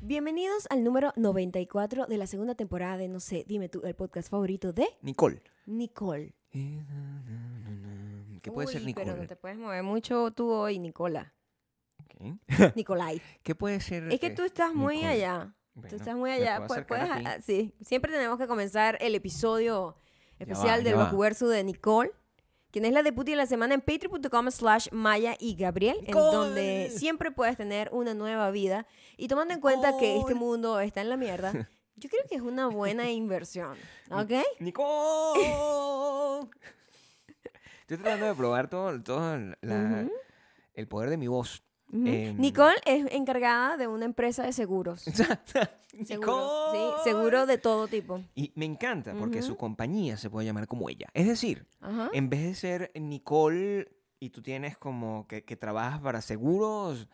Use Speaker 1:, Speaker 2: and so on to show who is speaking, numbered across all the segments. Speaker 1: Bienvenidos al número 94 de la segunda temporada de No sé, dime tú, el podcast favorito de
Speaker 2: Nicole.
Speaker 1: Nicole.
Speaker 2: ¿Qué puede ser
Speaker 1: Uy, Pero no
Speaker 2: Nicole?
Speaker 1: te puedes mover mucho tú hoy, Nicola.
Speaker 2: Ok.
Speaker 1: Nicolai.
Speaker 2: ¿Qué puede ser?
Speaker 1: es que
Speaker 2: eh,
Speaker 1: tú estás muy
Speaker 2: Nicole?
Speaker 1: allá.
Speaker 2: Bueno,
Speaker 1: tú estás muy
Speaker 2: me
Speaker 1: allá.
Speaker 2: puedo
Speaker 1: Pues,
Speaker 2: acercar
Speaker 1: puedes,
Speaker 2: aquí.
Speaker 1: ah, sí. Siempre tenemos que comenzar el episodio
Speaker 2: Ya
Speaker 1: especial
Speaker 2: va,
Speaker 1: del
Speaker 2: ya va.
Speaker 1: Bakuverso de Nicole, quien es la deputy de la semana en patreon.com slash maya y gabriel, en
Speaker 2: Nicole.
Speaker 1: donde siempre puedes tener una nueva vida. Y tomando en cuenta que este
Speaker 2: Nicole.
Speaker 1: mundo está en la mierda, yo creo que es una buena inversión. ¿Ok?
Speaker 2: ¡Nicole! Estoy tratando de probar todo, todo la- el poder de mi voz.
Speaker 1: Ujú.
Speaker 2: Em,
Speaker 1: Nicole es encargada de una empresa de seguros. Seguros, sí, seguro de todo tipo.
Speaker 2: Y me encanta porque
Speaker 1: Ujú. Ah.
Speaker 2: su compañía se puede llamar como ella. Es decir,
Speaker 1: Ajá.
Speaker 2: en vez de ser Nicole y tú tienes como que, que trabajas para seguros,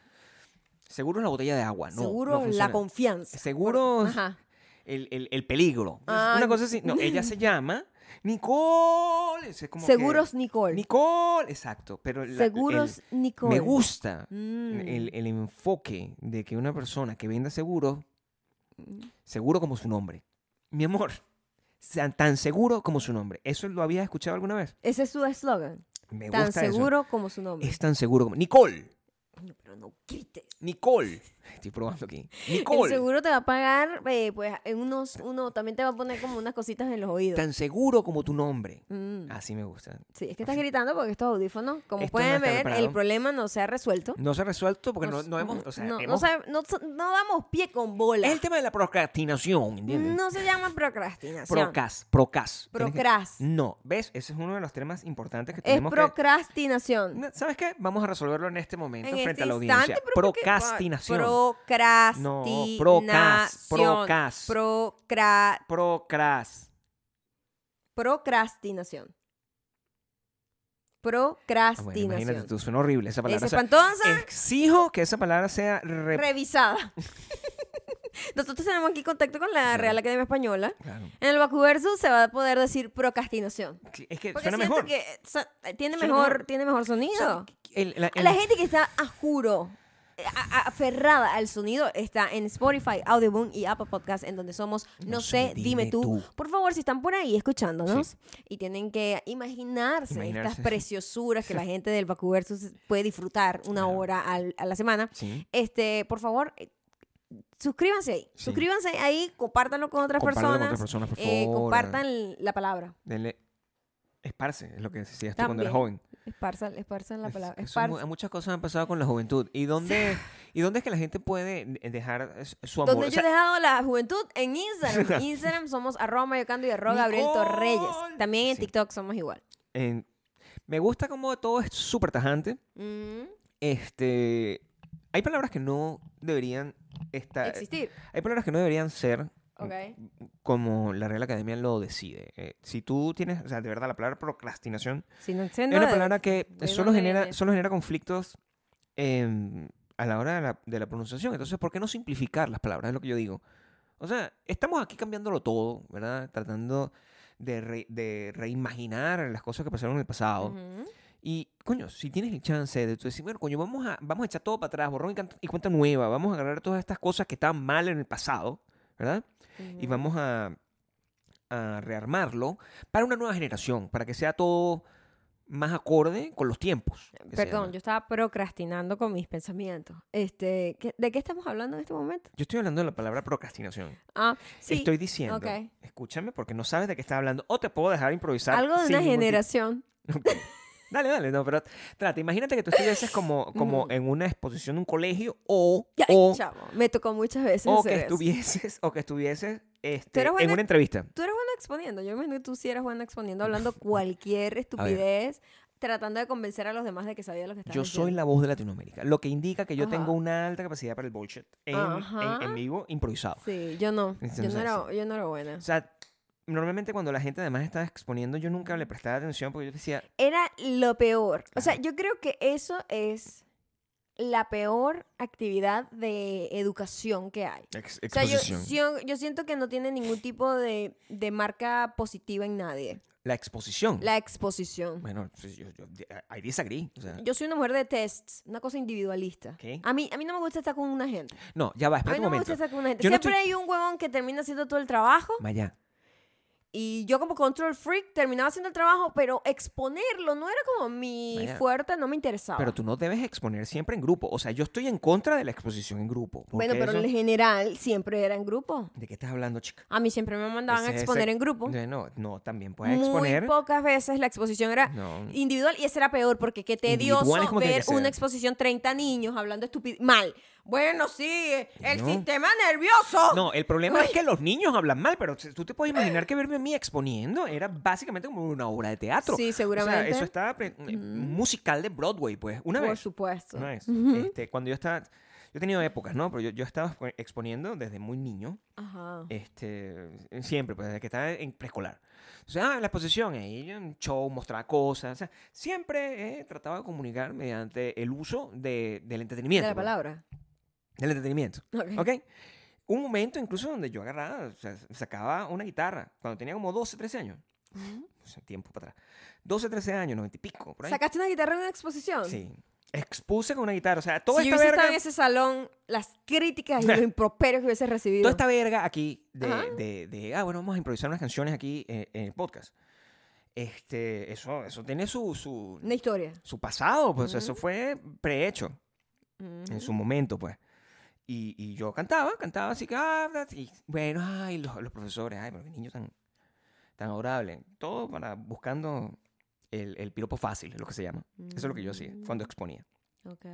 Speaker 2: seguros la botella de agua, no.
Speaker 1: seguro
Speaker 2: no
Speaker 1: la
Speaker 2: funciona.
Speaker 1: confianza.
Speaker 2: Seguros
Speaker 1: Ajá.
Speaker 2: el, el- el peligro.
Speaker 1: Ah,
Speaker 2: Una cosa así. No, ella se llama Nicole. Es como que-
Speaker 1: Seguros Nicole.
Speaker 2: Nicole, exacto. Pero la-
Speaker 1: Seguros
Speaker 2: el-
Speaker 1: Nicole.
Speaker 2: me gusta
Speaker 1: Mm.
Speaker 2: el, el enfoque de que una persona que venda seguro,
Speaker 1: Mm.
Speaker 2: seguro como su nombre. Mi amor, sean tan seguro como su nombre. ¿Eso lo habías escuchado alguna vez?
Speaker 1: Ese es su eslogan.
Speaker 2: Me
Speaker 1: Tan
Speaker 2: gusta eso.
Speaker 1: seguro como su nombre.
Speaker 2: Es tan seguro como. Nicole.
Speaker 1: Coño, pero no grites.
Speaker 2: Nicole. Estoy probando aquí.
Speaker 1: El
Speaker 2: Nicole.
Speaker 1: seguro te va a pagar, eh, pues, en unos, uno también te va a poner como unas cositas en los oídos.
Speaker 2: Tan seguro como tu nombre.
Speaker 1: Mm.
Speaker 2: Así me gusta.
Speaker 1: Sí, es que estás gritando porque estos audífonos, como
Speaker 2: Esto no
Speaker 1: pueden
Speaker 2: está
Speaker 1: ver, el
Speaker 2: preparado.
Speaker 1: problema no se ha resuelto.
Speaker 2: No se ha resuelto porque no,
Speaker 1: Nos-
Speaker 2: no hemos. O sea,
Speaker 1: no, no
Speaker 2: hemos-
Speaker 1: sabe- no sa- no damos pie con bola.
Speaker 2: Es el tema de la procrastinación, ¿entiendes?
Speaker 1: No se llama procrastinación.
Speaker 2: Procas, procas. Tienes que-
Speaker 1: Procras.
Speaker 2: No, ¿ves? Ese es uno de los temas importantes que
Speaker 1: Es
Speaker 2: tenemos que...
Speaker 1: procrastinación.
Speaker 2: No, ¿Sabes qué? Vamos a resolverlo en este momento
Speaker 1: En
Speaker 2: frente
Speaker 1: este
Speaker 2: a la
Speaker 1: instante,
Speaker 2: audiencia.
Speaker 1: pero ¿por qué?
Speaker 2: Procrastinación.
Speaker 1: Procrastinación.
Speaker 2: No, procas, procas.
Speaker 1: Procra-
Speaker 2: Procras.
Speaker 1: procrastinación.
Speaker 2: Ah, bueno, imagínate,
Speaker 1: Procrastinación.
Speaker 2: tú suena horrible esa
Speaker 1: es
Speaker 2: palabra. O sea,
Speaker 1: espantosa,
Speaker 2: exijo que esa palabra sea re-
Speaker 1: revisada. Nosotros tenemos aquí contacto con la Real Academia Española.
Speaker 2: Claro.
Speaker 1: En el Bakuverso se va a poder decir procrastinación.
Speaker 2: Es que
Speaker 1: Porque
Speaker 2: suena
Speaker 1: siento
Speaker 2: mejor.
Speaker 1: que eh, so- eh, tiene,
Speaker 2: Suena
Speaker 1: mejor,
Speaker 2: mejor.
Speaker 1: tiene mejor
Speaker 2: O sea,
Speaker 1: sonido.
Speaker 2: el- la-
Speaker 1: La
Speaker 2: el-
Speaker 1: gente que está a juro, eh, a- a- aferrada al sonido, está en Spotify, Audioboom y Apple Podcast, en donde somos No, sé, dime, tú. Por favor, si están por ahí escuchándonos y tienen que imaginarse,
Speaker 2: Imaginarse.
Speaker 1: estas preciosuras que la gente del Baku Versus puede disfrutar una
Speaker 2: Claro.
Speaker 1: hora al- a la semana,
Speaker 2: Sí.
Speaker 1: este, por favor, eh, suscríbanse ahí.
Speaker 2: Sí.
Speaker 1: Suscríbanse ahí, compártanlo con otras
Speaker 2: Compártelo con
Speaker 1: personas.
Speaker 2: otras personas, por
Speaker 1: eh,
Speaker 2: favor.
Speaker 1: compartan la palabra.
Speaker 2: Denle- Esparce, e, es lo que decías tú cuando
Speaker 1: También.
Speaker 2: eras joven.
Speaker 1: Esparzan, esparzan la palabra.
Speaker 2: Es- eso mu-
Speaker 1: Esparz-
Speaker 2: muchas cosas han pasado con la juventud. ¿Y dónde, ¿y dónde es que la gente puede eh, dejar eh, su amor?
Speaker 1: Donde
Speaker 2: O
Speaker 1: yo
Speaker 2: sea,
Speaker 1: he dejado la juventud en Instagram. Instagram somos arroba mayocando y arroba Gabriel
Speaker 2: Nicole.
Speaker 1: Torreyes. También en
Speaker 2: Sí.
Speaker 1: TikTok somos igual.
Speaker 2: en- me gusta como todo es súper tajante.
Speaker 1: Mm,
Speaker 2: Este, hay palabras que no deberían estar...
Speaker 1: existir.
Speaker 2: Hay palabras que no deberían ser
Speaker 1: Ok.
Speaker 2: como la Real Academia lo decide. Eh, si tú tienes, o sea, de verdad, la palabra procrastinación
Speaker 1: Si no entiendo.
Speaker 2: es una palabra que
Speaker 1: de
Speaker 2: solo
Speaker 1: dónde
Speaker 2: genera,
Speaker 1: eh, viene.
Speaker 2: solo genera conflictos em, a la hora de la, de la pronunciación. Entonces, ¿por qué no simplificar las palabras? Es lo que yo digo. O sea, estamos aquí cambiándolo todo, ¿verdad? Tratando de, re- de reimaginar las cosas que pasaron en el pasado.
Speaker 1: Ujú.
Speaker 2: Y, coño, si tienes el chance de tú decir, bueno, coño, vamos a, vamos a echar todo para atrás, borrón y cant- y cuenta nueva, vamos a agarrar todas estas cosas que estaban mal en el pasado, ¿verdad? y
Speaker 1: Ujú.
Speaker 2: vamos a, a rearmarlo para una nueva generación, para que sea todo más acorde con los tiempos. que se
Speaker 1: Perdón,
Speaker 2: llama.
Speaker 1: yo estaba procrastinando con mis pensamientos. Este, ¿qué- ¿De qué estamos hablando en este momento?
Speaker 2: Yo estoy hablando de la palabra procrastinación.
Speaker 1: Ah, sí.
Speaker 2: estoy diciendo,
Speaker 1: ok.
Speaker 2: escúchame porque no sabes de qué está hablando o te puedo dejar improvisar.
Speaker 1: Algo de
Speaker 2: sin
Speaker 1: una
Speaker 2: ningún tipo-
Speaker 1: generación.
Speaker 2: Dale, dale, no, pero trata, imagínate que tú estuvieses como, como
Speaker 1: Mm.
Speaker 2: en una exposición de un colegio o,
Speaker 1: Ya,
Speaker 2: o,
Speaker 1: chavo, me tocó muchas veces.
Speaker 2: o
Speaker 1: hacer
Speaker 2: que
Speaker 1: eso.
Speaker 2: estuvieses, o que estuvieses este,
Speaker 1: eres
Speaker 2: en
Speaker 1: buena-
Speaker 2: una entrevista.
Speaker 1: Tú eres buena exponiendo. Yo me imagino que tú sí eres buena exponiendo, hablando cualquier estupidez, tratando de convencer a los demás de que sabía lo que estaba
Speaker 2: Yo soy la voz de Latinoamérica, lo que indica que yo
Speaker 1: Ajá.
Speaker 2: tengo una alta capacidad para el bullshit en, en-
Speaker 1: Ajá.
Speaker 2: en vivo improvisado.
Speaker 1: Sí, yo no.
Speaker 2: Entonces,
Speaker 1: Yo no, era, yo no era buena.
Speaker 2: O sea, normalmente cuando la gente además estaba exponiendo, yo nunca le prestaba atención porque yo decía,
Speaker 1: Era lo peor. O sea, yo creo que eso es la peor actividad de educación que hay.
Speaker 2: "Ex-
Speaker 1: O sea, yo,
Speaker 2: exposición.
Speaker 1: sio- yo siento que no tiene ningún tipo de, de marca positiva en nadie.
Speaker 2: La exposición.
Speaker 1: La exposición.
Speaker 2: Bueno, pues, yo, yo, I disagree. O sea,
Speaker 1: Yo soy una mujer de tests, una cosa individualista.
Speaker 2: ¿Qué?
Speaker 1: A mí, a mí no me gusta estar con una gente.
Speaker 2: no, ya va,
Speaker 1: A
Speaker 2: espera
Speaker 1: mí
Speaker 2: un
Speaker 1: no me
Speaker 2: momento.
Speaker 1: gusta estar con una gente.
Speaker 2: Yo no
Speaker 1: Siempre hay un huevón que termina haciendo todo el trabajo
Speaker 2: Maya,
Speaker 1: y yo como control freak terminaba haciendo el trabajo, pero exponerlo no era como mi
Speaker 2: Vaya.
Speaker 1: fuerte, no me interesaba.
Speaker 2: pero tú no debes exponer siempre en grupo. O sea, yo estoy en contra de la exposición en grupo. porque
Speaker 1: bueno, pero
Speaker 2: eso-
Speaker 1: en general siempre era en grupo.
Speaker 2: ¿De qué estás hablando, chica?
Speaker 1: A mí siempre me mandaban
Speaker 2: Ese-
Speaker 1: a
Speaker 2: ese-
Speaker 1: exponer en grupo.
Speaker 2: No, no, también puedes
Speaker 1: Muy
Speaker 2: exponer.
Speaker 1: pocas veces la exposición era
Speaker 2: No.
Speaker 1: individual y ese era peor porque qué
Speaker 2: Individual es
Speaker 1: tedioso
Speaker 2: como tiene
Speaker 1: ver
Speaker 2: que ser.
Speaker 1: una exposición 30 niños hablando estupidez. Mal. Bueno, sí, eh, el
Speaker 2: No.
Speaker 1: sistema nervioso.
Speaker 2: No, el problema es que los niños hablan mal, pero tú te puedes imaginar que verme a mí exponiendo era básicamente como una obra de teatro.
Speaker 1: Sí,
Speaker 2: O sea,
Speaker 1: seguramente.
Speaker 2: eso estaba pre- eh, musical de Broadway, pues. Una
Speaker 1: Por
Speaker 2: vez.
Speaker 1: supuesto.
Speaker 2: Una vez, este, cuando yo estaba. Yo he tenido épocas, ¿no? Pero yo, yo estaba expo- exponiendo desde muy niño.
Speaker 1: Ajá.
Speaker 2: Este, siempre, pues desde que estaba en preescolar. O sea, ah, la exposición, ahí un show, mostrar cosas. O sea, siempre eh, trataba de comunicar mediante el uso de- del
Speaker 1: De
Speaker 2: entretenimiento.
Speaker 1: la
Speaker 2: pues,
Speaker 1: palabra.
Speaker 2: Del entretenimiento.
Speaker 1: Ok.
Speaker 2: ¿Ok? Un momento incluso donde yo agarraba, o sea, sacaba una guitarra, cuando tenía como 12, 13 años. O sea, tiempo para atrás. 12, 13 años, 90 y pico, por ahí.
Speaker 1: ¿Sacaste una guitarra en una exposición?
Speaker 2: Sí. Expuse con una guitarra. O sea, toda
Speaker 1: si yo
Speaker 2: esta
Speaker 1: hubiese
Speaker 2: verga.
Speaker 1: estado en ese salón, las críticas y los improperios que hubiese recibido.
Speaker 2: Toda esta verga aquí
Speaker 1: Ajá.
Speaker 2: de, de- de, ah, bueno, vamos a improvisar unas canciones aquí eh, en el podcast. Este, eso, eso tiene su, su,
Speaker 1: Una historia.
Speaker 2: su pasado, pues eso fue prehecho.
Speaker 1: Mm.
Speaker 2: en su momento, pues. Y, y yo cantaba, cantaba así que, ah, da- y bueno, ay, los, los profesores, ay, pero qué niño tan, tan adorable. Todo para buscando el, el piropo fácil, es lo que se llama. Eso es lo que yo hacía
Speaker 1: Mm.
Speaker 2: cuando exponía.
Speaker 1: Ok.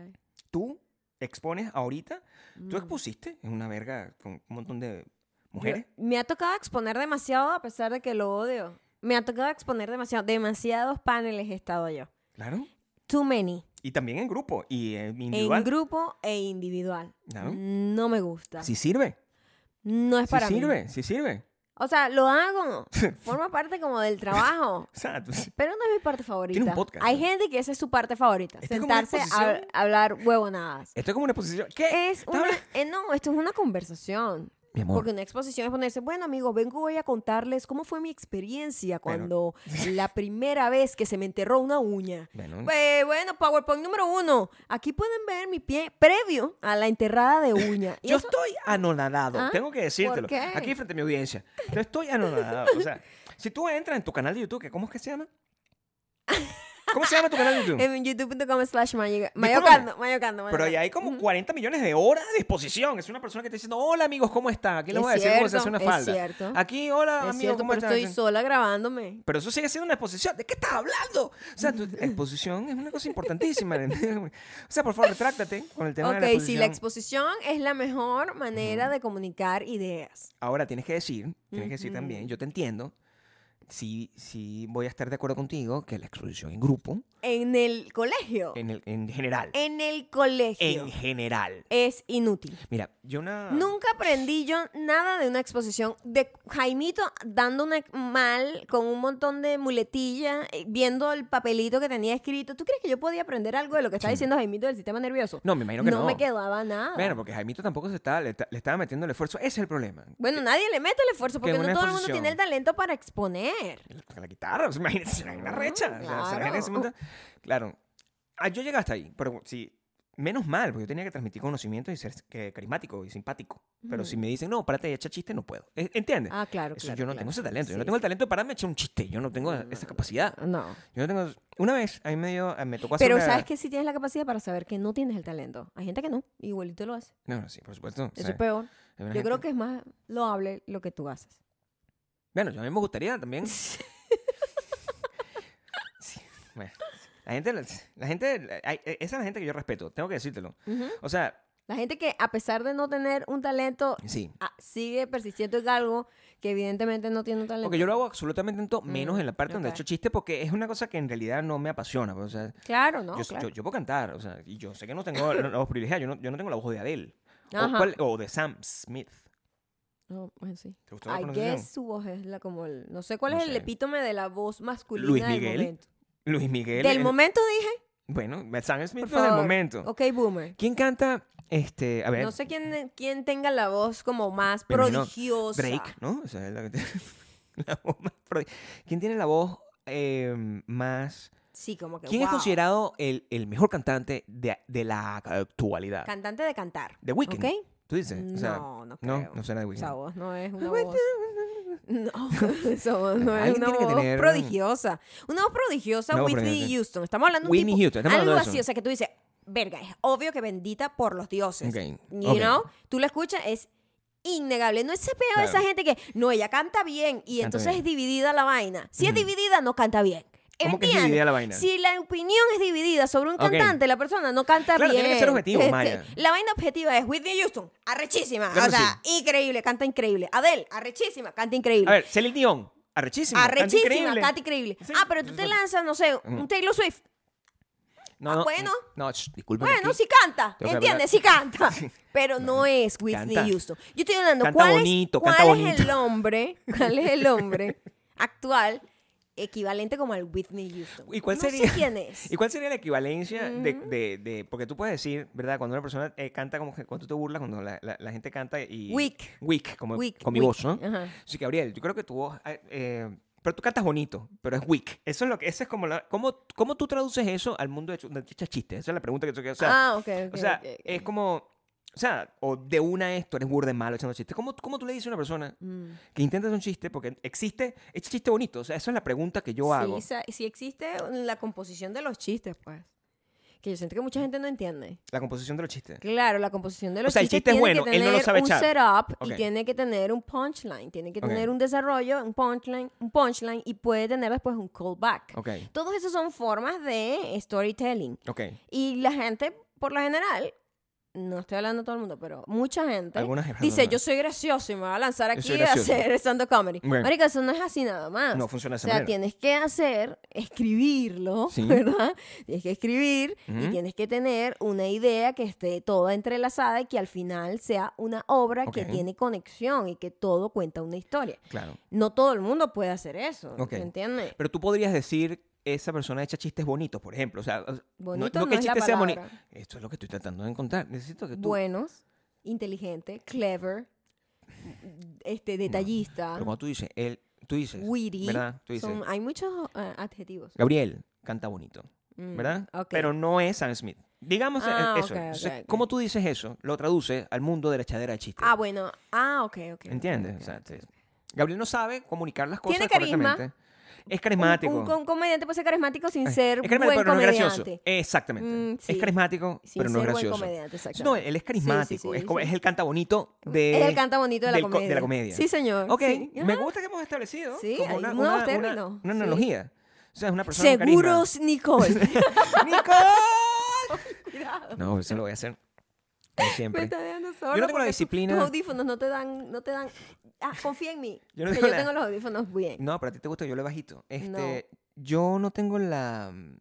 Speaker 2: Tú expones ahorita, tú
Speaker 1: Mm.
Speaker 2: expusiste en una verga con un montón de
Speaker 1: Yo-
Speaker 2: mujeres.
Speaker 1: me ha tocado exponer demasiado a pesar de que lo odio. Me ha tocado exponer demasiado. Demasiados paneles he estado yo.
Speaker 2: Claro.
Speaker 1: Too many.
Speaker 2: Y también en grupo y en
Speaker 1: En
Speaker 2: individual.
Speaker 1: grupo e individual.
Speaker 2: Claro.
Speaker 1: No me gusta.
Speaker 2: Sí sirve,
Speaker 1: No es
Speaker 2: sí
Speaker 1: para mí.
Speaker 2: sirve, sí sirve.
Speaker 1: O sea, lo hago. Forma parte como del trabajo.
Speaker 2: O sea, tú-
Speaker 1: Pero no es mi parte favorita.
Speaker 2: podcast,
Speaker 1: Hay
Speaker 2: ¿no?
Speaker 1: gente que esa es su parte favorita.
Speaker 2: Esta es como una
Speaker 1: sentarse a
Speaker 2: exposición.
Speaker 1: a hablar huevonadas.
Speaker 2: esto es como una posición. ¿Qué?
Speaker 1: Es
Speaker 2: Estaba-
Speaker 1: una, eh, no, esto es una conversación.
Speaker 2: Mi amor.
Speaker 1: Porque una exposición es ponerse, bueno amigos, vengo hoy a contarles cómo fue mi experiencia cuando la primera vez que se me enterró una uña.
Speaker 2: Bueno,
Speaker 1: Eh, bueno, PowerPoint número uno. Aquí pueden ver mi pie previo a la enterrada de uña. Y
Speaker 2: Yo
Speaker 1: eso-
Speaker 2: estoy anonadado,
Speaker 1: ¿Ah?
Speaker 2: tengo que decírtelo.
Speaker 1: ¿Por qué?
Speaker 2: Aquí frente a mi audiencia. Yo estoy anonadado. O sea, si tú entras en tu canal de YouTube, que ¿cómo es que se llama? ¿Cómo se llama tu canal de YouTube?
Speaker 1: en youtube.com slash mayo-
Speaker 2: Discúlpame,
Speaker 1: mayocando, mayocando,
Speaker 2: Pero ahí hay como 40 millones de horas de exposición. Es una persona que está diciendo, hola amigos, ¿cómo está? Aquí les
Speaker 1: Es
Speaker 2: voy a decir cómo se hace
Speaker 1: cierto,
Speaker 2: una
Speaker 1: es
Speaker 2: falda.
Speaker 1: cierto.
Speaker 2: Aquí, hola
Speaker 1: Es
Speaker 2: amigos,
Speaker 1: cierto,
Speaker 2: ¿cómo
Speaker 1: pero
Speaker 2: están?
Speaker 1: estoy sola grabándome.
Speaker 2: Pero eso sigue siendo una exposición. ¿De qué estás hablando? O sea, tu- la exposición es una cosa importantísima. o sea, por favor, retráctate con el tema de la
Speaker 1: Ok,
Speaker 2: exposición.
Speaker 1: sí, la exposición es la mejor manera de comunicar ideas.
Speaker 2: Ahora tienes que decir, tienes que decir también, yo te entiendo, sí, sí voy a estar de acuerdo contigo que la exposición en grupo,
Speaker 1: En el colegio. En,
Speaker 2: en, el- en general,
Speaker 1: el colegio.
Speaker 2: en Ah. general.
Speaker 1: Es inútil.
Speaker 2: Mira, yo una...
Speaker 1: Nunca aprendí yo nada de una exposición de Jaimito dando una mal con un montón de muletillas, eh, viendo el papelito que tenía escrito. ¿Tú crees que yo podía aprender algo de lo que está diciendo Jaimito del sistema nervioso?
Speaker 2: No, me imagino que no.
Speaker 1: me quedaba nada.
Speaker 2: Bueno, porque Jaimito tampoco se estaba, le, ta- le estaba metiendo el esfuerzo. Ese es el problema.
Speaker 1: bueno, nadie le mete el esfuerzo
Speaker 2: que
Speaker 1: porque no
Speaker 2: una
Speaker 1: todo el mundo
Speaker 2: eh, exposición.
Speaker 1: tiene el talento para exponer.
Speaker 2: La, la guitarra, pues, imagínate, será una
Speaker 1: Ah,
Speaker 2: recha. o sea, será en
Speaker 1: claro.
Speaker 2: ese momento- claro. Ah, yo llegué hasta ahí, pero sí, menos mal, porque yo tenía que transmitir conocimiento y ser eh, carismático y simpático. Pero si me dicen, no, párate y echa chiste, no puedo. E- ¿Entiendes?
Speaker 1: Ah, claro.
Speaker 2: Eso
Speaker 1: claro,
Speaker 2: yo no
Speaker 1: claro.
Speaker 2: tengo ese talento. yo no
Speaker 1: Sí,
Speaker 2: tengo el talento de pararme a echar un chiste. Yo no tengo esa capacidad.
Speaker 1: sí. No.
Speaker 2: Yo no tengo. Una vez, a mí me, dio, me tocó hacer.
Speaker 1: Pero
Speaker 2: una-
Speaker 1: sabes que sí tienes la capacidad para saber que no tienes el talento. Hay gente que no, igualito lo hace.
Speaker 2: No, no, sí, por supuesto.
Speaker 1: Eso es peor. Yo creo
Speaker 2: que.
Speaker 1: que es más loable lo que tú haces.
Speaker 2: Bueno, yo a mí me gustaría también. Sí, bueno. La gente. La gente la- hay- e, esa es la gente que yo respeto. Tengo que decírtelo.
Speaker 1: Ujú.
Speaker 2: O sea,
Speaker 1: La gente que a pesar de no tener un talento,
Speaker 2: sí.
Speaker 1: ah, sigue persistiendo en algo que evidentemente no tiene un talento.
Speaker 2: Porque yo lo hago absolutamente en todo, menos
Speaker 1: Mm,
Speaker 2: en la parte donde he
Speaker 1: ok.
Speaker 2: hecho chiste, porque es una cosa que en realidad no me apasiona. pues, O sea,
Speaker 1: Claro, ¿no?
Speaker 2: yo,
Speaker 1: claro.
Speaker 2: yo- yo puedo cantar, o sea, y yo sé que no tengo la la voz privilegiada, yo no, yo no tengo la voz de Adele. O,
Speaker 1: Ajá.
Speaker 2: cuál- o de Sam Smith.
Speaker 1: No, bueno, sí.
Speaker 2: ¿Te gustó la
Speaker 1: I
Speaker 2: pronunciación?
Speaker 1: guess su voz es la como el... No sé cuál
Speaker 2: No
Speaker 1: es el
Speaker 2: sé.
Speaker 1: epítome de la voz masculina
Speaker 2: Luis
Speaker 1: del
Speaker 2: Miguel,
Speaker 1: momento.
Speaker 2: Luis Miguel.
Speaker 1: Del
Speaker 2: eh,
Speaker 1: momento dije,
Speaker 2: Bueno, Sam Smith
Speaker 1: por
Speaker 2: fue del
Speaker 1: favor.
Speaker 2: momento.
Speaker 1: Ok, Boomer.
Speaker 2: ¿Quién canta? Este, a ver.
Speaker 1: No sé quién, quién tenga la voz como más
Speaker 2: me imagino
Speaker 1: prodigiosa.
Speaker 2: Drake, ¿no? O sea, es la, que tiene la voz más pro- ¿Quién tiene la voz eh, más...
Speaker 1: Sí, como que.
Speaker 2: ¿Quién es
Speaker 1: wow.
Speaker 2: considerado el, el mejor cantante de, de la actualidad?
Speaker 1: Cantante de cantar.
Speaker 2: The Weeknd.
Speaker 1: ¿Ok?
Speaker 2: ¿Tú dices? O sea,
Speaker 1: no, no creo.
Speaker 2: no, Pues no será The Weeknd.
Speaker 1: Esa voz no es una
Speaker 2: Ay,
Speaker 1: voz. No, esa voz no es
Speaker 2: Alguien
Speaker 1: una
Speaker 2: tiene que
Speaker 1: voz
Speaker 2: tener-
Speaker 1: prodigiosa. Una voz prodigiosa,
Speaker 2: Una voz
Speaker 1: Whitney
Speaker 2: prodigiosa.
Speaker 1: Houston. Estamos hablando de un
Speaker 2: Whitney
Speaker 1: tipo-
Speaker 2: Houston, estamos hablando
Speaker 1: Algo
Speaker 2: de
Speaker 1: así,
Speaker 2: eso.
Speaker 1: o sea, que tú dices, verga, es obvio que bendita por los dioses.
Speaker 2: Ok,
Speaker 1: You
Speaker 2: ok.
Speaker 1: know? Tú la escuchas, es innegable. No es ese peo de esa
Speaker 2: Claro.
Speaker 1: gente que, no, ella canta bien y
Speaker 2: Canta
Speaker 1: entonces
Speaker 2: bien.
Speaker 1: es dividida la vaina. Si es
Speaker 2: Ujú.
Speaker 1: dividida, no canta bien.
Speaker 2: ¿Cómo que es
Speaker 1: ¿Entiendes?
Speaker 2: dividida la vaina?
Speaker 1: Si la opinión es dividida sobre un
Speaker 2: Ok.
Speaker 1: cantante, la persona no canta
Speaker 2: Claro,
Speaker 1: bien.
Speaker 2: tiene que ser objetivo,
Speaker 1: Este,
Speaker 2: Maya.
Speaker 1: La vaina objetiva es Whitney Houston, arrechísima.
Speaker 2: Claro
Speaker 1: o
Speaker 2: que
Speaker 1: sea, increíble, canta increíble. Adele, arrechísima, canta increíble.
Speaker 2: A ver, Celine Dion. Arrechísima. canta
Speaker 1: Arrechísima,
Speaker 2: increíble.
Speaker 1: canta increíble.
Speaker 2: Sí,
Speaker 1: ah, pero tú te
Speaker 2: exacto.
Speaker 1: lanzas, no sé, un Taylor Swift.
Speaker 2: No,
Speaker 1: Ah,
Speaker 2: no,
Speaker 1: bueno.
Speaker 2: No, sh, discúlpame
Speaker 1: Bueno,
Speaker 2: aquí.
Speaker 1: sí canta,
Speaker 2: Tengo que
Speaker 1: ¿entiendes?
Speaker 2: hablar.
Speaker 1: Sí canta, pero no es Whitney
Speaker 2: Canta.
Speaker 1: Houston. Yo estoy hablando,
Speaker 2: Canta
Speaker 1: ¿cuál,
Speaker 2: bonito,
Speaker 1: es, cuál
Speaker 2: canta
Speaker 1: es el
Speaker 2: bonito.
Speaker 1: hombre, cuál es el hombre actual equivalente como al Whitney Houston?
Speaker 2: ¿Y cuál
Speaker 1: no
Speaker 2: sería?
Speaker 1: sé quién es.
Speaker 2: ¿Y cuál sería la equivalencia de, de- de- Porque tú puedes decir, ¿verdad? Cuando una persona eh, canta, como que, cuando tú te burlas, cuando la, la- la gente canta y.
Speaker 1: Weak.
Speaker 2: Weak, como
Speaker 1: Weak,
Speaker 2: con mi
Speaker 1: weak,
Speaker 2: voz, ¿no?
Speaker 1: ajá.
Speaker 2: Así que, Gabriel, yo creo que tu voz. eh, eh, pero tú cantas bonito, pero es weak. Eso es lo que. Eso es como la- ¿cómo, ¿Cómo tú traduces eso al mundo de ch- de echas chistes? Esa es la pregunta que yo quiero hacer.
Speaker 1: ah, ok, ok.
Speaker 2: O sea,
Speaker 1: ok, ok.
Speaker 2: es como. O sea, o de una esto eres burda de malo echando chistes. ¿Cómo, ¿Cómo tú le dices a una persona
Speaker 1: Mm.
Speaker 2: que intenta hacer un chiste? Porque existe, es chiste bonito. O sea, esa es la pregunta que yo
Speaker 1: Sí,
Speaker 2: hago.
Speaker 1: o sea, Si, existe la composición de los chistes, pues. Que yo siento que mucha gente no entiende.
Speaker 2: La composición de los chistes.
Speaker 1: Claro, la composición de los
Speaker 2: sea, el
Speaker 1: chistes
Speaker 2: chiste es
Speaker 1: tiene
Speaker 2: bueno,
Speaker 1: que
Speaker 2: él
Speaker 1: tener
Speaker 2: no lo sabe
Speaker 1: un
Speaker 2: echar.
Speaker 1: setup y
Speaker 2: Ok.
Speaker 1: tiene que tener un punchline, tiene que
Speaker 2: Ok.
Speaker 1: tener un desarrollo, un punchline, un punchline y puede tener después un callback.
Speaker 2: Ok,
Speaker 1: Todos esos son formas de storytelling
Speaker 2: ok.
Speaker 1: y la gente por lo general no estoy hablando de todo el mundo, pero mucha gente
Speaker 2: Algunas
Speaker 1: dice,
Speaker 2: personas.
Speaker 1: yo soy gracioso y me voy a lanzar
Speaker 2: Yo soy
Speaker 1: aquí a
Speaker 2: gracioso".
Speaker 1: hacer stand-up comedy.
Speaker 2: Bueno.
Speaker 1: Marica, eso no es así nada más.
Speaker 2: No funciona de
Speaker 1: O
Speaker 2: esa
Speaker 1: sea,
Speaker 2: manera.
Speaker 1: tienes que hacer, escribirlo,
Speaker 2: Sí.
Speaker 1: ¿verdad? Tienes que escribir y
Speaker 2: Ujú.
Speaker 1: tienes que tener una idea que esté toda entrelazada y que al final sea una obra
Speaker 2: Ok.
Speaker 1: que tiene conexión y que todo cuenta una historia.
Speaker 2: Claro.
Speaker 1: No todo el mundo puede hacer eso,
Speaker 2: Ok.
Speaker 1: ¿me entiendes?
Speaker 2: Pero tú podrías decir, esa persona echa chistes bonitos, por ejemplo. O sea, o-
Speaker 1: Bonito no
Speaker 2: que el
Speaker 1: es la
Speaker 2: chiste sea bonito.
Speaker 1: palabra.
Speaker 2: Esto es lo que estoy tratando de encontrar. Necesito que tú.
Speaker 1: Buenos, inteligente, clever, este, detallista,
Speaker 2: Pero cuando tú dices, él, tú dices.
Speaker 1: witty.
Speaker 2: ¿Verdad? Tú dices,
Speaker 1: Son- hay muchos eh, adjetivos.
Speaker 2: Gabriel canta bonito,
Speaker 1: Mm,
Speaker 2: ¿verdad?
Speaker 1: ok.
Speaker 2: Pero no es Sam Smith. Digamos eh,
Speaker 1: Ah,
Speaker 2: eso.
Speaker 1: ok, ok,
Speaker 2: Entonces,
Speaker 1: ok.
Speaker 2: ¿Cómo tú dices eso? Lo traduces al mundo de la echadera de chistes.
Speaker 1: Ah, bueno. Ah, ok, ok, ok.
Speaker 2: ¿Entiendes?
Speaker 1: ok,
Speaker 2: O sea,
Speaker 1: ok.
Speaker 2: te- Gabriel no sabe comunicar las cosas
Speaker 1: Tiene carisma.
Speaker 2: correctamente.
Speaker 1: Un-
Speaker 2: Es carismático.
Speaker 1: Un, un comediante puede ser carismático sin
Speaker 2: Ay,
Speaker 1: ser
Speaker 2: es carismático,
Speaker 1: buen
Speaker 2: pero no es
Speaker 1: comediante.
Speaker 2: gracioso. Exactamente.
Speaker 1: Mm, sí.
Speaker 2: Es carismático,
Speaker 1: Sin
Speaker 2: pero no es
Speaker 1: ser buen
Speaker 2: gracioso.
Speaker 1: comediante,
Speaker 2: No, eh,
Speaker 1: exactamente.
Speaker 2: él
Speaker 1: Sí,
Speaker 2: es
Speaker 1: sí,
Speaker 2: carismático.
Speaker 1: sí,
Speaker 2: es, como,
Speaker 1: sí.
Speaker 2: es el canta bonito de.
Speaker 1: Es el canta bonito de la,
Speaker 2: del co-
Speaker 1: comedia.
Speaker 2: de la comedia.
Speaker 1: Sí, señor.
Speaker 2: Ok,
Speaker 1: sí.
Speaker 2: me
Speaker 1: Ajá.
Speaker 2: gusta que hemos establecido
Speaker 1: Sí,
Speaker 2: como
Speaker 1: hay
Speaker 2: una,
Speaker 1: nuevos
Speaker 2: una, una,
Speaker 1: términos,
Speaker 2: una
Speaker 1: sí.
Speaker 2: analogía. O sea, es una persona con
Speaker 1: Seguros Nicole.
Speaker 2: carisma. ¡Nicole!
Speaker 1: Cuidado.
Speaker 2: No, eso lo voy a hacer. como
Speaker 1: Me
Speaker 2: Siempre.
Speaker 1: está dejando solo.
Speaker 2: tengo la
Speaker 1: porque tu-
Speaker 2: disciplina-
Speaker 1: Tus audífonos no te dan, no te dan. Ah, confía en mí.
Speaker 2: Yo no
Speaker 1: que
Speaker 2: tengo
Speaker 1: yo
Speaker 2: la-
Speaker 1: tengo los audífonos bien.
Speaker 2: No, pero a ti te gusta que yo le bajito. Este, Yo no tengo la, mm,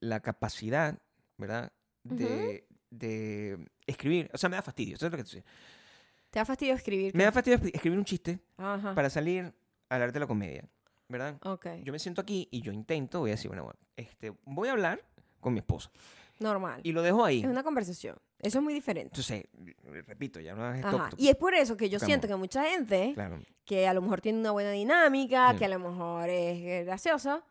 Speaker 2: la capacidad, ¿verdad? De, de escribir. O sea, me da fastidio. Eso es lo que te estoy diciendo.
Speaker 1: Te da fastidio escribir.
Speaker 2: Me da fastidio escri- escribir un chiste
Speaker 1: Ajá.
Speaker 2: para salir al arte de la comedia, ¿verdad?
Speaker 1: Ah. Ok.
Speaker 2: Yo me siento aquí y yo intento, voy a decir, bueno, bueno, este, voy a hablar con mi esposa.
Speaker 1: Normal.
Speaker 2: Y lo dejo ahí.
Speaker 1: Es una conversación. Eso es muy diferente.
Speaker 2: Entonces, repito, ya no es
Speaker 1: Ajá.
Speaker 2: tóxico.
Speaker 1: Y es por eso que yo
Speaker 2: Tocamos.
Speaker 1: siento que mucha gente
Speaker 2: Claro.
Speaker 1: que a lo mejor tiene una buena dinámica,
Speaker 2: Sí.
Speaker 1: que a lo mejor es graciosa,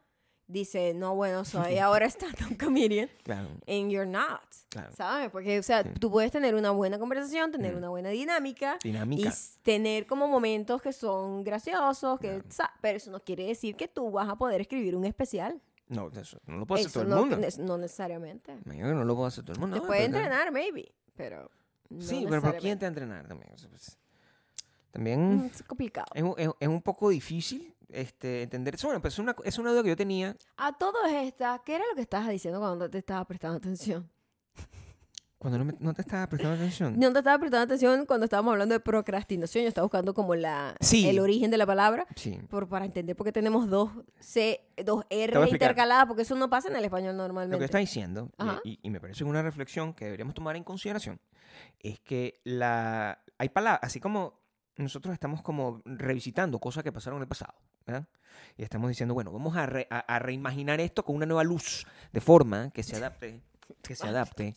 Speaker 1: dice, no, bueno, soy ahora stand-up comedian,
Speaker 2: Claro,
Speaker 1: and you're not.
Speaker 2: claro.
Speaker 1: ¿Sabes? Porque, o sea, tú puedes tener una buena conversación, tener
Speaker 2: Mm.
Speaker 1: una buena dinámica, y
Speaker 2: Dinámica.
Speaker 1: s- tener como momentos que son graciosos, que,
Speaker 2: Claro.
Speaker 1: sa- pero eso no quiere decir que tú vas a poder escribir un especial.
Speaker 2: No, eso no lo puede hacer
Speaker 1: Eso
Speaker 2: todo el
Speaker 1: no,
Speaker 2: mundo.
Speaker 1: ne- no necesariamente.
Speaker 2: Imagino que no lo puede hacer todo el mundo.
Speaker 1: te
Speaker 2: No,
Speaker 1: puede
Speaker 2: pero-
Speaker 1: entrenar, maybe, pero... no
Speaker 2: Sí, pero ¿por
Speaker 1: necesariamente.
Speaker 2: quién te va a entrenar también? O sea, pues, también
Speaker 1: Mm, Es complicado.
Speaker 2: es, un- es- es un poco difícil este, entender eso. Bueno, pues es una, es una duda que yo tenía.
Speaker 1: A todas estas, ¿qué era lo que estabas diciendo cuando no te estaba prestando atención?
Speaker 2: Cuando no, me- no te estaba prestando atención.
Speaker 1: No te estaba prestando atención cuando estábamos hablando de procrastinación. Yo estaba buscando como la,
Speaker 2: Sí.
Speaker 1: el origen de la palabra
Speaker 2: Sí.
Speaker 1: por, para entender por qué tenemos dos, C, dos
Speaker 2: Te voy
Speaker 1: R
Speaker 2: a explicar.
Speaker 1: intercaladas, porque eso no pasa en el español
Speaker 2: Lo que
Speaker 1: normalmente.
Speaker 2: está diciendo, y-
Speaker 1: Ajá.
Speaker 2: y, y me parece una reflexión que deberíamos tomar en consideración, es que la, hay palabras, así como nosotros estamos como revisitando cosas que pasaron en el pasado, ¿verdad? Y estamos diciendo, bueno, vamos a, re- a- a reimaginar esto con una nueva luz, de forma que se adapte, que se adapte,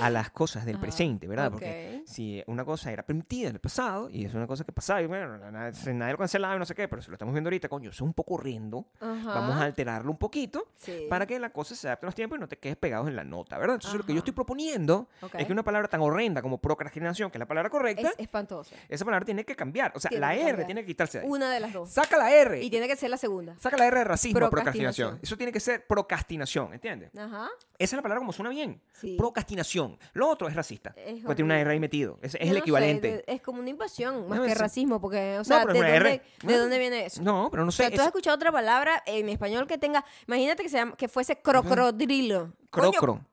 Speaker 2: a las cosas del
Speaker 1: Ajá,
Speaker 2: presente, ¿verdad? Porque
Speaker 1: Ah, ok.
Speaker 2: si una cosa era permitida en el pasado y es una cosa que pasaba y bueno, nada- nadie lo cancelaba y no sé qué, pero si lo estamos viendo ahorita, coño, eso es un poco horrendo. Vamos a alterarlo un poquito
Speaker 1: Sí.
Speaker 2: para que la cosa se adapte a los tiempos y no te quedes pegados en la nota, ¿verdad? Entonces, lo que yo estoy proponiendo
Speaker 1: Ok.
Speaker 2: es que una palabra tan horrenda como procrastinación, que es la palabra correcta,
Speaker 1: Es espantoso.
Speaker 2: esa palabra tiene que cambiar. O sea,
Speaker 1: Tiene
Speaker 2: la
Speaker 1: que
Speaker 2: R
Speaker 1: cambiar.
Speaker 2: tiene que quitarse de ahí.
Speaker 1: Una de las dos.
Speaker 2: Saca la R.
Speaker 1: Y tiene que ser la segunda.
Speaker 2: Saca la R de racismo, procrastinación.
Speaker 1: Procrastinación.
Speaker 2: Eso tiene que ser procrastinación, ¿entiendes?
Speaker 1: Ajá.
Speaker 2: Esa es la palabra como suena bien.
Speaker 1: Sí.
Speaker 2: Procrastinación. Lo otro es racista.
Speaker 1: Es
Speaker 2: porque tiene una R ahí metido. Es, es
Speaker 1: Yo
Speaker 2: el
Speaker 1: no sé,
Speaker 2: equivalente.
Speaker 1: de- es como una invasión, más
Speaker 2: No,
Speaker 1: que
Speaker 2: es-
Speaker 1: racismo, porque, o sea,
Speaker 2: pero
Speaker 1: ¿de,
Speaker 2: es una
Speaker 1: dónde,
Speaker 2: R.
Speaker 1: ¿de
Speaker 2: No.
Speaker 1: dónde viene eso?
Speaker 2: No, pero no
Speaker 1: O
Speaker 2: sé.
Speaker 1: sea, tú has
Speaker 2: es-
Speaker 1: escuchado otra palabra en español que tenga, imagínate que, se llama, que fuese crocodrilo. Coño,
Speaker 2: Crocro.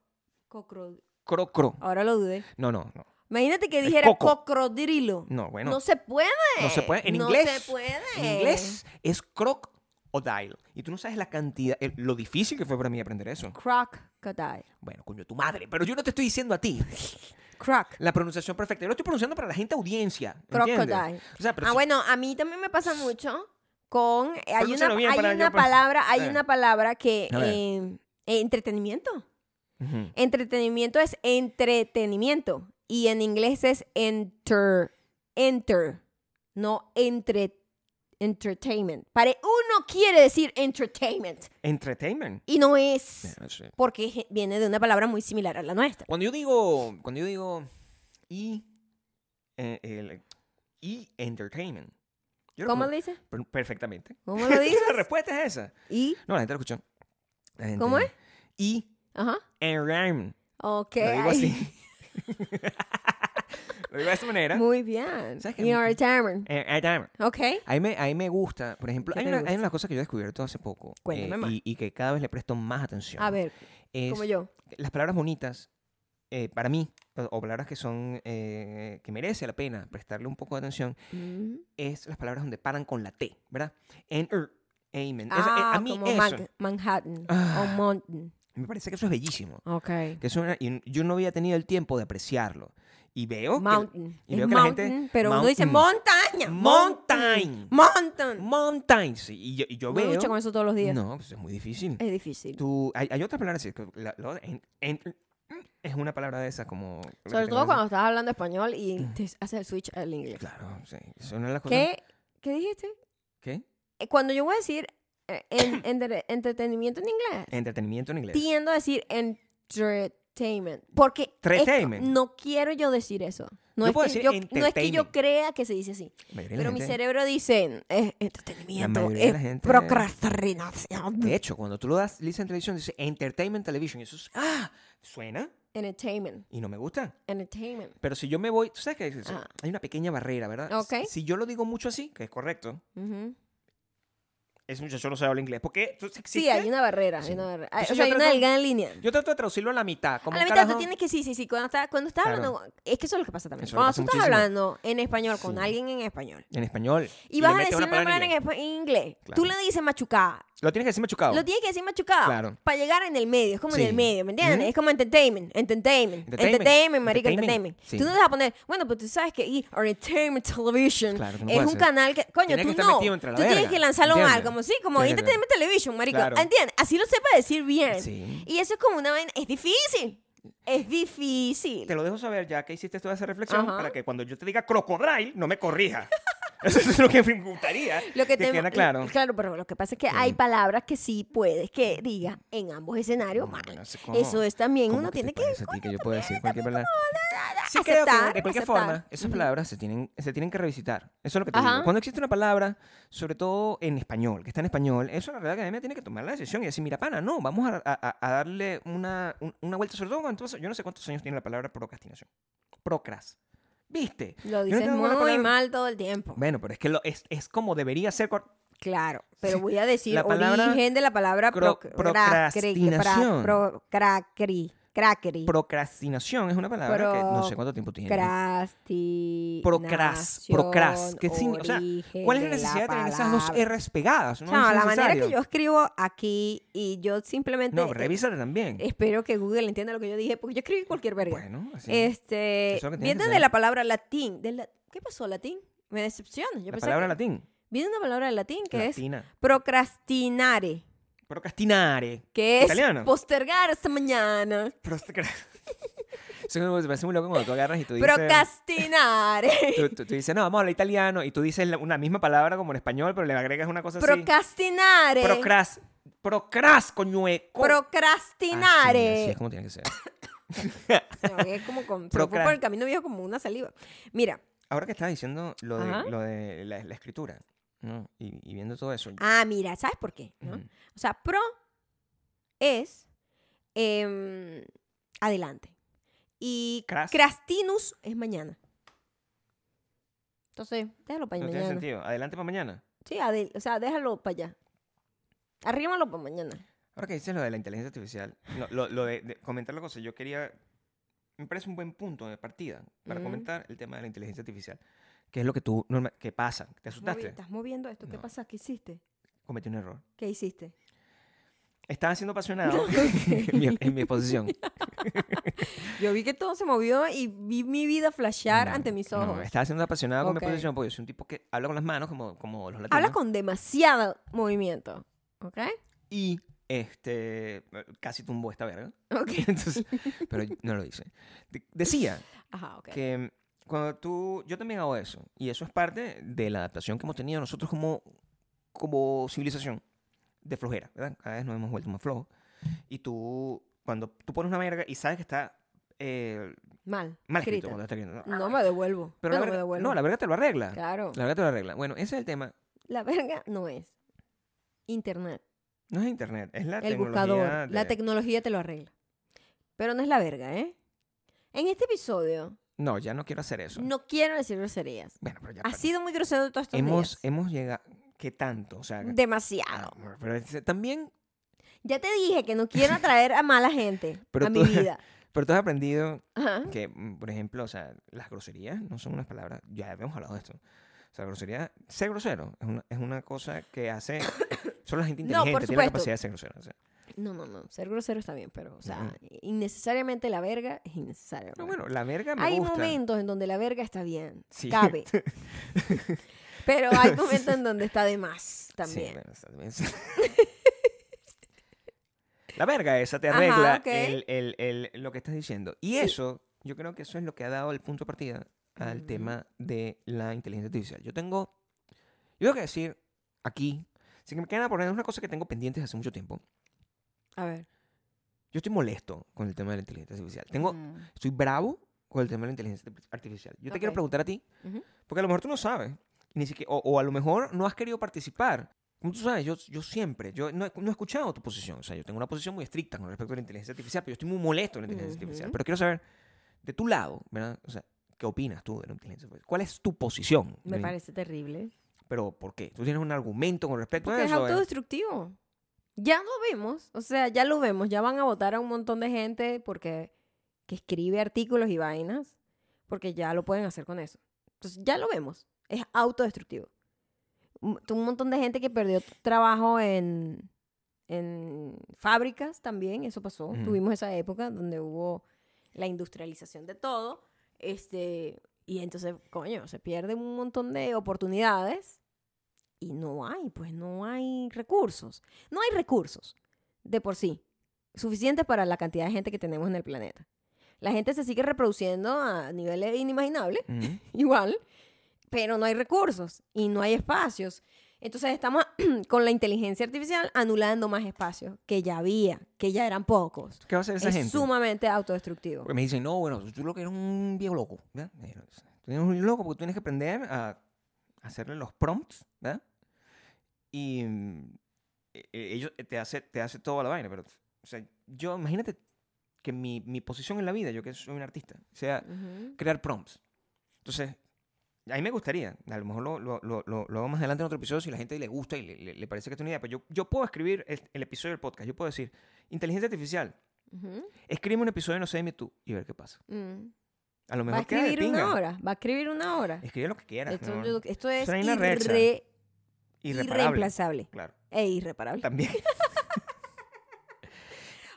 Speaker 1: cocro-
Speaker 2: Crocro.
Speaker 1: Ahora lo dudé.
Speaker 2: No, no, no.
Speaker 1: Imagínate que
Speaker 2: Es
Speaker 1: dijera
Speaker 2: coco.
Speaker 1: cocodrilo.
Speaker 2: No, bueno.
Speaker 1: No se puede.
Speaker 2: No se puede. En
Speaker 1: No
Speaker 2: inglés.
Speaker 1: se puede.
Speaker 2: En inglés es croc o dial. Y tú no sabes la cantidad, el- lo difícil que fue para mí aprender eso.
Speaker 1: Crocodile.
Speaker 2: Bueno, coño, tu madre. Pero yo no te estoy diciendo a ti
Speaker 1: Croc.
Speaker 2: la pronunciación perfecta. Yo lo estoy pronunciando para la gente audiencia. ¿entiendes?
Speaker 1: Crocodile.
Speaker 2: O sea, pero
Speaker 1: ah,
Speaker 2: si-
Speaker 1: bueno, a mí también me pasa mucho con... eh, hay una,
Speaker 2: Pronúncialo bien
Speaker 1: hay
Speaker 2: para
Speaker 1: una
Speaker 2: yo, pues.
Speaker 1: palabra, hay
Speaker 2: Eh.
Speaker 1: una palabra que...
Speaker 2: A ver.
Speaker 1: eh, eh, entretenimiento.
Speaker 2: Ujú.
Speaker 1: Entretenimiento es entretenimiento. Y en inglés es enter. Enter. No entre, entertainment. Para uno quiere decir entertainment.
Speaker 2: Entertainment.
Speaker 1: Y no es.
Speaker 2: No sé.
Speaker 1: Porque je- viene de una palabra muy similar a la nuestra.
Speaker 2: Cuando yo digo, cuando yo digo y eh, el- y entertainment. yo lo
Speaker 1: ¿Cómo
Speaker 2: pronuncio
Speaker 1: lo dice?
Speaker 2: per- Perfectamente.
Speaker 1: ¿Cómo lo dices?
Speaker 2: la respuesta es esa.
Speaker 1: Y.
Speaker 2: No, la gente lo escuchó. La gente-
Speaker 1: ¿Cómo es?
Speaker 2: Y
Speaker 1: Ajá.
Speaker 2: entertainment.
Speaker 1: Ok.
Speaker 2: Lo digo así. lo digo de esta manera.
Speaker 1: Muy bien.
Speaker 2: ¿Sabes qué?
Speaker 1: Entertainment.
Speaker 2: Eh, entertainment.
Speaker 1: Ok.
Speaker 2: A mí, me, a mí me gusta, por ejemplo,
Speaker 1: ¿Qué
Speaker 2: hay
Speaker 1: te
Speaker 2: una,
Speaker 1: gusta?
Speaker 2: hay una cosa que yo he descubierto hace poco eh,
Speaker 1: Cuéntame más.
Speaker 2: y, y que cada vez le presto más atención.
Speaker 1: A ver,
Speaker 2: es
Speaker 1: como yo.
Speaker 2: las palabras bonitas, eh, para mí, o, o palabras que son, eh, que merece la pena prestarle un poco de atención,
Speaker 1: Mm.
Speaker 2: es las palabras donde paran con la T, ¿verdad? En er, amen. Esa- eh,
Speaker 1: Ah,
Speaker 2: a mí
Speaker 1: como
Speaker 2: eso,
Speaker 1: Man- Manhattan
Speaker 2: Ah.
Speaker 1: o Mountain.
Speaker 2: me parece que eso es bellísimo.
Speaker 1: Ok.
Speaker 2: Que eso era- y yo no había tenido el tiempo de apreciarlo. Y veo que-
Speaker 1: Mountain.
Speaker 2: y
Speaker 1: Es
Speaker 2: veo que la gente-
Speaker 1: mountain, pero uno dice montaña.
Speaker 2: mountain. Mountain.
Speaker 1: Mountain. Mountain.
Speaker 2: mountains. Y yo, y yo
Speaker 1: Uno
Speaker 2: veo...
Speaker 1: lucha con eso todos los días. Eh,
Speaker 2: No, pues es muy difícil.
Speaker 1: Es difícil.
Speaker 2: Tú, hay, hay otras palabras, sí, que la- la otra- en- en- es una palabra de esas como...
Speaker 1: Sobre
Speaker 2: que
Speaker 1: todo
Speaker 2: tengo-
Speaker 1: cuando estás hablando español y te haces el switch al inglés.
Speaker 2: Claro, sí. Es una de las cosas...
Speaker 1: ¿Qué, ¿Qué dijiste?
Speaker 2: ¿Qué?
Speaker 1: Eh, Cuando yo voy a decir eh, en- entre- entretenimiento en inglés,
Speaker 2: Entretenimiento en inglés.
Speaker 1: tiendo a decir entertainment. Porque es que
Speaker 2: Entertainment.
Speaker 1: no quiero yo decir eso. No,
Speaker 2: Yo
Speaker 1: es
Speaker 2: puedo
Speaker 1: que
Speaker 2: decir
Speaker 1: yo, no es que
Speaker 2: entertainment.
Speaker 1: yo crea que se dice así.
Speaker 2: La mayoría de la
Speaker 1: Pero mi
Speaker 2: gente-
Speaker 1: cerebro dice "Es entretenimiento,
Speaker 2: mayoría de la
Speaker 1: es
Speaker 2: gente- Eh.
Speaker 1: procrastinación.
Speaker 2: De hecho, cuando tú lo das, lista en televisión, dice Entertainment Television. y Eso es- ¡Ah! Suena
Speaker 1: Entertainment,
Speaker 2: y no me gusta.
Speaker 1: entertainment.
Speaker 2: Pero si yo me voy... ¿Tú sabes que hay,
Speaker 1: Ah.
Speaker 2: hay una pequeña barrera, verdad?
Speaker 1: Ok.
Speaker 2: Si yo lo digo mucho así, que es correcto,
Speaker 1: Ujú.
Speaker 2: ese muchacho no sabe hablar inglés. Porque entonces
Speaker 1: Sí,
Speaker 2: existe-
Speaker 1: hay una barrera. hay
Speaker 2: Sí.
Speaker 1: una barrera.
Speaker 2: Entonces
Speaker 1: o
Speaker 2: yo
Speaker 1: sea, hay una
Speaker 2: trato-
Speaker 1: delgada línea.
Speaker 2: Yo trato de traducirlo a la mitad. Como
Speaker 1: A la
Speaker 2: un
Speaker 1: mitad
Speaker 2: carajo-
Speaker 1: tú tienes que, sí, sí, sí, cuando estás, cuando estás
Speaker 2: Claro.
Speaker 1: hablando, es que eso es lo que pasa también.
Speaker 2: Eso es lo
Speaker 1: cuando
Speaker 2: que
Speaker 1: tú
Speaker 2: pasa
Speaker 1: estás
Speaker 2: muchísimo.
Speaker 1: hablando en español con
Speaker 2: Sí.
Speaker 1: alguien en español
Speaker 2: En español.
Speaker 1: y, vas
Speaker 2: le
Speaker 1: a
Speaker 2: metes
Speaker 1: decir una palabra en, espa- en inglés,
Speaker 2: Claro.
Speaker 1: tú le dices machucada.
Speaker 2: Lo tienes que decir machucado.
Speaker 1: Lo tienes que decir machucada
Speaker 2: Claro.
Speaker 1: para llegar en el medio, es como en
Speaker 2: Sí.
Speaker 1: el medio, ¿me entiendes?
Speaker 2: Ujú.
Speaker 1: Es como entertainment, entertainment,
Speaker 2: Entertainment,
Speaker 1: entertainment, marica,
Speaker 2: entertainment.
Speaker 1: entertainment.
Speaker 2: Sí.
Speaker 1: Tú no te vas a poner, bueno, pues tú sabes que y, Entertainment Television
Speaker 2: Claro, tú no
Speaker 1: es
Speaker 2: puedes
Speaker 1: un
Speaker 2: hacer.
Speaker 1: canal que, coño,
Speaker 2: Tienes
Speaker 1: tú
Speaker 2: que estar
Speaker 1: no,
Speaker 2: metido entre la
Speaker 1: tú tienes
Speaker 2: verga,
Speaker 1: que lanzarlo mal,
Speaker 2: ¿entiendes?
Speaker 1: como sí, como
Speaker 2: Tienes que-
Speaker 1: Entertainment Television, marica,
Speaker 2: Claro.
Speaker 1: ¿entiendes? Así lo sepa decir bien.
Speaker 2: Sí.
Speaker 1: Y eso es como una vaina, es difícil, es difícil.
Speaker 2: Te lo dejo saber ya que hiciste toda esa reflexión
Speaker 1: Ajá.
Speaker 2: para que cuando yo te diga crocodile no me corrija. Eso es lo que me gustaría.
Speaker 1: Lo que te-
Speaker 2: queda claro. Mm.
Speaker 1: Claro, pero lo que pasa es que hay palabras que sí puedes que diga en ambos escenarios.
Speaker 2: Bueno,
Speaker 1: man.
Speaker 2: no sé cómo-
Speaker 1: Eso es también,
Speaker 2: ¿Cómo
Speaker 1: uno
Speaker 2: que te
Speaker 1: tiene que.
Speaker 2: parece a ti que yo puedo decir cualquier palabra? Sí creo
Speaker 1: aceptar,
Speaker 2: que de cualquier
Speaker 1: aceptar.
Speaker 2: forma esas palabras se tienen, se tienen que revisitar. Eso es lo que te
Speaker 1: Ajá.
Speaker 2: digo. Cuando existe una palabra, sobre todo en español, que está en español, eso la Real Academia tiene que tomar la decisión y decir, mira, pana, no, vamos a, a- a darle una, un- una vuelta, sobre todo cuando tú- yo no sé cuántos años tiene la palabra procrastinación. Procras. ¿Viste? Yo
Speaker 1: Lo
Speaker 2: no
Speaker 1: dices
Speaker 2: tengo
Speaker 1: muy
Speaker 2: la palabra-
Speaker 1: mal todo el tiempo.
Speaker 2: Bueno, pero es que lo, es, es como debería ser. cor-
Speaker 1: Claro, pero voy a decir
Speaker 2: La palabra
Speaker 1: origen de la palabra
Speaker 2: cro-
Speaker 1: proc-
Speaker 2: procrastinación.
Speaker 1: Pro, cracri, cracri.
Speaker 2: Procrastinación es una palabra que no sé cuánto tiempo tiene.
Speaker 1: Procrastinación.
Speaker 2: Procras, procras. ¿Qué signi- o sea, ¿Cuál es la
Speaker 1: origen
Speaker 2: necesidad de tener esas dos
Speaker 1: eh, palabra.
Speaker 2: R's pegadas? No,
Speaker 1: Chama,
Speaker 2: es
Speaker 1: la manera
Speaker 2: necesario.
Speaker 1: que yo escribo aquí y yo simplemente.
Speaker 2: No, revísala también.
Speaker 1: Espero que Google entienda lo que yo dije, porque yo escribí cualquier verga.
Speaker 2: Bueno, así.
Speaker 1: Este,
Speaker 2: Eso es lo que tienes que
Speaker 1: viene de
Speaker 2: hacer.
Speaker 1: la palabra latín. de la- ¿Qué pasó, latín? Me decepciona. Yo
Speaker 2: la
Speaker 1: pensé
Speaker 2: palabra
Speaker 1: que-
Speaker 2: latín.
Speaker 1: Viene una palabra del latín que
Speaker 2: Latina.
Speaker 1: es procrastinare,
Speaker 2: Procrastinare.
Speaker 1: que es
Speaker 2: Italiano.
Speaker 1: postergar hasta mañana.
Speaker 2: Prostacra- Eso me parece muy loco cuando tú agarras y tú dices...
Speaker 1: Procrastinar.
Speaker 2: Tú, tú- tú dices, no, vamos a hablar italiano. Y tú dices la, una misma palabra como en español, pero le agregas una cosa
Speaker 1: Procrastinare.
Speaker 2: así. Procras. Procras, coñueco. Así, así
Speaker 1: Procrastinare.
Speaker 2: es como tiene que ser. Ah,
Speaker 1: No, es como con, se me fue
Speaker 2: Procra-
Speaker 1: por el camino viejo como una saliva. Mira.
Speaker 2: Ahora que estabas diciendo lo
Speaker 1: Ajá.
Speaker 2: de, lo de la, la escritura, ¿no? Y, y viendo todo eso.
Speaker 1: Ah, mira, ¿sabes por qué? no?
Speaker 2: ujú.
Speaker 1: O sea, pro es em, adelante. Y
Speaker 2: Cras.
Speaker 1: crastinus es mañana. Entonces, déjalo para
Speaker 2: No tiene
Speaker 1: mañana.
Speaker 2: sentido. Adelante para mañana.
Speaker 1: Sí, adel- o sea, déjalo para allá. Arrímalo para mañana.
Speaker 2: Ahora que dices lo de la inteligencia artificial, no, lo, lo de, de comentar la cosa, yo quería. Me parece un buen punto de partida para
Speaker 1: Mm.
Speaker 2: comentar el tema de la inteligencia artificial. ¿Qué es lo que tú. norma- ¿Qué pasa? ¿Te
Speaker 1: Movi-
Speaker 2: asustaste?
Speaker 1: Estás moviendo esto. ¿Qué
Speaker 2: No.
Speaker 1: pasa? ¿Qué hiciste?
Speaker 2: Cometí un error.
Speaker 1: ¿Qué hiciste?
Speaker 2: Estaba siendo apasionado en, mi, en mi exposición.
Speaker 1: Yo vi que todo se movió y vi mi vida flashear
Speaker 2: No,
Speaker 1: ante mis
Speaker 2: no,
Speaker 1: ojos.
Speaker 2: estaba siendo apasionado con
Speaker 1: Ok.
Speaker 2: mi exposición porque yo soy un tipo que habla con las manos como, como los latinos.
Speaker 1: Habla con demasiado movimiento. ¿Ok?
Speaker 2: Y este. Casi tumbó esta verga.
Speaker 1: Ok.
Speaker 2: Entonces, pero no lo hice. De- decía
Speaker 1: Ajá, ok.
Speaker 2: que mm, cuando tú, yo también hago eso, y eso es parte de la adaptación que hemos tenido nosotros como, como civilización de flojera, ¿verdad? Cada vez nos hemos vuelto más flojos. Y tú, cuando tú pones una verga y sabes que está eh,
Speaker 1: Mal.
Speaker 2: mal escrito,
Speaker 1: escrita.
Speaker 2: cuando está escrito,
Speaker 1: No me devuelvo.
Speaker 2: Ah, pero
Speaker 1: Yo
Speaker 2: la
Speaker 1: no me
Speaker 2: verga,
Speaker 1: devuelvo.
Speaker 2: no, la verga te lo arregla.
Speaker 1: Claro.
Speaker 2: La verga te lo arregla. Bueno, ese es el tema.
Speaker 1: La verga no es. Internet.
Speaker 2: No es internet, es la
Speaker 1: el
Speaker 2: tecnología.
Speaker 1: buscador. La
Speaker 2: de-
Speaker 1: tecnología te lo arregla. Pero no es la verga, ¿eh? En este episodio
Speaker 2: No, ya no quiero hacer eso.
Speaker 1: no quiero decir groserías.
Speaker 2: Bueno, pero ya.
Speaker 1: Ha sido muy grosero todos estos
Speaker 2: hemos,
Speaker 1: días.
Speaker 2: hemos llegado. ¿Qué tanto? O sea,
Speaker 1: Demasiado.
Speaker 2: ah, pero es- también
Speaker 1: Ya te dije que no quiero atraer a mala gente
Speaker 2: Pero
Speaker 1: a
Speaker 2: tú-
Speaker 1: mi vida.
Speaker 2: Pero tú has aprendido
Speaker 1: Ajá.
Speaker 2: que, mm, por ejemplo, o sea, las groserías no son unas palabras, ya hemos hablado de esto. O sea, la grosería, ser grosero es una, es una cosa que hace, solo la gente
Speaker 1: No, por
Speaker 2: inteligente tiene la
Speaker 1: supuesto.
Speaker 2: capacidad de ser grosero. o sea.
Speaker 1: No, no, no. Ser grosero está bien, pero, o sea,
Speaker 2: Ujú.
Speaker 1: innecesariamente la verga es innecesaria.
Speaker 2: Pero
Speaker 1: hermano.
Speaker 2: bueno, la verga me
Speaker 1: hay
Speaker 2: gusta.
Speaker 1: momentos en donde la verga está bien,
Speaker 2: Sí.
Speaker 1: cabe. Pero hay momentos en donde está de más
Speaker 2: Sí,
Speaker 1: también.
Speaker 2: bueno, o sea, también es- la verga esa te arregla
Speaker 1: Ajá, ok.
Speaker 2: el- el- el- lo que estás diciendo. Y eso, yo creo que eso es lo que ha dado el punto de partida al
Speaker 1: Ujú.
Speaker 2: tema de la inteligencia artificial. Yo tengo, yo tengo que decir aquí, si me quedan a poner una cosa que tengo pendientes hace mucho tiempo.
Speaker 1: A ver.
Speaker 2: Yo estoy molesto con el tema de la inteligencia artificial. Tengo,
Speaker 1: Mm.
Speaker 2: Estoy bravo con el tema de la inteligencia arti- artificial. Yo te quiero
Speaker 1: Ok.
Speaker 2: preguntar a ti,
Speaker 1: Ujú.
Speaker 2: porque a lo mejor tú no sabes, y ni siquiera, o, o a lo mejor no has querido participar. Como tú sabes, yo, yo siempre, yo no he, no he escuchado tu posición. O sea, yo tengo una posición muy estricta con respecto a la inteligencia artificial, pero yo estoy muy molesto con la inteligencia artificial.
Speaker 1: Ujú.
Speaker 2: Pero quiero saber, de tu lado, ¿verdad? O sea, ¿qué opinas tú de la inteligencia artificial? ¿Cuál es tu posición?
Speaker 1: Me
Speaker 2: Lin?
Speaker 1: parece terrible.
Speaker 2: Pero, ¿por qué? ¿Tú tienes un argumento con respecto
Speaker 1: Porque
Speaker 2: a
Speaker 1: es
Speaker 2: eso? eh?
Speaker 1: autodestructivo. Ya lo vemos. O sea, ya lo vemos. Ya van a votar a un montón de gente porque que escribe artículos y vainas. Porque ya lo pueden hacer con eso. Entonces, ya lo vemos. Es autodestructivo. Un un montón de gente que perdió trabajo en, en fábricas también. Eso pasó.
Speaker 2: Ujú.
Speaker 1: Tuvimos esa época donde hubo la industrialización de todo. Este, y entonces, coño, se pierden un montón de oportunidades y no hay, pues no hay recursos. No hay recursos de por sí suficientes para la cantidad de gente que tenemos en el planeta. La gente se sigue reproduciendo a niveles inimaginables,
Speaker 2: Ujú.
Speaker 1: igual, pero no hay recursos y no hay espacios. Entonces estamos con la inteligencia artificial anulando más espacios que ya había, que ya eran pocos.
Speaker 2: ¿Qué va a hacer esa
Speaker 1: es
Speaker 2: gente?
Speaker 1: sumamente autodestructivo.
Speaker 2: Porque me dicen, no, bueno, tú lo que eres un viejo loco, ¿verdad? Me dijeron, Tú eres un viejo loco porque tú tienes que aprender a hacerle los prompts, ¿verdad? Y mm, e- e- ellos te hace, te hace toda la vaina, pero, o sea, yo, imagínate que mi, mi posición en la vida, yo que soy un artista, sea
Speaker 1: Ujú.
Speaker 2: crear prompts. Entonces, a mí me gustaría, a lo mejor lo, lo, lo- lo- lo hago más adelante en otro episodio si la gente le gusta y le, le- le parece que es una idea, pero yo, yo puedo escribir el, el episodio del podcast, yo puedo decir, inteligencia artificial,
Speaker 1: Ujú.
Speaker 2: escríbeme un episodio, no sé, dime tú, y ver qué pasa.
Speaker 1: Mm.
Speaker 2: A lo
Speaker 1: Va a
Speaker 2: mejor queda de
Speaker 1: escribir una
Speaker 2: pinga.
Speaker 1: hora, va a escribir una hora.
Speaker 2: Escribe lo que quieras.
Speaker 1: Esto,
Speaker 2: ¿no?
Speaker 1: yo- esto es
Speaker 2: Suena una recha.
Speaker 1: irre-
Speaker 2: Irreparable.
Speaker 1: irreemplazable
Speaker 2: Claro.
Speaker 1: e irreparable.
Speaker 2: También.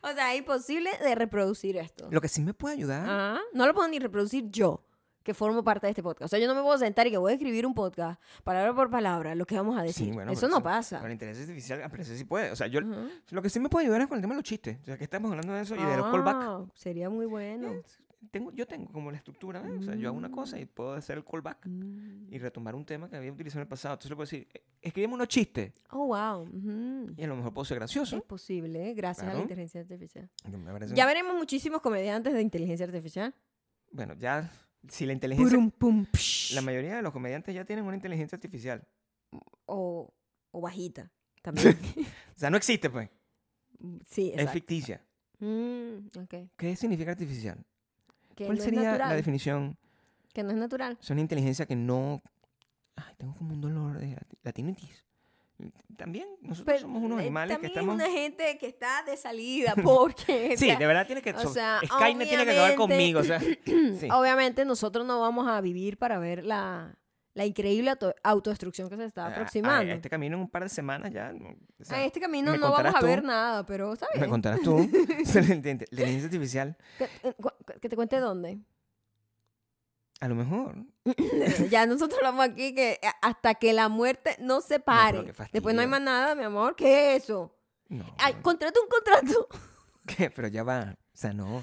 Speaker 1: O sea, es imposible de reproducir esto.
Speaker 2: Lo que sí me puede ayudar.
Speaker 1: Ajá. No lo puedo ni reproducir yo, que formo parte de este podcast. O sea, yo no me puedo sentar y que voy a escribir un podcast, palabra por palabra, lo que vamos a decir.
Speaker 2: bueno,
Speaker 1: eso
Speaker 2: pero
Speaker 1: no
Speaker 2: eso-
Speaker 1: pasa.
Speaker 2: Con la inteligencia artificial, a parecer sí puede. O sea, yo.
Speaker 1: Ajá.
Speaker 2: Lo que sí me puede ayudar es con el tema de los chistes. O sea, que estamos hablando de eso y de los callbacks.
Speaker 1: Ah, Sería Ah, muy bueno.
Speaker 2: tengo, yo tengo como la estructura, ¿eh? o sea, yo hago una cosa y puedo hacer el callback
Speaker 1: Mm.
Speaker 2: y retomar un tema que había utilizado en el pasado. Entonces le puedo decir, "Eh, escríbeme unos chistes
Speaker 1: Oh, wow. ujú.
Speaker 2: y a lo mejor puedo ser
Speaker 1: Es
Speaker 2: gracioso.
Speaker 1: posible, ¿eh? gracias a la
Speaker 2: Claro.
Speaker 1: inteligencia artificial.
Speaker 2: Me parece-
Speaker 1: Ya veremos muchísimos comediantes de inteligencia artificial.
Speaker 2: Bueno, ya, si la inteligencia...
Speaker 1: Purum, pum, psh.
Speaker 2: La mayoría de los comediantes ya tienen una inteligencia artificial.
Speaker 1: o, o bajita también.
Speaker 2: O sea, no existe, pues.
Speaker 1: sí,
Speaker 2: Es
Speaker 1: exacto.
Speaker 2: ficticia.
Speaker 1: Mm, ok.
Speaker 2: ¿Qué significa artificial?
Speaker 1: Que no
Speaker 2: ¿Cuál
Speaker 1: es
Speaker 2: sería la
Speaker 1: natural.
Speaker 2: definición?
Speaker 1: que no es natural.
Speaker 2: Es una inteligencia que no... Ay, tengo como un dolor de lati- latinitis. También nosotros
Speaker 1: Pero
Speaker 2: somos unos
Speaker 1: eh,
Speaker 2: animales que
Speaker 1: también
Speaker 2: estamos...
Speaker 1: es una gente que está de salida porque... o
Speaker 2: Sí,
Speaker 1: sea,
Speaker 2: de verdad tiene que...
Speaker 1: o
Speaker 2: so-
Speaker 1: sea,
Speaker 2: Skynet tiene que acabar
Speaker 1: obviamente-
Speaker 2: conmigo. O sea, sí.
Speaker 1: Obviamente nosotros no vamos a vivir para ver la, la increíble auto- autodestrucción que se está
Speaker 2: A- a-
Speaker 1: aproximando.
Speaker 2: a este camino en un par de semanas ya... no- o sea,
Speaker 1: en este camino
Speaker 2: me
Speaker 1: no vamos a
Speaker 2: contarás tú. Mm.
Speaker 1: ver nada, pero está
Speaker 2: Me
Speaker 1: bien.
Speaker 2: contarás tú. O sea, la inte- la inteligencia artificial,
Speaker 1: Que, eh, cu- que te cuente dónde.
Speaker 2: a lo mejor...
Speaker 1: Eh, ya nosotros hablamos aquí que a- hasta que la muerte no se
Speaker 2: pero
Speaker 1: pare.
Speaker 2: qué fastidio.
Speaker 1: Después no hay más nada, mi amor. ¿Qué es eso?
Speaker 2: No.
Speaker 1: Ay, contrato un contrato.
Speaker 2: ¿Qué? Pero ya va. O sea, no.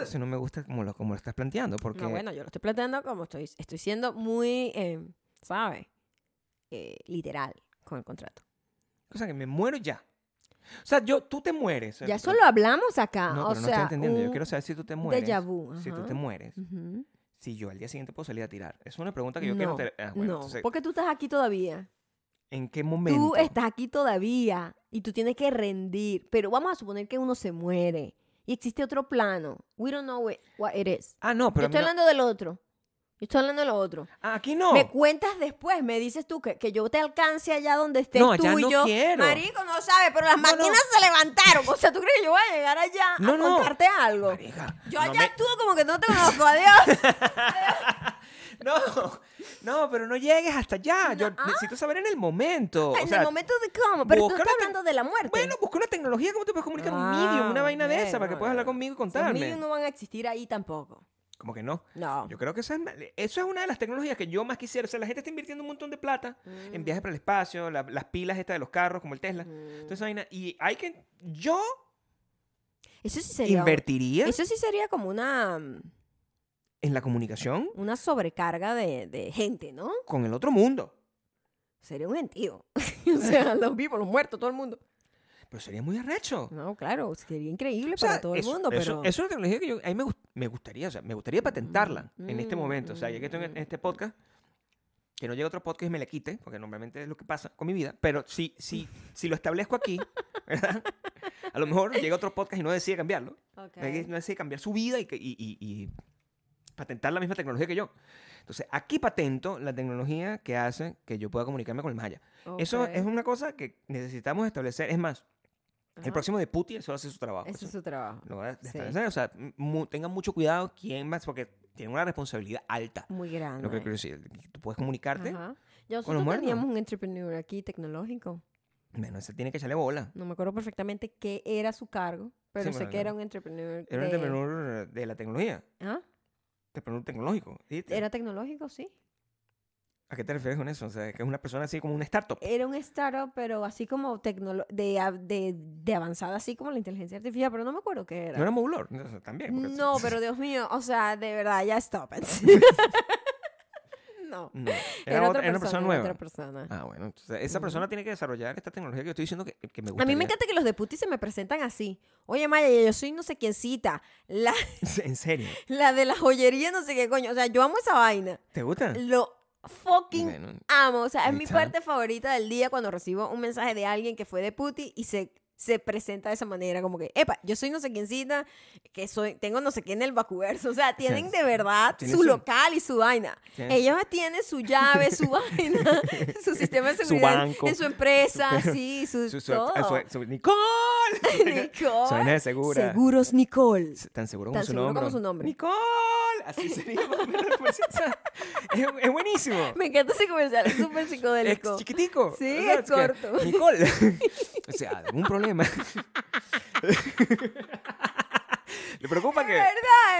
Speaker 2: Eso no me gusta como lo, como lo estás planteando. Porque
Speaker 1: No, bueno, yo lo estoy planteando como estoy, estoy siendo muy, eh, ¿sabes? Eh, literal con el contrato.
Speaker 2: O sea, que me muero ya. O sea, yo, tú te mueres. O sea,
Speaker 1: ya
Speaker 2: pero-
Speaker 1: eso lo hablamos acá.
Speaker 2: No,
Speaker 1: Ah, o
Speaker 2: pero no
Speaker 1: sea,
Speaker 2: estoy entendiendo. Yo
Speaker 1: un
Speaker 2: quiero saber si tú te mueres.
Speaker 1: déjà vu.
Speaker 2: Si tú
Speaker 1: ajá. Mm.
Speaker 2: te mueres.
Speaker 1: Ujú.
Speaker 2: Si yo al día siguiente puedo salir a tirar. Es una pregunta que yo quiero...
Speaker 1: No,
Speaker 2: te- ah, bueno,
Speaker 1: no,
Speaker 2: entonces,
Speaker 1: porque tú estás aquí todavía.
Speaker 2: ¿En qué momento?
Speaker 1: Tú estás aquí todavía y tú tienes que rendir. Pero vamos a suponer que uno se muere y existe otro plano. We don't know it- what it is.
Speaker 2: Ah, no,
Speaker 1: Yo
Speaker 2: pero...
Speaker 1: estoy
Speaker 2: a mí no-
Speaker 1: hablando del otro. Yo estoy hablando del otro.
Speaker 2: Ah, aquí no.
Speaker 1: Me cuentas después, me dices tú que, que yo te alcance allá donde estés
Speaker 2: No,
Speaker 1: tú
Speaker 2: allá
Speaker 1: y
Speaker 2: no
Speaker 1: yo.
Speaker 2: quiero.
Speaker 1: Marico, no sabes, pero las
Speaker 2: No,
Speaker 1: máquinas se levantaron. O sea, ¿tú crees que yo voy a llegar allá
Speaker 2: No,
Speaker 1: a
Speaker 2: no.
Speaker 1: contarte algo?
Speaker 2: Marica,
Speaker 1: Yo
Speaker 2: no
Speaker 1: allá
Speaker 2: me-
Speaker 1: actúo como que no te conozco, adiós.
Speaker 2: No, no, pero no llegues hasta allá. Yo
Speaker 1: No, ah.
Speaker 2: necesito saber en el momento. o
Speaker 1: en
Speaker 2: sea,
Speaker 1: el momento de cómo, pero tú
Speaker 2: buscar
Speaker 1: estás
Speaker 2: una-
Speaker 1: hablando de la muerte.
Speaker 2: Bueno, busca una tecnología. ¿Cómo te puedes comunicar? un
Speaker 1: Ah,
Speaker 2: medium, una vaina de esa,
Speaker 1: bueno,
Speaker 2: para que puedas hablar
Speaker 1: bueno.
Speaker 2: conmigo y
Speaker 1: los
Speaker 2: contarme.
Speaker 1: medios no van a existir ahí tampoco.
Speaker 2: Como que no.
Speaker 1: No.
Speaker 2: Yo creo que esa es, ma- eso es una de las tecnologías que yo más quisiera. O sea, la gente está invirtiendo un montón de plata
Speaker 1: Mm.
Speaker 2: en viajes para el espacio, la- las pilas estas de los carros, como el Tesla. Entonces, esa vaina- y hay que. Yo
Speaker 1: Eso sí sería.
Speaker 2: invertiría
Speaker 1: Eso sí sería como una,
Speaker 2: en la comunicación
Speaker 1: una sobrecarga de, de gente, ¿no?
Speaker 2: con el otro mundo.
Speaker 1: Sería un gentío. o sea, los vivos, los muertos, todo el mundo.
Speaker 2: Pero sería muy arrecho.
Speaker 1: No, claro, sería increíble
Speaker 2: O sea,
Speaker 1: para todo el
Speaker 2: eso-
Speaker 1: mundo, pero.
Speaker 2: eso, eso es una tecnología que yo, a mí me, gust- me gustaría, o sea, me gustaría patentarla en este
Speaker 1: mm,
Speaker 2: momento. O sea, ya que estoy
Speaker 1: mm.
Speaker 2: en este podcast, que no llegue otro podcast y me la quite, porque normalmente es lo que pasa con mi vida, pero si, si, si lo establezco aquí, ¿verdad? a lo mejor llega otro podcast y no decide cambiarlo.
Speaker 1: Ok.
Speaker 2: No hay que- No decide cambiar su vida y, que- y- y- y patentar la misma tecnología que yo. Entonces, aquí patento la tecnología que hace que yo pueda comunicarme con el Maya. Eso
Speaker 1: Ok.
Speaker 2: es una cosa que necesitamos establecer. Es más,
Speaker 1: Ajá.
Speaker 2: el próximo de Putin solo hace su trabajo.
Speaker 1: Ese
Speaker 2: Eso-
Speaker 1: es su trabajo.
Speaker 2: lo va a
Speaker 1: Sí.
Speaker 2: establecer. O sea, mu- tengan mucho cuidado quién más, porque tiene una responsabilidad alta.
Speaker 1: Muy
Speaker 2: Lo
Speaker 1: grande.
Speaker 2: que quiero decir, tú puedes comunicarte,
Speaker 1: Ajá. Ya
Speaker 2: con
Speaker 1: nosotros
Speaker 2: los muertos.
Speaker 1: teníamos un entrepreneur aquí tecnológico.
Speaker 2: bueno, se tiene que echarle bola.
Speaker 1: No me acuerdo perfectamente qué era su cargo, pero sé
Speaker 2: bueno,
Speaker 1: que era
Speaker 2: no.
Speaker 1: un entrepreneur.
Speaker 2: Era un
Speaker 1: de-
Speaker 2: entrepreneur de la tecnología,
Speaker 1: ¿Ah?
Speaker 2: entrepreneur tecnológico. ¿sí?
Speaker 1: Era tecnológico, sí.
Speaker 2: ¿A qué te refieres con eso? O sea, que es una persona así como una startup.
Speaker 1: Era un startup, pero así como tecnolo- de, av- de, de avanzada, así como la inteligencia artificial, pero no me acuerdo qué
Speaker 2: No
Speaker 1: era.
Speaker 2: era Moulor, no, o sea, también. porque-
Speaker 1: No, pero Dios mío, o sea, de verdad, ya stop it. no.
Speaker 2: No, era,
Speaker 1: Era,
Speaker 2: otra,
Speaker 1: otra
Speaker 2: era
Speaker 1: persona,
Speaker 2: una persona
Speaker 1: era
Speaker 2: nueva.
Speaker 1: otra persona.
Speaker 2: Ah, bueno. entonces, esa persona tiene que desarrollar esta tecnología que yo estoy diciendo que, que me gusta.
Speaker 1: A mí me encanta que los de Putin se me presentan así. Oye, Maya, yo soy no sé quién cita. La,
Speaker 2: en serio.
Speaker 1: la de la joyería, no sé qué coño. O sea, yo amo esa vaina.
Speaker 2: ¿Te gusta?
Speaker 1: Lo fucking
Speaker 2: Ah. Bueno,
Speaker 1: amo. O sea, es
Speaker 2: Ahí
Speaker 1: mi
Speaker 2: está.
Speaker 1: parte favorita del día cuando recibo un mensaje de alguien que fue de Putin y se, se presenta de esa manera. Como que, epa, yo soy no sé quiéncita, que soy, tengo no sé quién en el vacuverso. O sea, tienen de verdad
Speaker 2: tiene
Speaker 1: su,
Speaker 2: su-
Speaker 1: local y su vaina.
Speaker 2: tiene-
Speaker 1: Ellos tienen su llave, su vaina, su sistema de seguridad
Speaker 2: banco,
Speaker 1: en su empresa,
Speaker 2: su-
Speaker 1: sí, su,
Speaker 2: su- su-
Speaker 1: todo.
Speaker 2: su- su- ¡Nicole!
Speaker 1: Nicole.
Speaker 2: Su vaina de segura.
Speaker 1: Seguros Nicole.
Speaker 2: Tan seguro
Speaker 1: Tan
Speaker 2: como su
Speaker 1: seguro
Speaker 2: nombre.
Speaker 1: como su nombre.
Speaker 2: ¡Nicole! Así sería. más o menos, pues, o sea, es, es buenísimo.
Speaker 1: Me encanta ese comercial, es súper
Speaker 2: Es
Speaker 1: psicodélico.
Speaker 2: chiquitico.
Speaker 1: Sí,
Speaker 2: O sea,
Speaker 1: es
Speaker 2: que-
Speaker 1: corto.
Speaker 2: Nicole. o sea, algún problema. Le preocupa
Speaker 1: De
Speaker 2: que.
Speaker 1: verdad,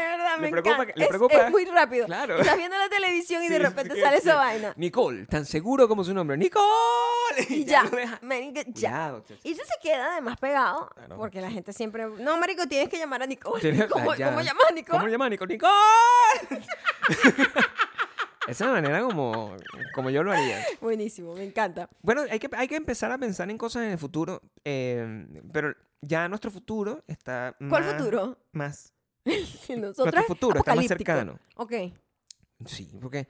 Speaker 1: de verdad, me,
Speaker 2: Le preocupa
Speaker 1: encanta.
Speaker 2: que- le
Speaker 1: Es-
Speaker 2: preocupa-
Speaker 1: Es muy rápido.
Speaker 2: Claro.
Speaker 1: Estás viendo la televisión y de
Speaker 2: Sí,
Speaker 1: repente
Speaker 2: sí,
Speaker 1: sale
Speaker 2: sí.
Speaker 1: esa vaina.
Speaker 2: Nicole, tan seguro como su nombre. ¡Nicole!
Speaker 1: y ya. Marico, ya.
Speaker 2: Cuidado, ch-
Speaker 1: Y eso se queda además pegado,
Speaker 2: Claro.
Speaker 1: porque la gente siempre. No, Marico, tienes que llamar a
Speaker 2: Tienes-
Speaker 1: Nicole. ¿Cómo,
Speaker 2: ya.
Speaker 1: ¿cómo llamas a Nicole?
Speaker 2: ¿Cómo le llaman, Nicole? ¡Nicole! Esa es la manera como, como yo lo haría.
Speaker 1: Buenísimo, me encanta.
Speaker 2: Bueno, hay que, hay que empezar a pensar en cosas en el futuro, eh, pero ya nuestro futuro está
Speaker 1: ¿Cuál
Speaker 2: más-
Speaker 1: futuro?
Speaker 2: Más.
Speaker 1: Nosotras.
Speaker 2: nuestro futuro está más
Speaker 1: apocalíptico.
Speaker 2: cercano.
Speaker 1: Ok.
Speaker 2: Sí, porque...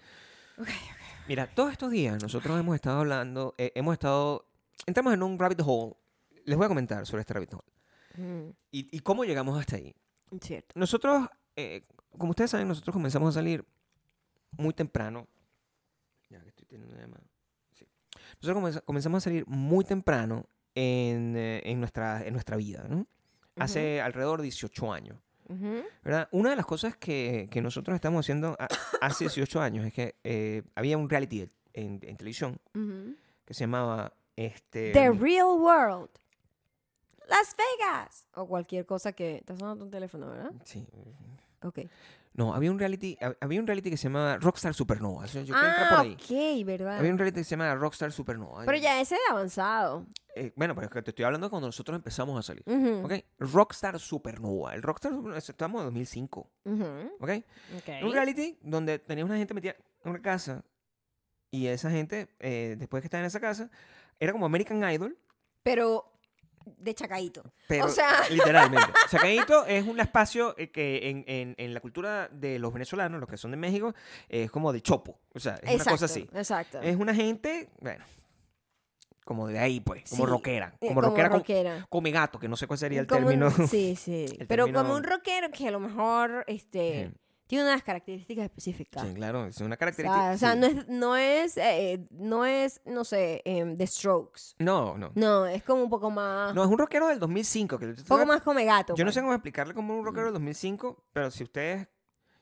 Speaker 2: Mira, todos estos días nosotros hemos estado hablando, eh, hemos estado... Entramos en un rabbit hole. Les voy a comentar sobre este rabbit hole.
Speaker 1: Mm,
Speaker 2: Y, y cómo llegamos hasta ahí.
Speaker 1: cierto.
Speaker 2: Nosotros, eh, como ustedes saben, nosotros comenzamos a salir muy temprano. Ya que estoy teniendo una llamada. Sí. Nosotros comenza- comenzamos a salir muy temprano en, eh, en nuestra, en nuestra vida, ¿no? Hace alrededor de 18 años.
Speaker 1: Ujú.
Speaker 2: ¿verdad? Una de las cosas que, que nosotros estamos haciendo a- hace 18 años es que eh, había un reality en, en televisión
Speaker 1: Ujú.
Speaker 2: que se llamaba este,
Speaker 1: The Real World. Las Vegas. O cualquier cosa que. Está sonando tu teléfono, ¿verdad?
Speaker 2: sí.
Speaker 1: Ok.
Speaker 2: No, había un reality, hab- había un reality que se llamaba Rockstar Supernova. Eso yo creo que entra por
Speaker 1: ah,
Speaker 2: ahí.
Speaker 1: ok, ¿verdad?
Speaker 2: Había un reality que se llama Rockstar Supernova.
Speaker 1: Pero ya ese es avanzado.
Speaker 2: Eh, bueno, pero es que te estoy hablando cuando nosotros empezamos a salir.
Speaker 1: Ujú,
Speaker 2: ¿Ok? Rockstar Supernova. El Rockstar Supernova, estamos en 2005.
Speaker 1: ujú,
Speaker 2: ¿Ok?
Speaker 1: ok.
Speaker 2: Un reality donde tenía una gente metida en una casa. Y esa gente, eh, después que estaba en esa casa, era como American Idol.
Speaker 1: Pero de chacaíto.
Speaker 2: Pero,
Speaker 1: O sea-
Speaker 2: literalmente. Chacaíto es un espacio eh, que en, en- en la cultura de los venezolanos, los que son de México, eh, es como de chopo. O sea, es
Speaker 1: exacto,
Speaker 2: una cosa así.
Speaker 1: Exacto.
Speaker 2: Es una gente, bueno, como de ahí, pues, como
Speaker 1: Sí,
Speaker 2: rockera.
Speaker 1: Eh,
Speaker 2: Como, rockera, con-
Speaker 1: rockera.
Speaker 2: come gato, que no sé cuál sería el
Speaker 1: Como un-
Speaker 2: término.
Speaker 1: sí, sí.
Speaker 2: el
Speaker 1: Pero como
Speaker 2: término-
Speaker 1: un rockero que a lo mejor este,
Speaker 2: Sí.
Speaker 1: tiene unas características específicas.
Speaker 2: Sí, claro, es una
Speaker 1: O sea,
Speaker 2: característica.
Speaker 1: o sea,
Speaker 2: sí.
Speaker 1: no es, no es, eh, no es, no sé, em, The Strokes.
Speaker 2: no, no.
Speaker 1: No, es como un poco más,
Speaker 2: No, es un rockero del 2005. Que
Speaker 1: un poco más come gato.
Speaker 2: Yo no
Speaker 1: pues.
Speaker 2: sé cómo explicarle como un rockero del 2005, pero si ustedes.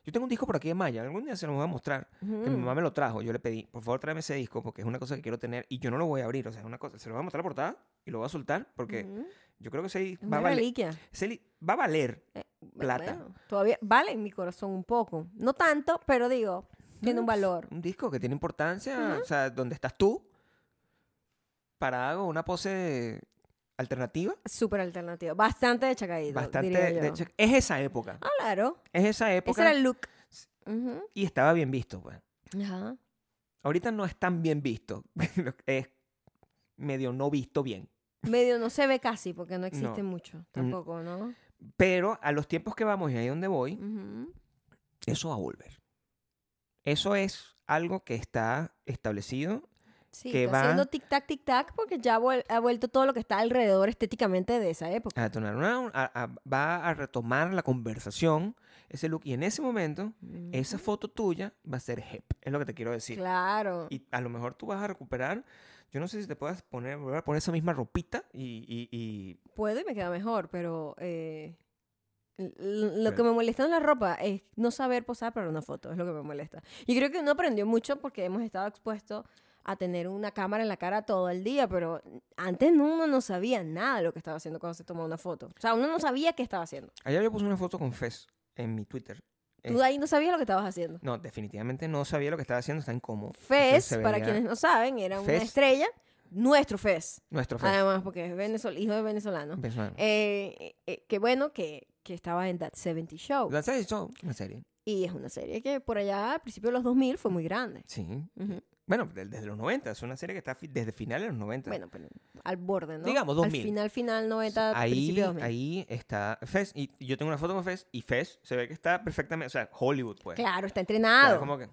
Speaker 2: Yo tengo un disco por aquí de Maya, algún día se los voy a mostrar. Que mi
Speaker 1: pues. Ujú.
Speaker 2: mamá me lo trajo, yo le pedí, por favor tráeme ese disco porque es una cosa que quiero tener y yo no lo voy a abrir, o sea, es una cosa, se lo voy a mostrar la portada y lo voy a soltar porque
Speaker 1: Ujú.
Speaker 2: yo creo que ese
Speaker 1: Es
Speaker 2: disco va
Speaker 1: una
Speaker 2: a valer,
Speaker 1: reliquia.
Speaker 2: ese li- va a valer
Speaker 1: Eh,
Speaker 2: Plata.
Speaker 1: bueno, todavía vale en mi corazón un poco. No tanto, pero digo, tiene un valor.
Speaker 2: un disco que tiene importancia, o sea, donde estás tú, parado, una pose alternativa,
Speaker 1: Súper alternativo. Bastante de chacadito.
Speaker 2: bastante...
Speaker 1: diría yo.
Speaker 2: de hecho, es esa época,
Speaker 1: Ah, claro.
Speaker 2: es esa época
Speaker 1: Ese era el look. Ujú.
Speaker 2: y estaba bien visto, pues.
Speaker 1: Ajá.
Speaker 2: Ahorita no es tan bien visto, lo que es medio no visto bien.
Speaker 1: Medio no se ve casi porque no existe
Speaker 2: No. Mm.
Speaker 1: mucho tampoco, ¿no?
Speaker 2: Pero a los tiempos que vamos y ahí donde voy,
Speaker 1: Ujú.
Speaker 2: eso va a volver. Eso es algo que está establecido.
Speaker 1: Sí,
Speaker 2: Que
Speaker 1: está
Speaker 2: va-
Speaker 1: haciendo tic-tac, tic-tac porque ya vuel- ha vuelto todo lo que está alrededor estéticamente de esa época.
Speaker 2: A tonar una- a- a- va a retomar la conversación, ese look. Y en ese momento,
Speaker 1: Ujú.
Speaker 2: esa foto tuya va a ser hip. Es lo que te quiero decir.
Speaker 1: Claro.
Speaker 2: Y a lo mejor tú vas a recuperar. Yo no sé si te puedas poner, volver a poner esa misma ropita y, y- y-
Speaker 1: Puedo y me queda mejor, pero eh, l- l- lo
Speaker 2: Pero-
Speaker 1: que me molesta en la ropa es no saber posar para una foto, es lo que me molesta. Y creo que uno aprendió mucho porque hemos estado expuestos a tener una cámara en la cara todo el día, pero antes no- uno no sabía nada de lo que estaba haciendo cuando se tomaba una foto. O sea, uno no sabía qué estaba haciendo.
Speaker 2: Ayer yo puse una foto con Fez en mi Twitter.
Speaker 1: Tú de ahí no sabías lo que estabas haciendo.
Speaker 2: No, definitivamente no sabía lo que estaba haciendo, está incómodo. Eso
Speaker 1: Fez,
Speaker 2: se
Speaker 1: para
Speaker 2: veía-
Speaker 1: quienes no saben, era una
Speaker 2: Fez.
Speaker 1: estrella. Nuestro Fez,
Speaker 2: Nuestro Fez.
Speaker 1: además, porque es venezol- hijo de venezolano.
Speaker 2: venezolano.
Speaker 1: Ah, Eh, eh, que bueno que, que estaba en That 70 Show.
Speaker 2: La serie, yo- una serie.
Speaker 1: Y es una serie que por allá, al principio de los 2000, fue muy grande.
Speaker 2: Sí.
Speaker 1: Ujú.
Speaker 2: Bueno, de- desde los 90, es una serie que está fi- desde finales de los 90.
Speaker 1: Bueno, pero al borde, ¿no?
Speaker 2: Digamos, 2000.
Speaker 1: Al final, final, 90,
Speaker 2: ahí,
Speaker 1: principio 2000.
Speaker 2: ahí está Fez. Y y yo tengo una foto con Fez y Fez se ve que está perfectamente, o sea, Hollywood, pues.
Speaker 1: Claro, está
Speaker 2: O sea,
Speaker 1: entrenado.
Speaker 2: como que,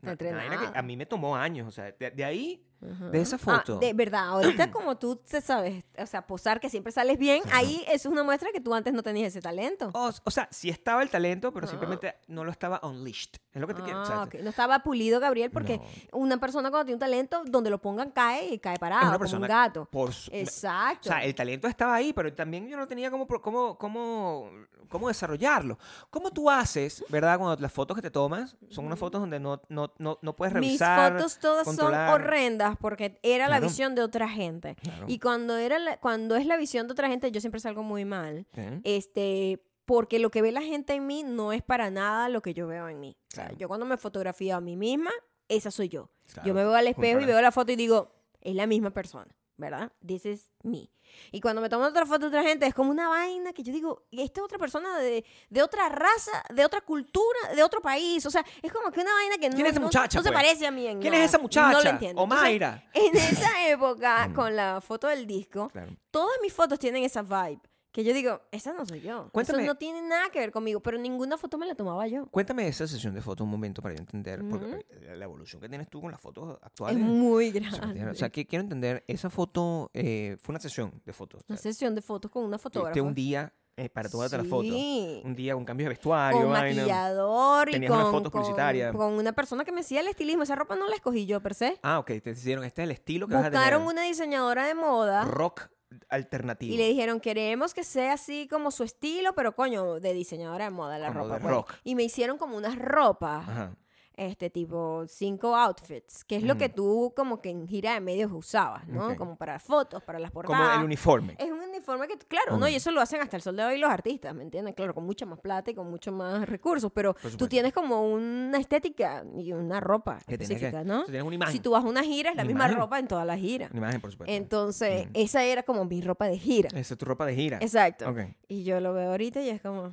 Speaker 2: una- una vaina
Speaker 1: entrenado.
Speaker 2: que a mí me tomó años, o sea, de, de ahí,
Speaker 1: Ajá.
Speaker 2: de esa
Speaker 1: Ah,
Speaker 2: foto.
Speaker 1: de verdad, ahorita como tú te sabes, o sea, posar que siempre sales bien,
Speaker 2: Ajá.
Speaker 1: ahí es una muestra que tú antes no tenías ese talento.
Speaker 2: o, o sea, sí estaba el talento, pero
Speaker 1: Ah.
Speaker 2: simplemente no lo estaba unleashed. Es lo que te quiero. o sea,
Speaker 1: Ah, ok. No estaba pulido Gabriel porque
Speaker 2: No.
Speaker 1: una persona cuando tiene un talento, donde lo pongan cae y cae parado,
Speaker 2: Es una
Speaker 1: Ah, como
Speaker 2: persona-
Speaker 1: un gato.
Speaker 2: por su- O
Speaker 1: Exacto.
Speaker 2: sea, el talento estaba ahí, pero también yo no tenía cómo, pro- cómo, cómo, cómo desarrollarlo. ¿Cómo tú haces, verdad, cuando las fotos que te tomas son unas fotos donde no, no, no, no puedes
Speaker 1: Mis
Speaker 2: revisar?
Speaker 1: fotos todas
Speaker 2: controlar?
Speaker 1: son horrendas porque era la
Speaker 2: Claro.
Speaker 1: visión de otra gente.
Speaker 2: Claro.
Speaker 1: Y cuando, era la- cuando es la visión de otra gente, yo siempre salgo muy mal.
Speaker 2: Sí.
Speaker 1: Este, porque lo que ve la gente en mí no es para nada lo que yo veo en mí. O sea,
Speaker 2: Claro.
Speaker 1: yo cuando me fotografío a mí misma, esa soy yo.
Speaker 2: Claro,
Speaker 1: Yo me veo al espejo y
Speaker 2: comparar.
Speaker 1: veo la foto y digo, Es la misma persona, ¿verdad? This is me. Y cuando me tomo otra foto de otra gente, es como una vaina que yo digo, esta es otra persona de, de otra raza, de otra cultura, de otro país. O sea, es como que una vaina que no,
Speaker 2: ¿Quién es esa
Speaker 1: no-
Speaker 2: muchacha,
Speaker 1: no se
Speaker 2: pues?
Speaker 1: parece a mí en
Speaker 2: ¿Quién
Speaker 1: nada.
Speaker 2: es esa muchacha?
Speaker 1: No lo entiendo.
Speaker 2: O
Speaker 1: Entonces,
Speaker 2: Mayra.
Speaker 1: en esa época, con la foto del disco,
Speaker 2: Claro.
Speaker 1: todas mis fotos tienen esa vibe. Que yo digo, esa no soy yo.
Speaker 2: Cuéntame.
Speaker 1: Eso no tiene nada que ver conmigo, pero ninguna foto me la tomaba yo.
Speaker 2: Cuéntame esa sesión de fotos un momento para yo entender porque eh, la, la evolución que tienes tú con las fotos
Speaker 1: Es
Speaker 2: actuales.
Speaker 1: muy
Speaker 2: O sea,
Speaker 1: grande.
Speaker 2: o sea, que quiero entender, esa foto eh, fue una sesión de fotos. o
Speaker 1: Una
Speaker 2: sea,
Speaker 1: sesión de fotos con una
Speaker 2: tuviste
Speaker 1: fotógrafa.
Speaker 2: un día eh, para tomarte las fotos.
Speaker 1: Sí.
Speaker 2: Un día un cambio de vestuario,
Speaker 1: con
Speaker 2: vaina.
Speaker 1: maquillador y
Speaker 2: Tenías
Speaker 1: con,
Speaker 2: unas fotos
Speaker 1: con-
Speaker 2: publicitarias.
Speaker 1: con una persona que me hacía el estilismo. Esa ropa no la escogí yo, per se.
Speaker 2: Ah, ok, te hicieron, este es el estilo que vas a
Speaker 1: Buscaron
Speaker 2: tener.
Speaker 1: una diseñadora de moda
Speaker 2: Rock alternativo.
Speaker 1: y le dijeron, queremos que sea así como su estilo, pero coño, de diseñadora de moda la
Speaker 2: Como
Speaker 1: ropa.
Speaker 2: de
Speaker 1: pues.
Speaker 2: rock.
Speaker 1: Y me hicieron como unas ropas,
Speaker 2: Ajá.
Speaker 1: este tipo, cinco outfits, que es lo que
Speaker 2: Ujú.
Speaker 1: tú como que en gira de medios usabas, ¿no?
Speaker 2: Ok.
Speaker 1: Como para fotos, para las
Speaker 2: Como
Speaker 1: portadas.
Speaker 2: el uniforme.
Speaker 1: Es un uniforme que, claro, no,
Speaker 2: Obvio.
Speaker 1: y eso lo hacen hasta el sol de hoy los artistas, ¿me entiendes? Claro, con mucha más plata y con mucho más recursos, pero tú
Speaker 2: supuesto.
Speaker 1: tienes como una estética y una ropa
Speaker 2: Que tienes
Speaker 1: específica,
Speaker 2: que-
Speaker 1: ¿no?
Speaker 2: o sea, tienes una imagen.
Speaker 1: Si tú vas a una gira, es la
Speaker 2: Una
Speaker 1: misma
Speaker 2: imagen.
Speaker 1: ropa en toda la gira.
Speaker 2: Una imagen, por supuesto.
Speaker 1: Entonces,
Speaker 2: Mm.
Speaker 1: esa era como mi ropa de gira.
Speaker 2: Esa es tu ropa de gira.
Speaker 1: Exacto.
Speaker 2: Ok.
Speaker 1: Y yo lo veo ahorita y es como,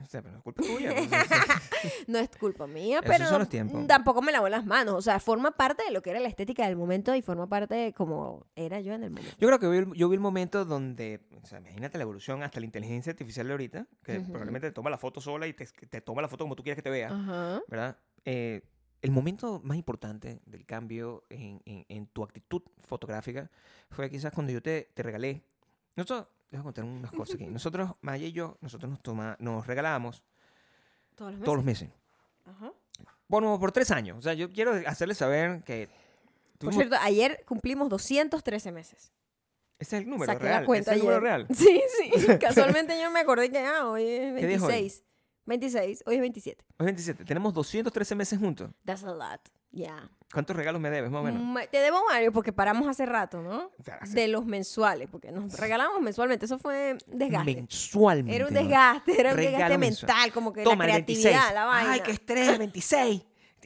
Speaker 2: O sea, pero no es culpa tuya. pues, o sea,
Speaker 1: no es culpa mía,
Speaker 2: Esos
Speaker 1: pero
Speaker 2: son los tiempos.
Speaker 1: tampoco me lavo las manos. O sea, forma parte de lo que era la estética del momento y forma parte de como era yo en el momento.
Speaker 2: yo creo que vi el- yo vi el momento donde, o sea, imagínate la evolución hasta la inteligencia artificial de ahorita, que
Speaker 1: Ujú.
Speaker 2: probablemente te toma la foto sola y te, te toma la foto como tú quieres que te vea,
Speaker 1: Ajá.
Speaker 2: ¿verdad? Eh, el momento más importante del cambio en, en- en tu actitud fotográfica fue quizás cuando yo te, te regalé. Nosotros, les voy a contar unas cosas aquí. Nosotros, Maya y yo, nosotros nos, toma, nos regalábamos
Speaker 1: Todos los meses.
Speaker 2: todos los meses.
Speaker 1: Ajá.
Speaker 2: Bueno, por tres años. O sea, yo quiero hacerles saber que...
Speaker 1: Por
Speaker 2: tuvimos-
Speaker 1: cierto, ayer cumplimos 213 meses.
Speaker 2: Ese es el número
Speaker 1: Saqué
Speaker 2: real.
Speaker 1: la cuenta
Speaker 2: ese es el número
Speaker 1: ayer.
Speaker 2: real.
Speaker 1: Sí, sí. Casualmente yo me acordé que ah, hoy es
Speaker 2: ¿Qué día es hoy?
Speaker 1: 26. 26, hoy es 27.
Speaker 2: Hoy es 27. Tenemos 213 meses juntos.
Speaker 1: That's a lot. Yeah.
Speaker 2: ¿Cuántos regalos me debes, más o menos?
Speaker 1: Ma- Te debo Mario porque paramos hace rato, ¿no?
Speaker 2: O sea, hace-
Speaker 1: De los mensuales, porque nos regalamos mensualmente. Eso fue desgaste.
Speaker 2: Mensualmente.
Speaker 1: Era un
Speaker 2: ¿no?
Speaker 1: desgaste, era un
Speaker 2: Regalo
Speaker 1: desgaste
Speaker 2: mensual.
Speaker 1: mental, como que
Speaker 2: Toma,
Speaker 1: la
Speaker 2: el
Speaker 1: creatividad,
Speaker 2: 26.
Speaker 1: la vaina.
Speaker 2: Ay, qué estrés, el 26.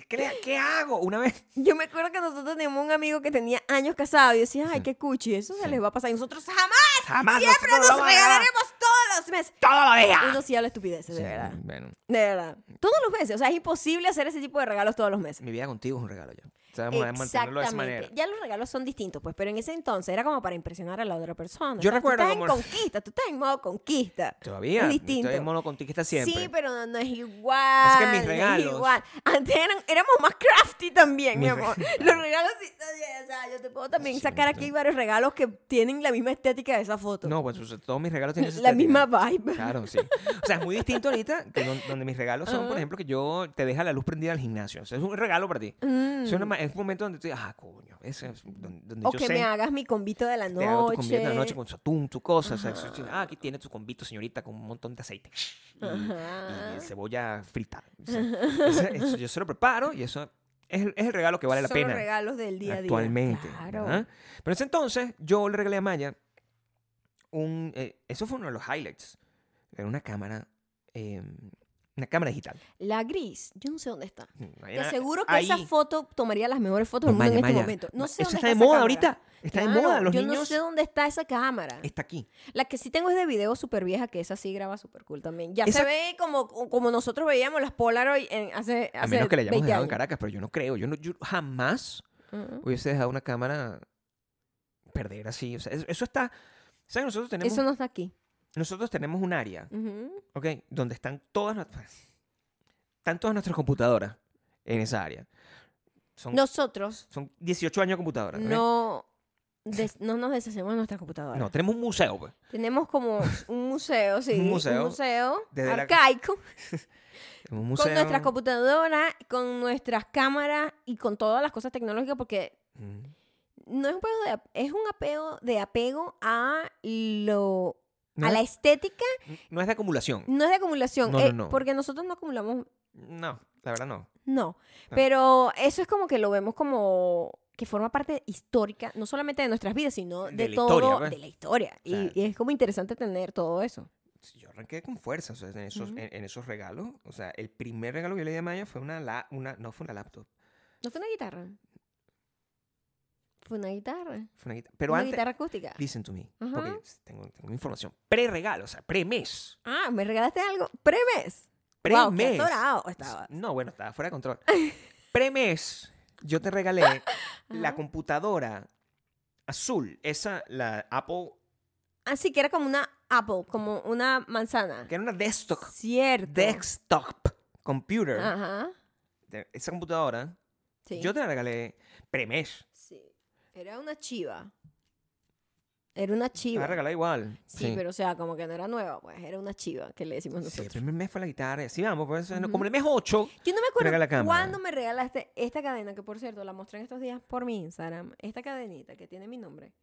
Speaker 2: ¿Qué, qué hago? Una vez...
Speaker 1: Yo me acuerdo que nosotros teníamos un amigo que tenía años casado y decía, ay, qué cuchi, eso se
Speaker 2: Sí.
Speaker 1: les va a pasar. Y nosotros jamás,
Speaker 2: Jamás
Speaker 1: siempre
Speaker 2: nosotros lo
Speaker 1: nos
Speaker 2: vamos a regalar.
Speaker 1: regalaremos todos los meses.
Speaker 2: ¡Todo lo día!
Speaker 1: Uno sí habla estupideces, de
Speaker 2: Ah. Sí,
Speaker 1: verdad.
Speaker 2: bueno,
Speaker 1: De verdad. Todos los meses. O sea, es imposible hacer ese tipo de regalos todos los meses.
Speaker 2: mi vida contigo es un regalo ya. O sea, vamos a mantenerlo de esa manera.
Speaker 1: Exactamente. Ya los regalos son distintos, pues, pero en ese entonces era como para impresionar a la otra persona.
Speaker 2: Yo
Speaker 1: O sea,
Speaker 2: recuerdo
Speaker 1: Tú estás
Speaker 2: como-
Speaker 1: en conquista, tú estás en modo conquista.
Speaker 2: Todavía.
Speaker 1: Es distinto.
Speaker 2: Estoy en mono contigo está siempre.
Speaker 1: Sí, pero no, no es igual.
Speaker 2: que mis
Speaker 1: no es
Speaker 2: regalos-
Speaker 1: igual. Antes eran- éramos más crafty también, mi
Speaker 2: Mis
Speaker 1: amor. Los regalos, sí, oye, o sea, yo te puedo también
Speaker 2: Sí,
Speaker 1: sacar aquí
Speaker 2: claro.
Speaker 1: varios regalos que tienen la misma estética de esa foto.
Speaker 2: No, pues o sea, todos mis regalos tienen esa
Speaker 1: la
Speaker 2: estética.
Speaker 1: misma vibe.
Speaker 2: Claro, sí. O sea, es muy distinto ahorita que don- donde mis regalos son, por ejemplo, que yo te deja la luz prendida al gimnasio. O sea, es un regalo para ti.
Speaker 1: Mm.
Speaker 2: Es, una ma- es un momento donde tú dices, ah, coño, ese es donde, donde
Speaker 1: O
Speaker 2: yo
Speaker 1: que
Speaker 2: sé.
Speaker 1: me hagas mi convito de la
Speaker 2: te hago tu comida
Speaker 1: noche.
Speaker 2: en la noche con su atún, tu cosa. O sea, eso- ah, aquí tiene tu convito, señorita, con un montón de aceite y,
Speaker 1: Ajá.
Speaker 2: y cebolla frita. O sea, eso- eso yo se lo preparo y eso es, el- es el regalo que vale la
Speaker 1: Son
Speaker 2: pena
Speaker 1: los regalos del día a día.
Speaker 2: actualmente.
Speaker 1: Claro.
Speaker 2: ¿verdad? Pero en ese entonces yo le regalé a Maya un... eh, eso fue uno de los highlights. Era una cámara... eh, una cámara digital.
Speaker 1: La gris, yo no sé dónde está. Te
Speaker 2: Era
Speaker 1: aseguro que
Speaker 2: ahí.
Speaker 1: esa foto tomaría las mejores fotos
Speaker 2: No,
Speaker 1: del mundo
Speaker 2: Maya,
Speaker 1: en este
Speaker 2: Maya,
Speaker 1: momento. No
Speaker 2: Ma-
Speaker 1: sé
Speaker 2: eso
Speaker 1: dónde está
Speaker 2: está de
Speaker 1: esa
Speaker 2: moda
Speaker 1: cámara.
Speaker 2: ahorita. Está de
Speaker 1: Claro,
Speaker 2: moda. Los
Speaker 1: yo
Speaker 2: niños...
Speaker 1: no sé dónde está esa cámara.
Speaker 2: Está aquí.
Speaker 1: La que sí tengo es de video súper vieja, que esa sí graba súper cool también. Ya
Speaker 2: Esa-
Speaker 1: se ve como, como nosotros veíamos las Polaroid en- hace, hace
Speaker 2: A menos que la hayamos
Speaker 1: 20
Speaker 2: dejado en
Speaker 1: años.
Speaker 2: Caracas, pero yo no creo. Yo, no, yo jamás
Speaker 1: Ujú.
Speaker 2: hubiese dejado una cámara perder así. O sea, eso, eso está... ¿Sabes? Nosotros tenemos,
Speaker 1: Eso no está aquí.
Speaker 2: nosotros tenemos un área,
Speaker 1: Ujú.
Speaker 2: ¿ok? Donde están todas, nuestras- están todas nuestras computadoras en esa área. Son,
Speaker 1: Nosotros
Speaker 2: son 18 años de computadora. ¿ok?
Speaker 1: no, des- no nos deshacemos de nuestra computadora.
Speaker 2: No, tenemos un museo, pues.
Speaker 1: Tenemos como un museo, sí.
Speaker 2: Un museo.
Speaker 1: museo
Speaker 2: Desde la-
Speaker 1: arcaico.
Speaker 2: Tenemos un museo.
Speaker 1: Con nuestras computadoras, con nuestras cámaras y con todas las cosas tecnológicas, porque
Speaker 2: Mm.
Speaker 1: no es un apego de, ap- es un apego de apego a lo
Speaker 2: No
Speaker 1: a
Speaker 2: es-
Speaker 1: la estética,
Speaker 2: No es de acumulación.
Speaker 1: no es de acumulación,
Speaker 2: No,
Speaker 1: eh,
Speaker 2: no, no.
Speaker 1: porque nosotros no acumulamos,
Speaker 2: No, la verdad no.
Speaker 1: no,
Speaker 2: Ah.
Speaker 1: pero eso es como que lo vemos como que forma parte histórica, no solamente de nuestras vidas, sino de,
Speaker 2: De la
Speaker 1: todo,
Speaker 2: historia, pues.
Speaker 1: de la historia. Y-
Speaker 2: Claro.
Speaker 1: Y, es como interesante tener todo eso.
Speaker 2: Sí, Yo arranqué con fuerza o sea, en, esos,
Speaker 1: Ujú.
Speaker 2: en, en esos regalos. O sea, el primer regalo que yo le di a Maya fue una, la- una no fue una laptop.
Speaker 1: ¿No fue una guitarra? Fue una guitarra.
Speaker 2: Fue una guitarra. Pero
Speaker 1: una
Speaker 2: antes,
Speaker 1: guitarra acústica.
Speaker 2: listen to me,
Speaker 1: Ajá.
Speaker 2: porque tengo, tengo información. Pre-regalo, o sea, pre-mes.
Speaker 1: Ah, me regalaste algo. Premes. Wow, qué
Speaker 2: Pre-mes.
Speaker 1: atorado estaba.
Speaker 2: no, bueno, estaba fuera de control. Pre-mes, yo te regalé la computadora azul, esa, la Apple,
Speaker 1: Así que era como una apple, como una manzana.
Speaker 2: que era una desktop,
Speaker 1: Cierto.
Speaker 2: desktop computer.
Speaker 1: Ajá.
Speaker 2: Te- Esa computadora,
Speaker 1: Sí.
Speaker 2: yo te la regalé pre-mes.
Speaker 1: Sí. Era una chiva. Era una
Speaker 2: Te la
Speaker 1: chiva.
Speaker 2: regalé igual.
Speaker 1: Sí, pero o sea, como que no era nueva, pues era una chiva que le decimos
Speaker 2: Sí, el
Speaker 1: nosotros.
Speaker 2: primer mes fue la guitarra. Sí, vamos, pues, no, como el mes 8.
Speaker 1: Yo no me acuerdo
Speaker 2: Regala cámara.
Speaker 1: cuándo me regalaste esta cadena, que por cierto la mostré en estos días por mi Instagram. Esta cadenita que tiene mi nombre.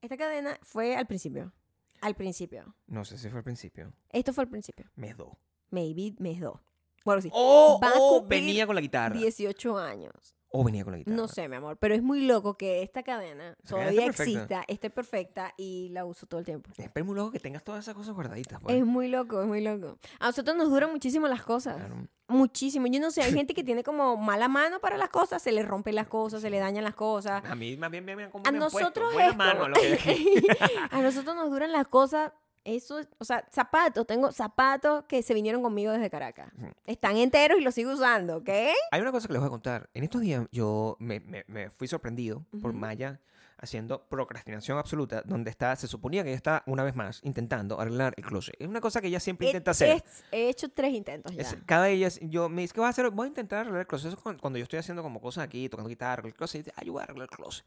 Speaker 1: Esta cadena fue al principio. Al principio.
Speaker 2: No sé si fue al principio.
Speaker 1: Esto fue al principio.
Speaker 2: Mes 2.
Speaker 1: Maybe mes 2. Bueno, sí.
Speaker 2: O
Speaker 1: Va a
Speaker 2: o
Speaker 1: cumplir
Speaker 2: venía con Oh, la guitarra.
Speaker 1: 18 años.
Speaker 2: O venía con la guitarra.
Speaker 1: No sé, mi amor, pero es muy loco que esta cadena
Speaker 2: Esa cadena está
Speaker 1: todavía
Speaker 2: perfecta.
Speaker 1: exista, esté perfecta y la uso todo el tiempo.
Speaker 2: Es pero es muy loco que tengas todas esas cosas guardaditas. pues.
Speaker 1: Es muy loco, es muy loco. A nosotros nos duran muchísimo las cosas.
Speaker 2: Claro.
Speaker 1: Muchísimo. Yo no sé, hay gente que tiene como mala mano para las cosas, se le rompen las cosas, se le dañan las cosas.
Speaker 2: A mí más bien me como
Speaker 1: ah, A nosotros
Speaker 2: buena
Speaker 1: es
Speaker 2: mano
Speaker 1: como-
Speaker 2: a lo que
Speaker 1: a nosotros nos duran las cosas. Eso, o sea, zapatos, tengo zapatos que se vinieron conmigo desde Caracas. Están enteros y los sigo usando, ¿ok?
Speaker 2: Hay una cosa que les voy a contar. En estos días yo me, me- me fui sorprendido por
Speaker 1: Ujú.
Speaker 2: Maya haciendo procrastinación absoluta, donde está, se suponía que ella está una vez más intentando arreglar el closet. Es una cosa que ella siempre
Speaker 1: He-
Speaker 2: intenta hacer.
Speaker 1: he- He hecho tres intentos ya.
Speaker 2: Es- cada de ellas, yo me dice, ¿qué vas a hacer? Voy a intentar arreglar el closet. Eso es cuan- cuando yo estoy haciendo como cosas aquí, tocando guitarra, arreglar el closet, y dice, "Ay, yo voy a arreglar el closet.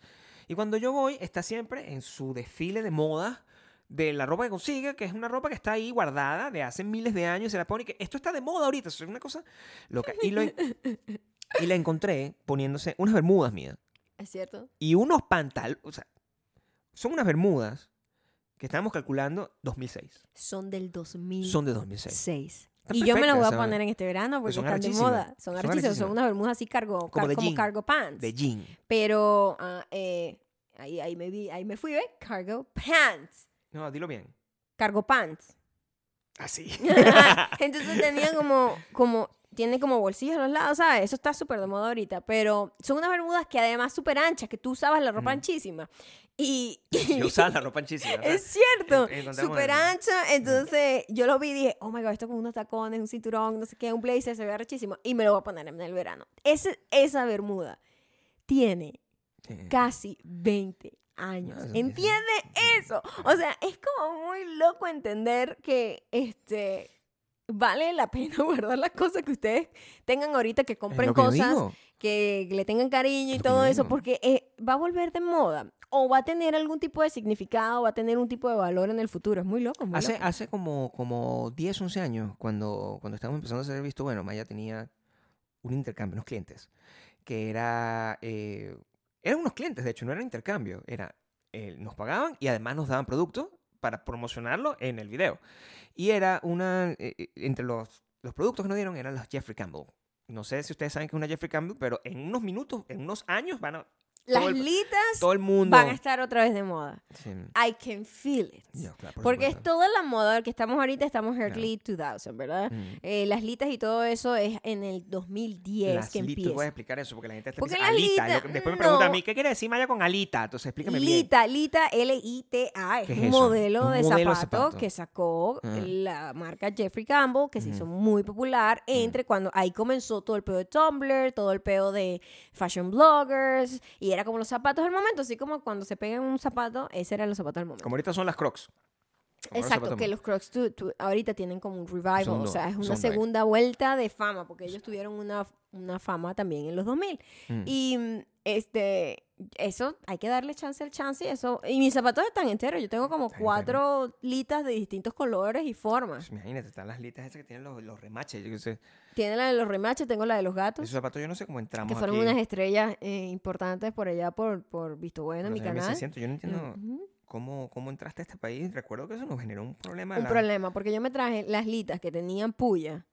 Speaker 2: Y cuando yo voy, está siempre en su desfile de moda de la ropa que consigue, que es una ropa que está ahí guardada de hace miles de años, se la pone y que esto está de moda ahorita, eso es una cosa loca. Y, lo en- y la encontré poniéndose unas bermudas mías
Speaker 1: ¿Es cierto?
Speaker 2: y unos pantalones, o sea, son unas bermudas que estábamos calculando 2006.
Speaker 1: Son del 2000.
Speaker 2: Son de 2006.
Speaker 1: seis.
Speaker 2: Están
Speaker 1: Y yo me las voy
Speaker 2: perfectas
Speaker 1: a
Speaker 2: esas
Speaker 1: poner en este verano porque
Speaker 2: Son
Speaker 1: están de
Speaker 2: arrechísimas.
Speaker 1: moda. Son
Speaker 2: Son
Speaker 1: artísticos, son
Speaker 2: arrechísimas.
Speaker 1: unas bermudas así cargo, car- como,
Speaker 2: de jean.
Speaker 1: cargo pants.
Speaker 2: De jean.
Speaker 1: Pero ah, eh, ahí, ahí me vi, ahí me fui, ¿eh? Cargo pants.
Speaker 2: No, dilo bien.
Speaker 1: Cargo pants.
Speaker 2: Así.
Speaker 1: Entonces tenía como, como, tiene como bolsillos a los lados, ¿sabes? Eso está súper de moda ahorita. Pero son unas bermudas que además súper anchas, que tú usabas la ropa
Speaker 2: Mm.
Speaker 1: anchísima. Y,
Speaker 2: Yo usaba la ropa anchísima. ¿verdad?
Speaker 1: Es cierto,
Speaker 2: en- encontramos
Speaker 1: súper
Speaker 2: eso.
Speaker 1: ancha. Entonces yo lo vi y dije, oh my god, esto con unos tacones, un cinturón, no sé qué, un blazer, se ve rechísimo. Y me lo voy a poner en el verano. Ese- esa bermuda tiene
Speaker 2: Sí. Ah,
Speaker 1: casi 20 años.
Speaker 2: No, eso tiene-
Speaker 1: ¿Entiende eso? O sea, es como muy loco entender que este. Vale la pena guardar las cosas que ustedes tengan ahorita, que
Speaker 2: Es
Speaker 1: compren
Speaker 2: lo que yo
Speaker 1: cosas
Speaker 2: digo.
Speaker 1: que le tengan cariño y
Speaker 2: Pero
Speaker 1: todo eso,
Speaker 2: claro.
Speaker 1: porque eh, va a volver de moda o va a tener algún tipo de significado, va a tener un tipo de valor en el futuro. Es muy loco, muy
Speaker 2: Hace,
Speaker 1: loco.
Speaker 2: hace como, como 10, 11 años, cuando, cuando estábamos empezando a hacer el visto bueno, Maya tenía un intercambio, unos clientes, que era... eh, eran unos clientes, de hecho, no era intercambio. Era, eh, nos pagaban y además nos daban productos para promocionarlo en el video. Y era una... eh, eh, entre los, los productos que nos dieron eran los Jeffrey Campbell. No sé si ustedes saben que es una Jeffrey Campbell, pero en unos minutos, en unos años, van a...
Speaker 1: Las
Speaker 2: todo el-
Speaker 1: litas
Speaker 2: Todo el mundo...
Speaker 1: van a estar otra vez de moda.
Speaker 2: Sí.
Speaker 1: I can feel it.
Speaker 2: No, claro, por
Speaker 1: porque es
Speaker 2: supuesto.
Speaker 1: toda la moda que estamos ahorita, estamos
Speaker 2: Claro.
Speaker 1: early 2000, ¿verdad?
Speaker 2: Mm.
Speaker 1: Eh, las litas y todo eso es en el 2010
Speaker 2: Las
Speaker 1: que
Speaker 2: litas,
Speaker 1: empieza.
Speaker 2: tú puedes explicar eso porque la gente está
Speaker 1: Porque
Speaker 2: pensando,
Speaker 1: las
Speaker 2: alita.
Speaker 1: litas,
Speaker 2: Yo- después me preguntan a mí,
Speaker 1: no.
Speaker 2: ¿qué quiere decir Maya con alita? Entonces explícame bien.
Speaker 1: Lita, Lita, L-I-T-A, es
Speaker 2: ¿Qué es
Speaker 1: un
Speaker 2: eso?
Speaker 1: modelo
Speaker 2: Un
Speaker 1: de
Speaker 2: modelo
Speaker 1: zapato,
Speaker 2: de zapato.
Speaker 1: que sacó eh,
Speaker 2: Ah.
Speaker 1: la marca Jeffrey Campbell, que se
Speaker 2: Ujú.
Speaker 1: hizo muy popular entre cuando ahí comenzó todo el pedo de Tumblr, todo el pedo de fashion bloggers, y era como los zapatos del momento, así como cuando se pegan un zapato, ese eran los zapatos del momento.
Speaker 2: Como ahorita son las crocs. Como ahora
Speaker 1: Exacto,
Speaker 2: zapatos
Speaker 1: que
Speaker 2: más.
Speaker 1: los Crocs tú- tú- ahorita tienen como un revival,
Speaker 2: Son
Speaker 1: o
Speaker 2: dos,
Speaker 1: sea, es una
Speaker 2: son dos.
Speaker 1: segunda vuelta de fama, porque ellos tuvieron una, una fama también en los 2000.
Speaker 2: Mm.
Speaker 1: Y mm, este, eso hay que darle chance al chance y eso. Y mis zapatos están enteros, yo tengo como
Speaker 2: Están
Speaker 1: cuatro litas de distintos colores y formas.
Speaker 2: Pues imagínate, están las litas esas que tienen los, los remaches. Yo qué sé.
Speaker 1: Tiene la de los remaches, tengo la de los gatos.
Speaker 2: Esos zapatos yo no sé cómo entramos
Speaker 1: Que fueron
Speaker 2: aquí.
Speaker 1: unas estrellas eh, importantes por allá, por, por Visto Bueno,
Speaker 2: en
Speaker 1: mi
Speaker 2: los años
Speaker 1: canal.
Speaker 2: 1600. Yo no entiendo
Speaker 1: Ujú.
Speaker 2: cómo, cómo entraste a este país. Recuerdo que eso nos generó un problema.
Speaker 1: un
Speaker 2: la-
Speaker 1: problema porque yo me traje las litas que tenían puya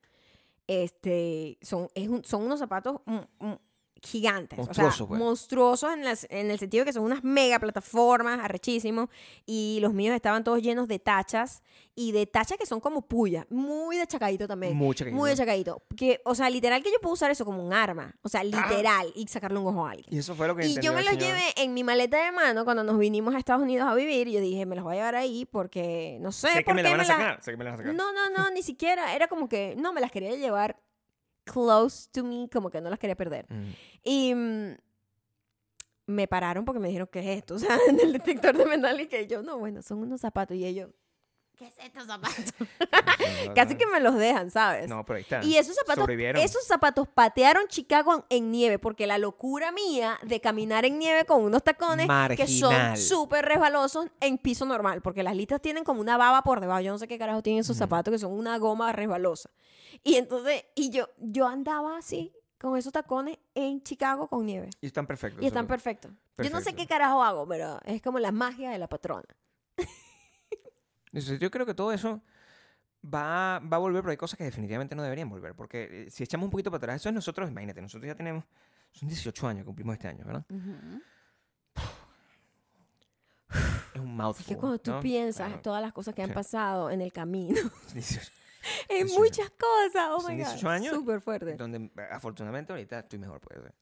Speaker 1: este son es un- son unos zapatos mm, mm, gigantes.
Speaker 2: Monstruosos,
Speaker 1: o sea,
Speaker 2: pues.
Speaker 1: monstruosos en, las- en el sentido de que son unas mega plataformas, arrechísimos. Y los míos estaban todos llenos de tachas. Y de tachas que son como puya. Muy de chacadito también.
Speaker 2: Muy chacadito.
Speaker 1: Muy de chacadito. Que, o sea, literal que yo puedo usar eso como un arma. O
Speaker 2: Ah.
Speaker 1: sea, literal. Y sacarle un ojo a alguien.
Speaker 2: Y eso fue lo que
Speaker 1: Y yo
Speaker 2: entendió
Speaker 1: me
Speaker 2: el
Speaker 1: los
Speaker 2: señor.
Speaker 1: llevé en mi maleta de mano cuando nos vinimos a Estados Unidos a vivir. Yo dije, me los voy a llevar ahí porque no sé.
Speaker 2: Sé que
Speaker 1: por
Speaker 2: me
Speaker 1: qué
Speaker 2: la van a
Speaker 1: me la-
Speaker 2: sacar. Sé que me la van a sacar.
Speaker 1: No, no, no, ni siquiera. Era como que no me las quería llevar close to me, como que no las quería perder.
Speaker 2: Mm.
Speaker 1: Y mm, me pararon porque me dijeron, ¿qué es esto? O sea, en el detector de metal y que yo, no, bueno, son unos zapatos. Y ellos, ¿qué es estos zapatos? Casi que me los dejan, ¿sabes?
Speaker 2: No, pero ahí está.
Speaker 1: Y esos zapatos,
Speaker 2: Sobrevivieron.
Speaker 1: esos zapatos patearon Chicago en nieve, porque la locura mía de caminar en nieve con unos tacones que son
Speaker 2: Marginal.
Speaker 1: súper resbalosos en piso normal, porque las listas tienen como una baba por debajo. Yo no sé qué carajo tienen esos zapatos que son una goma resbalosa. Y entonces, y yo, yo andaba así con esos tacones en Chicago con nieve.
Speaker 2: Y están perfectos.
Speaker 1: Y están
Speaker 2: seguro.
Speaker 1: perfectos. Yo no sé
Speaker 2: Perfecto.
Speaker 1: qué carajo hago, pero es como la magia de la patrona.
Speaker 2: Entonces, Yo creo que todo eso va, va a volver, pero hay cosas que definitivamente no deberían volver. Porque eh, si echamos un poquito para atrás, eso es nosotros, imagínate, nosotros ya tenemos, son 18 años que cumplimos este año, ¿verdad? Es un mouthful.
Speaker 1: Es que cuando tú
Speaker 2: ¿no?
Speaker 1: piensas
Speaker 2: Bueno,
Speaker 1: todas las cosas que han
Speaker 2: sí.
Speaker 1: pasado en el camino,
Speaker 2: 18
Speaker 1: en
Speaker 2: 18.
Speaker 1: muchas cosas, oh
Speaker 2: Son
Speaker 1: my
Speaker 2: 18
Speaker 1: god,
Speaker 2: años.
Speaker 1: súper fuerte.
Speaker 2: donde eh, afortunadamente ahorita estoy mejor. Pues. eh.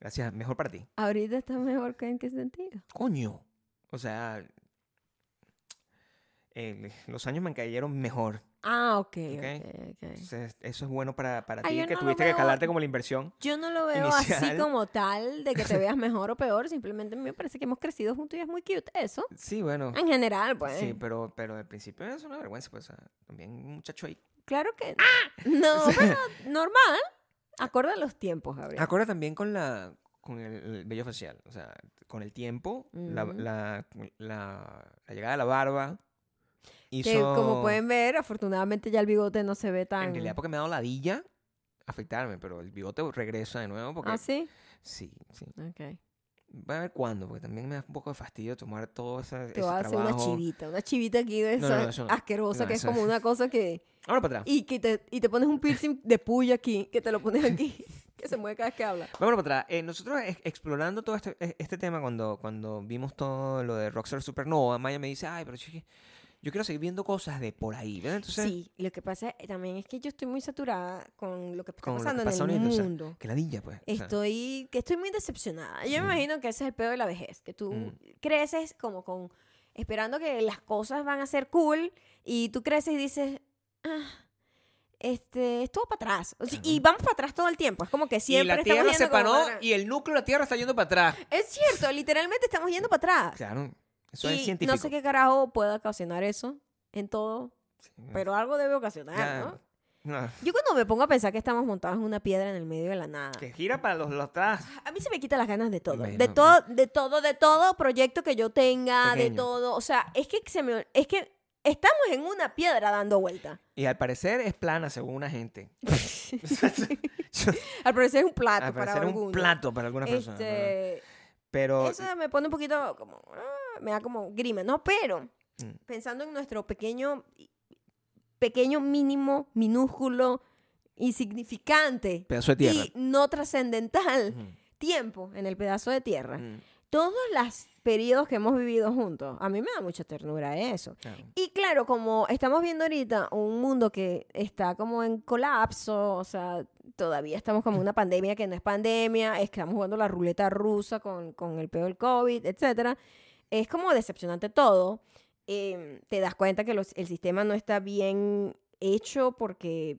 Speaker 2: Gracias, mejor para ti.
Speaker 1: Ahorita está mejor que en qué sentido.
Speaker 2: Coño. O sea, el- los años me cayeron mejor.
Speaker 1: Ah, ok,
Speaker 2: Ok.
Speaker 1: ok, ok.
Speaker 2: Entonces, eso es bueno para, para
Speaker 1: Ay,
Speaker 2: ti,
Speaker 1: Ah, yo
Speaker 2: que
Speaker 1: no lo
Speaker 2: tuviste que
Speaker 1: veo-
Speaker 2: calarte como la inversión.
Speaker 1: Yo no lo veo así
Speaker 2: Inicial.
Speaker 1: como tal de que te veas mejor o peor, simplemente me parece que hemos crecido juntos y es muy cute eso.
Speaker 2: Sí, bueno.
Speaker 1: En general, pues.
Speaker 2: Sí, pero, pero al principio es una vergüenza, pues. ah, También un muchacho ahí.
Speaker 1: Claro que
Speaker 2: ¡Ah!
Speaker 1: no, pero normal. Acorde a los tiempos, Gabriel.
Speaker 2: Acuerda también con la con el, el vello facial. O sea, con el tiempo, la,
Speaker 1: Ujú.
Speaker 2: la, la- la llegada de la barba hizo...
Speaker 1: Que como pueden ver, afortunadamente ya el bigote no se ve tan.
Speaker 2: En realidad porque me ha dado ladilla afectarme, pero el bigote regresa de nuevo porque...
Speaker 1: Ah, sí.
Speaker 2: Sí, sí.
Speaker 1: Ok.
Speaker 2: Voy a ver cuándo, porque también me da un poco de fastidio tomar todo esa,
Speaker 1: Te
Speaker 2: ese
Speaker 1: voy a hacer una
Speaker 2: trabajo.
Speaker 1: chivita, una chivita aquí de
Speaker 2: No,
Speaker 1: esa
Speaker 2: no, eso no.
Speaker 1: asquerosa
Speaker 2: No,
Speaker 1: que es
Speaker 2: eso-
Speaker 1: como una cosa que.
Speaker 2: Ahora para atrás.
Speaker 1: Y, que te, y te pones un piercing de puya aquí, que te lo pones aquí, que se mueve cada vez que habla.
Speaker 2: Vámonos para atrás. Eh, nosotros ex- explorando todo este, e- este tema, cuando, cuando vimos todo lo de Rockstar Supernova, Maya me dice, ay, pero yo, yo quiero seguir viendo cosas de por ahí, ¿verdad? Entonces,
Speaker 1: sí, lo que pasa eh, también es que yo estoy muy saturada con lo que está
Speaker 2: con lo que
Speaker 1: pasando
Speaker 2: pasa
Speaker 1: en el
Speaker 2: ahorita, o sea,
Speaker 1: mundo.
Speaker 2: que ladilla, pues. o sea,
Speaker 1: Estoy, que estoy muy decepcionada. Yo me
Speaker 2: Sí.
Speaker 1: imagino que ese es el peor de la vejez, que tú
Speaker 2: Mm.
Speaker 1: creces como con esperando que las cosas van a ser cool y tú creces y dices, ah, este, es todo para atrás. O sea, Y
Speaker 2: Claro.
Speaker 1: vamos para atrás todo el tiempo. Es como que
Speaker 2: y
Speaker 1: siempre
Speaker 2: la
Speaker 1: estamos
Speaker 2: Tierra
Speaker 1: yendo
Speaker 2: se
Speaker 1: como
Speaker 2: paró
Speaker 1: para-
Speaker 2: y el núcleo de la Tierra está yendo para atrás.
Speaker 1: Es cierto, literalmente estamos yendo para atrás.
Speaker 2: Claro, eso es
Speaker 1: Y
Speaker 2: científico.
Speaker 1: no sé qué carajo pueda ocasionar eso en todo,
Speaker 2: Sí,
Speaker 1: pero algo debe ocasionar,
Speaker 2: Mm. ya-
Speaker 1: ¿no?
Speaker 2: no,
Speaker 1: Yo cuando me pongo a pensar que estamos montados en una piedra en el medio de la nada.
Speaker 2: que gira para los, los atrás.
Speaker 1: A mí se me quitan las ganas de todo.
Speaker 2: Bueno,
Speaker 1: de
Speaker 2: pues.
Speaker 1: todo, de todo, de todo proyecto que yo tenga, de
Speaker 2: Pequeño.
Speaker 1: todo. O sea, es que se me es que estamos en una piedra dando vuelta.
Speaker 2: Y al parecer es plana, según una gente.
Speaker 1: Al parecer es un plato
Speaker 2: al
Speaker 1: Ah, para
Speaker 2: parecer es un
Speaker 1: algunos.
Speaker 2: plato para algunas personas. ¿no? Oh,
Speaker 1: Este,
Speaker 2: Pero
Speaker 1: eso me pone un poquito como ah, me da como grima, no, pero
Speaker 2: Mm.
Speaker 1: pensando en nuestro pequeño pequeño mínimo minúsculo insignificante
Speaker 2: pedazo de tierra.
Speaker 1: y no trascendental
Speaker 2: Ujú.
Speaker 1: tiempo en el pedazo de tierra.
Speaker 2: Mm,
Speaker 1: todos los periodos que hemos vivido juntos, a mí me da mucha ternura eso.
Speaker 2: claro.
Speaker 1: Y claro, como estamos viendo ahorita un mundo que está como en colapso, o sea, todavía estamos como en una pandemia que no es pandemia, es que estamos jugando la ruleta rusa con, con el peor del COVID, etcétera. Es como decepcionante todo. Eh, te das cuenta que los- el sistema no está bien hecho porque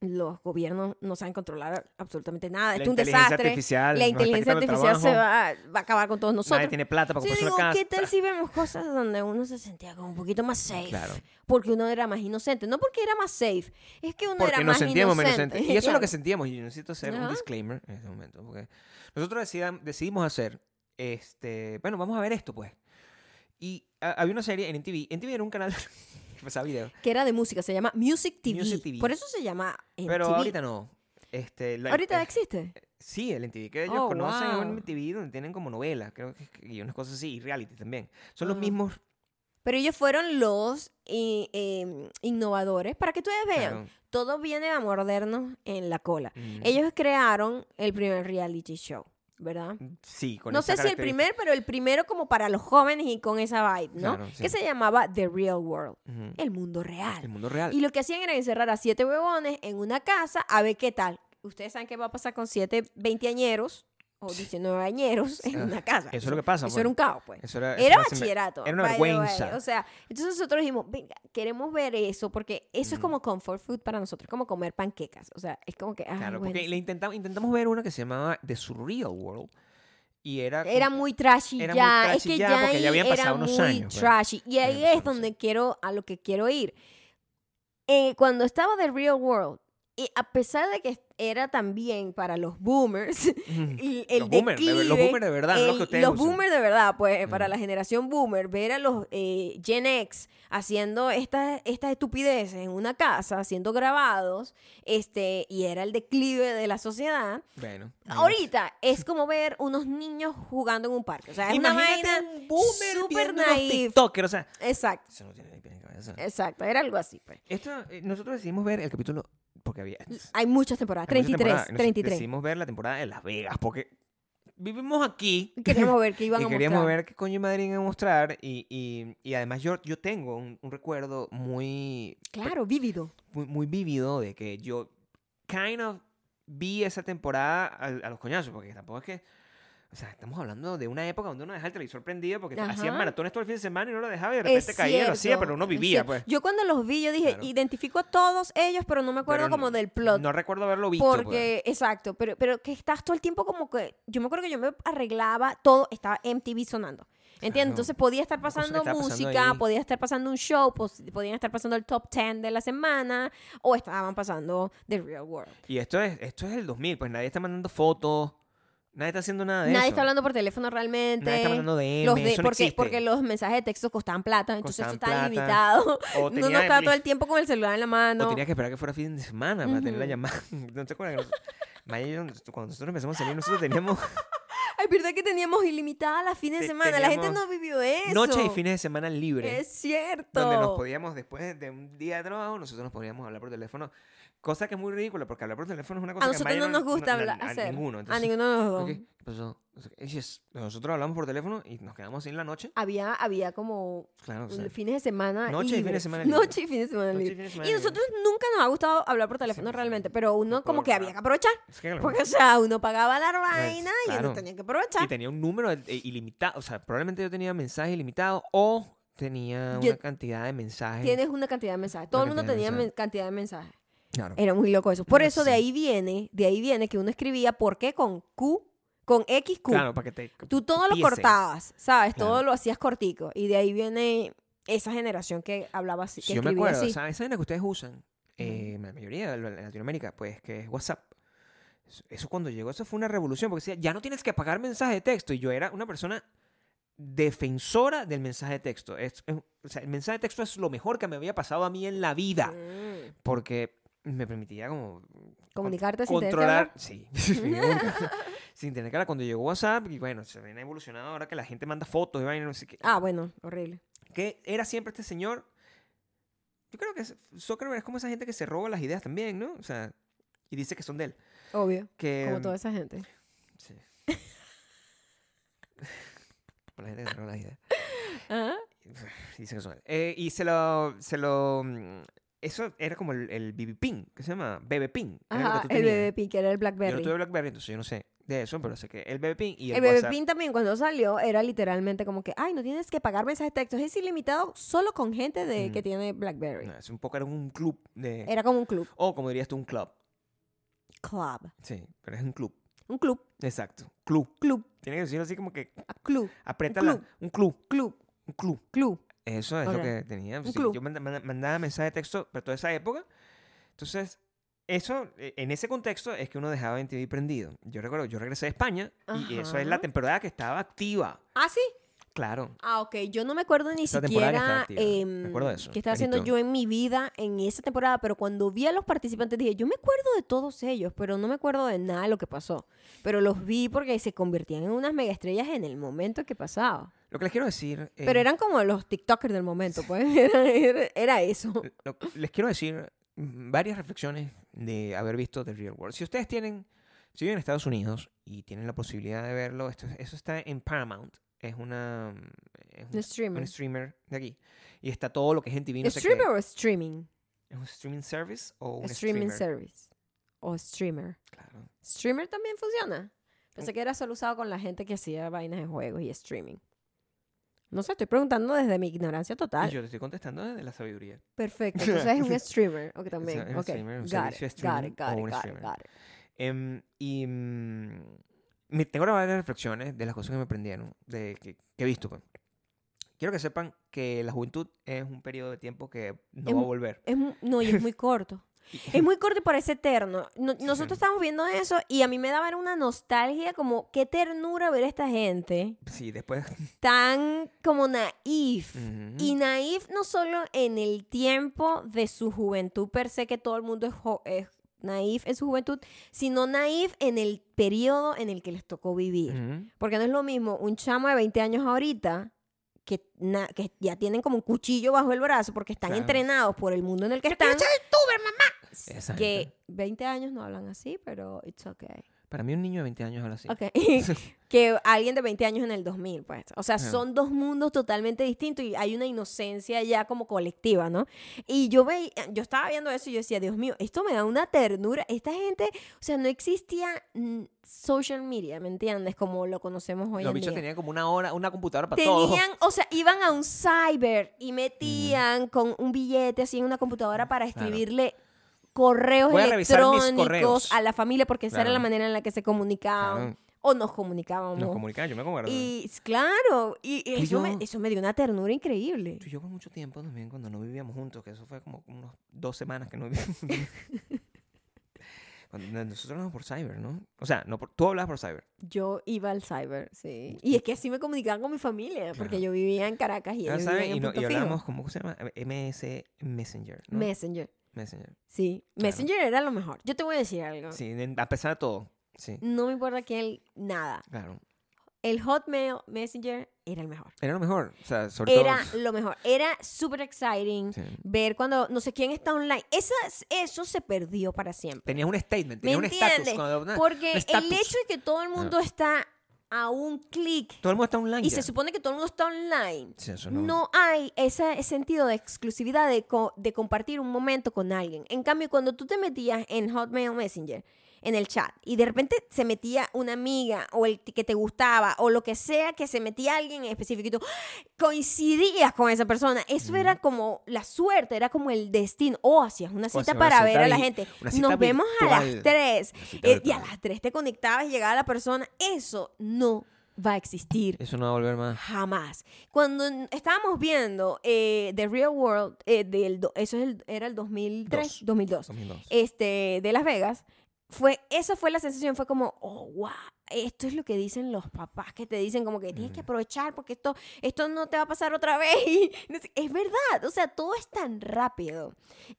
Speaker 1: los gobiernos no saben controlar absolutamente nada.
Speaker 2: La
Speaker 1: es un
Speaker 2: inteligencia
Speaker 1: desastre.
Speaker 2: artificial,
Speaker 1: La
Speaker 2: nos
Speaker 1: inteligencia
Speaker 2: respeta nuestro
Speaker 1: artificial se
Speaker 2: trabajo,
Speaker 1: va, va a acabar con todos nosotros.
Speaker 2: Nadie tiene plata para
Speaker 1: Sí, yo
Speaker 2: comprarse
Speaker 1: digo,
Speaker 2: una casa.
Speaker 1: ¿qué tal si vemos cosas donde uno se sentía como un poquito más safe?
Speaker 2: Claro.
Speaker 1: Porque uno era más inocente. No porque era más safe, es que uno
Speaker 2: Porque
Speaker 1: era
Speaker 2: nos
Speaker 1: más
Speaker 2: sentíamos menos
Speaker 1: inocente.
Speaker 2: inocentes. Y eso es lo
Speaker 1: Claro.
Speaker 2: que sentíamos. Y yo necesito hacer
Speaker 1: Ajá.
Speaker 2: un disclaimer en este momento. Porque nosotros decidam- decidimos hacer, este, bueno, vamos a ver esto, pues. Y ah, había una serie en MTV. MTV era un canal que pasaba video.
Speaker 1: Que era de música, se llama Music TV.
Speaker 2: Music TV.
Speaker 1: Por eso se llama MTV.
Speaker 2: Pero ahorita no. Este, la-
Speaker 1: ¿Ahorita
Speaker 2: eh,
Speaker 1: existe.
Speaker 2: Sí, el MTV que ellos
Speaker 1: Oh,
Speaker 2: conocen es
Speaker 1: wow. Mm.
Speaker 2: un MTV donde tienen como novelas, creo que y unas cosas así, y reality también. Son los
Speaker 1: Ajá.
Speaker 2: mismos
Speaker 1: Pero ellos fueron los i- eh, innovadores. Para que ustedes vean,
Speaker 2: Claro.
Speaker 1: todo viene a mordernos en la cola.
Speaker 2: Mm.
Speaker 1: Ellos crearon el primer reality show, ¿verdad?
Speaker 2: Sí, con
Speaker 1: no
Speaker 2: esa
Speaker 1: sé si el
Speaker 2: característica.
Speaker 1: primer, pero el primero como para los jóvenes y con esa vibe, ¿no?
Speaker 2: Claro, sí.
Speaker 1: Que se llamaba The Real World,
Speaker 2: Ujú.
Speaker 1: el mundo real.
Speaker 2: El mundo real.
Speaker 1: Y lo que hacían era encerrar a siete huevones en una casa a ver qué tal. Ustedes saben qué va a pasar con siete veinteañeros o diecinueveañeros en
Speaker 2: Ah,
Speaker 1: una casa.
Speaker 2: eso es lo que pasa,
Speaker 1: Eso
Speaker 2: pues.
Speaker 1: era un caos, pues.
Speaker 2: Eso era, eso
Speaker 1: Era
Speaker 2: era sin-
Speaker 1: bachillerato.
Speaker 2: era una
Speaker 1: by the way.
Speaker 2: vergüenza.
Speaker 1: O sea, entonces nosotros dijimos, venga, queremos ver eso porque eso es como comfort food para nosotros, como comer panquecas. O sea, es como que, ay,
Speaker 2: Claro,
Speaker 1: Ah, bueno.
Speaker 2: porque le intentamos, intentamos ver una que se llamaba The Surreal World. Y era. como-
Speaker 1: Era muy trashy
Speaker 2: Era muy
Speaker 1: ya,
Speaker 2: trashy
Speaker 1: es que
Speaker 2: ya,
Speaker 1: ya,
Speaker 2: porque
Speaker 1: ahí
Speaker 2: ya habían
Speaker 1: era
Speaker 2: pasado unos
Speaker 1: muy
Speaker 2: años, pues.
Speaker 1: trashy y
Speaker 2: Ya
Speaker 1: ahí
Speaker 2: habían pasado
Speaker 1: es
Speaker 2: unos
Speaker 1: donde
Speaker 2: años.
Speaker 1: quiero a lo que quiero ir. Eh, cuando estaba The Real World y a pesar de que era también para los boomers
Speaker 2: Ujú.
Speaker 1: el, el
Speaker 2: los, boomers, de, ver- los
Speaker 1: declive,
Speaker 2: boomers de verdad, no los
Speaker 1: el-
Speaker 2: que ustedes
Speaker 1: los
Speaker 2: usan.
Speaker 1: boomers de verdad, pues para
Speaker 2: Mm.
Speaker 1: la generación boomer, ver a los eh, Gen X haciendo estas estas estupideces en una casa, siendo grabados, este, y era el declive de la sociedad.
Speaker 2: Bueno.
Speaker 1: Ahorita es como ver unos niños jugando en un parque. O sea, es
Speaker 2: Imagínate
Speaker 1: una vaina
Speaker 2: un boomer
Speaker 1: súper
Speaker 2: viendo unos
Speaker 1: naif. Eh,
Speaker 2: TikTokers, o sea,
Speaker 1: Exacto,
Speaker 2: eso no tiene ni pies ni cabeza.
Speaker 1: exacto. Era algo así, pues.
Speaker 2: Esto, eh, nosotros decidimos ver el capítulo porque había
Speaker 1: Hay muchas temporadas.
Speaker 2: Hay
Speaker 1: 33,
Speaker 2: muchas temporadas, y nos
Speaker 1: 33.
Speaker 2: Decidimos ver la temporada de Las Vegas porque vivimos aquí.
Speaker 1: Queríamos ver qué iban
Speaker 2: y
Speaker 1: a
Speaker 2: queríamos
Speaker 1: mostrar.
Speaker 2: ver qué coño y madre iban a mostrar. Y, y- y además yo, yo tengo un, un recuerdo muy,
Speaker 1: Claro, vívido.
Speaker 2: muy, muy vívido de que yo kind of vi esa temporada al- a, los coñazos. Porque tampoco es que... O sea, estamos hablando de una época donde uno dejaba el televisor prendido porque
Speaker 1: Ajá.
Speaker 2: hacían maratones todo el fin de semana y uno lo dejaba y de repente
Speaker 1: Es
Speaker 2: caía y lo hacía,
Speaker 1: cierto,
Speaker 2: pero uno
Speaker 1: es
Speaker 2: vivía,
Speaker 1: cierto.
Speaker 2: pues.
Speaker 1: Yo cuando los vi, yo dije,
Speaker 2: Claro.
Speaker 1: identifico a todos ellos, pero no me acuerdo
Speaker 2: Pero no-
Speaker 1: como del plot.
Speaker 2: No recuerdo haberlo visto. pues.
Speaker 1: Porque, exacto, pero, pero que estás todo el tiempo como que. Yo me acuerdo que yo me arreglaba todo, estaba MTV sonando. ¿Entiendes?
Speaker 2: Claro.
Speaker 1: Entonces podía estar
Speaker 2: Una cosa que
Speaker 1: pasando
Speaker 2: estaba pasando
Speaker 1: música,
Speaker 2: ahí.
Speaker 1: podía estar pasando un show, pos- podían estar pasando el top 10 de la semana, o estaban pasando The Real World.
Speaker 2: Y esto es, esto es el 2000, pues nadie está mandando fotos, nadie está haciendo nada de
Speaker 1: Nadie
Speaker 2: eso.
Speaker 1: está hablando por teléfono realmente.
Speaker 2: Nadie está mandando DM,
Speaker 1: los de-
Speaker 2: eso no
Speaker 1: porque,
Speaker 2: existe.
Speaker 1: porque los mensajes de texto costaban plata, entonces eso
Speaker 2: Costaban
Speaker 1: está
Speaker 2: plata.
Speaker 1: limitado. No
Speaker 2: O tenía,
Speaker 1: uno está todo el tiempo con el celular en la
Speaker 2: o
Speaker 1: mano.
Speaker 2: tenía que esperar que fuera fin de semana para tener la
Speaker 1: Ujú.
Speaker 2: llamada. ¿No te acuerdas? que nos- Maya y yo, cuando nosotros empezamos a salir, nosotros teníamos
Speaker 1: Ay, verdad que teníamos ilimitada las fines de
Speaker 2: Te-
Speaker 1: semana. La gente no
Speaker 2: teníamos
Speaker 1: vivió eso.
Speaker 2: noches y fines de semana libres.
Speaker 1: Es cierto.
Speaker 2: Donde nos podíamos, después de un día de trabajo, nosotros nos podíamos hablar por teléfono. Cosa que es muy ridícula, porque hablar por teléfono es una cosa
Speaker 1: a
Speaker 2: que
Speaker 1: nosotros
Speaker 2: Maya
Speaker 1: no nos gusta
Speaker 2: no-
Speaker 1: hablar,
Speaker 2: a,
Speaker 1: hacer.
Speaker 2: ninguno.
Speaker 1: a
Speaker 2: Entonces,
Speaker 1: ninguno de los dos.
Speaker 2: ok, ¿qué pasó? No sé qué. Y es- Nosotros hablamos por teléfono y nos quedamos así en la noche.
Speaker 1: Había, había como
Speaker 2: Claro, o sea,
Speaker 1: fines de semana.
Speaker 2: noche y fines de
Speaker 1: libres.
Speaker 2: semana libre.
Speaker 1: Noche y fines de semana
Speaker 2: noche y
Speaker 1: libre.
Speaker 2: fin de semana
Speaker 1: Y
Speaker 2: libre.
Speaker 1: nosotros nunca nos ha gustado hablar por teléfono
Speaker 2: sí.
Speaker 1: realmente, pero uno
Speaker 2: No
Speaker 1: como
Speaker 2: puedo
Speaker 1: que
Speaker 2: hablar.
Speaker 1: había que aprovechar.
Speaker 2: Es que a lo
Speaker 1: Porque, o sea, uno pagaba la vaina y uno
Speaker 2: claro.
Speaker 1: tenía que
Speaker 2: Y
Speaker 1: aprovechar.
Speaker 2: tenía un número eh, ilimitado. O sea, probablemente yo tenía mensajes ilimitados o tenía
Speaker 1: Yo-
Speaker 2: una cantidad de mensajes.
Speaker 1: Tienes una cantidad de mensajes. Todo el
Speaker 2: Una
Speaker 1: mundo
Speaker 2: cantidad de
Speaker 1: tenía men-
Speaker 2: mensajes.
Speaker 1: cantidad de mensajes.
Speaker 2: Claro.
Speaker 1: Era muy loco eso. Por
Speaker 2: Claro,
Speaker 1: eso de
Speaker 2: sí.
Speaker 1: ahí viene, de ahí viene que uno escribía por qué con Q, con XQ.
Speaker 2: Claro, para que te.
Speaker 1: Tú todo lo
Speaker 2: cupiesen.
Speaker 1: cortabas, ¿sabes? Todo
Speaker 2: Claro.
Speaker 1: lo hacías cortico. Y de ahí viene esa generación que hablaba así, que
Speaker 2: Si yo me
Speaker 1: escribía
Speaker 2: acuerdo,
Speaker 1: así.
Speaker 2: o sea, esa vaina que ustedes usan, eh, la mayoría de lo- de Latinoamérica, pues que es WhatsApp. Eso- Eso cuando llegó, eso fue una revolución, porque decía, ya no tienes que pagar mensaje de texto. Y yo era una persona defensora del mensaje de texto. Es- es- o sea, el mensaje de texto es lo mejor que me había pasado a mí en la vida,
Speaker 1: Mm.
Speaker 2: porque me permitía como
Speaker 1: Comunicarte sin tener que
Speaker 2: controlar,
Speaker 1: hablar.
Speaker 2: sí, sin tener que- sin tener que hablar. Cuando llegó WhatsApp, y bueno, se viene evolucionado ahora que la gente manda fotos y vaina, no sé qué.
Speaker 1: Ah, bueno, horrible.
Speaker 2: Que era siempre este señor. Yo creo que es- Zuckerberg es como esa gente que se roba las ideas también, ¿no? O sea, y dice que son de él.
Speaker 1: Obvio.
Speaker 2: Que, mm,
Speaker 1: Como toda esa gente.
Speaker 2: sí. Por la gente que se roba las ideas.
Speaker 1: Ajá.
Speaker 2: Y dice que son de él. Eh, y se lo, se lo. mm, Eso era como el, el BB Ping, que se llama BB Ping. era lo que
Speaker 1: Ajá,
Speaker 2: tú
Speaker 1: el
Speaker 2: tenías.
Speaker 1: bebé que era el
Speaker 2: Yo
Speaker 1: Blackberry.
Speaker 2: no tuve BlackBerry, entonces yo no sé de eso, pero sé que el BB Ping y el,
Speaker 1: El bebé
Speaker 2: WhatsApp.
Speaker 1: Pin también cuando salió era literalmente como que, ay, no tienes que pagar mensajes de texto, es ilimitado solo con gente de, que
Speaker 2: Mm.
Speaker 1: tiene BlackBerry.
Speaker 2: No, es un poco era un club de...
Speaker 1: Era como un club.
Speaker 2: O como dirías tú, un club.
Speaker 1: Club.
Speaker 2: Sí, pero es un club.
Speaker 1: Un club.
Speaker 2: Exacto. Club.
Speaker 1: Club.
Speaker 2: Tiene que decirlo así como que
Speaker 1: a Club.
Speaker 2: aprieta
Speaker 1: Un
Speaker 2: un
Speaker 1: club.
Speaker 2: club. un club.
Speaker 1: Club.
Speaker 2: Un club.
Speaker 1: Club.
Speaker 2: Eso es
Speaker 1: Ok.
Speaker 2: lo que tenía. Sí,
Speaker 1: club.
Speaker 2: Yo manda- manda- mandaba mensaje de texto para toda esa época. Entonces, eso, eh, en ese contexto es que uno dejaba en TV prendido. Yo recuerdo, yo regresé a España y eso es la
Speaker 1: Ajá.
Speaker 2: temporada que estaba activa.
Speaker 1: Ah, sí.
Speaker 2: Claro.
Speaker 1: Ah, ok. Yo no me acuerdo ni
Speaker 2: Esa temporada que
Speaker 1: siquiera
Speaker 2: estaba activa.
Speaker 1: em,
Speaker 2: Me acuerdo de eso,
Speaker 1: qué estaba haciendo
Speaker 2: clarito.
Speaker 1: yo en mi vida en esa temporada, pero cuando vi a los participantes dije, yo me acuerdo de todos ellos, pero no me acuerdo de nada de lo que pasó. Pero los vi porque se convertían en unas megaestrellas en el momento que pasaba.
Speaker 2: Lo que les quiero decir. eh,
Speaker 1: Pero eran como los TikTokers del momento, pues. Era, era- era eso.
Speaker 2: lo- les quiero decir mm, varias reflexiones de haber visto The Real World. Si ustedes tienen, si viven en Estados Unidos y tienen la posibilidad de verlo, esto, eso está en Paramount. Es una es un,
Speaker 1: Un streamer.
Speaker 2: un streamer de aquí. Y está todo lo que gente vino.
Speaker 1: ¿Streamer o streaming?
Speaker 2: ¿Es un streaming service o un
Speaker 1: streaming
Speaker 2: streamer?
Speaker 1: service. O streamer.
Speaker 2: Claro.
Speaker 1: ¿Streamer también funciona?
Speaker 2: Mm.
Speaker 1: Pensé que era solo usado con la gente que hacía vainas de juegos y streaming. No sé, estoy preguntando desde mi ignorancia
Speaker 2: Y
Speaker 1: total.
Speaker 2: yo te estoy contestando desde la sabiduría.
Speaker 1: Perfecto. Entonces es un streamer. Ok, también.
Speaker 2: es un
Speaker 1: ok.
Speaker 2: streamer, un
Speaker 1: got
Speaker 2: servicio de
Speaker 1: it, got
Speaker 2: streaming
Speaker 1: it,
Speaker 2: o
Speaker 1: got it, got
Speaker 2: un
Speaker 1: it,
Speaker 2: streamer.
Speaker 1: got it.
Speaker 2: Em, y mm, me tengo varias reflexiones de las cosas que me aprendieron, de que, que he visto. pues. Quiero que sepan que la juventud es un periodo de tiempo que no
Speaker 1: Es
Speaker 2: va a
Speaker 1: mu-
Speaker 2: volver.
Speaker 1: Es mu- no, y es muy corto. Es muy corto y parece eterno. No- nosotros estábamos viendo eso y a mí me daba una nostalgia como qué ternura ver a esta gente
Speaker 2: Sí, después.
Speaker 1: tan como naif.
Speaker 2: Ujú.
Speaker 1: Y naif no solo en el tiempo de su juventud per se, que todo el mundo es, jo- es naif en su juventud, sino naif en el periodo en el que les tocó vivir.
Speaker 2: Ujú.
Speaker 1: Porque no es lo mismo un chamo de 20 años ahorita que, na- que ya tienen como un cuchillo bajo el brazo porque están
Speaker 2: Claro.
Speaker 1: entrenados por el mundo en el que están.
Speaker 2: Esa
Speaker 1: Que
Speaker 2: gente.
Speaker 1: 20 años no hablan así, pero it's okay.
Speaker 2: Para mí, un niño de 20 años habla así.
Speaker 1: Ok. que alguien de 20 años en el 2000, pues. O sea,
Speaker 2: Ajá.
Speaker 1: son dos mundos totalmente distintos y hay una inocencia ya como colectiva, ¿no? Y yo veía, yo estaba viendo eso y yo decía, Dios mío, esto me da una ternura. Esta gente, o sea, no existía mm, social media, ¿me entiendes? Como lo conocemos hoy
Speaker 2: Los
Speaker 1: en día
Speaker 2: bichos tenían como una hora, una computadora para todo.
Speaker 1: tenían, o sea, iban a un cyber y metían con un billete así en una computadora para
Speaker 2: Claro.
Speaker 1: escribirle correos
Speaker 2: Voy a revisar mis
Speaker 1: electrónicos
Speaker 2: correos.
Speaker 1: a la familia porque esa era
Speaker 2: Claro.
Speaker 1: la manera en la que se comunicaban
Speaker 2: Claro.
Speaker 1: o nos comunicábamos.
Speaker 2: Nos comunicaban, yo me acuerdo.
Speaker 1: y s- claro, y, y
Speaker 2: Tú y
Speaker 1: eso, me,
Speaker 2: yo.
Speaker 1: eso me dio una ternura increíble.
Speaker 2: Tú y yo por mucho tiempo también cuando no vivíamos juntos, que eso fue como unas dos semanas que no vivíamos juntos. Cuando nosotros hablamos por cyber, ¿no? O sea, no por- tú hablabas por cyber.
Speaker 1: Yo iba al cyber, sí. Y es que así me comunicaban con mi familia, porque
Speaker 2: Claro.
Speaker 1: yo vivía en Caracas y
Speaker 2: Ya
Speaker 1: ellos
Speaker 2: Ah, saben,
Speaker 1: vivían en
Speaker 2: y, no-
Speaker 1: Punto
Speaker 2: y
Speaker 1: Fijo.
Speaker 2: hablábamos como, ¿cómo se llama? MS Messenger, ¿no?
Speaker 1: Messenger,
Speaker 2: Messenger.
Speaker 1: sí. Messenger era lo mejor. Yo te voy a decir algo.
Speaker 2: Sí, de- a pesar de todo. Sí,
Speaker 1: No me importa quién, nada.
Speaker 2: claro.
Speaker 1: el Hotmail Messenger era el mejor.
Speaker 2: Era lo mejor. O sea, sobre
Speaker 1: Era
Speaker 2: todo.
Speaker 1: lo mejor. Era súper exciting
Speaker 2: Sí.
Speaker 1: ver cuando no sé quién está online. Esas, eso se perdió para siempre.
Speaker 2: Tenías un statement,
Speaker 1: ¿Me
Speaker 2: tenías un estatus.
Speaker 1: entiendes?
Speaker 2: Cuando, una-
Speaker 1: Porque
Speaker 2: un
Speaker 1: el
Speaker 2: estatus.
Speaker 1: hecho de que todo el mundo está a un clic
Speaker 2: Todo el mundo está online.
Speaker 1: y
Speaker 2: ya.
Speaker 1: se supone que todo el mundo está online.
Speaker 2: Sí, eso no.
Speaker 1: No hay ese sentido de exclusividad de, co- de compartir un momento con alguien. En cambio, cuando tú te metías en Hotmail Messenger, en el chat, y de repente se metía una amiga o el que te gustaba o lo que sea que se metía alguien en específico y tú ¡ah! coincidías con esa persona. Eso era como la suerte, era como el destino. O hacías una
Speaker 2: hacías
Speaker 1: cita
Speaker 2: una
Speaker 1: para
Speaker 2: cita
Speaker 1: ver a la
Speaker 2: vi-
Speaker 1: gente.
Speaker 2: una cita
Speaker 1: Nos vemos a
Speaker 2: virtual.
Speaker 1: las 3.
Speaker 2: Una cita
Speaker 1: eh, y a
Speaker 2: virtual.
Speaker 1: las 3 te conectabas y llegaba la persona. Eso no va a existir
Speaker 2: Eso no va a volver más.
Speaker 1: Jamás. Cuando n- estábamos viendo eh, The Real World, eh, del do- eso es el- era el 2003,
Speaker 2: Dos.
Speaker 1: 2002,
Speaker 2: 2002.
Speaker 1: este, de Las Vegas, fue, esa fue la sensación, fue como, oh, wow, esto es lo que dicen los papás, que te dicen como que tienes que aprovechar porque esto, esto no te va a pasar otra vez. Y no sé, es verdad, o sea, todo es tan rápido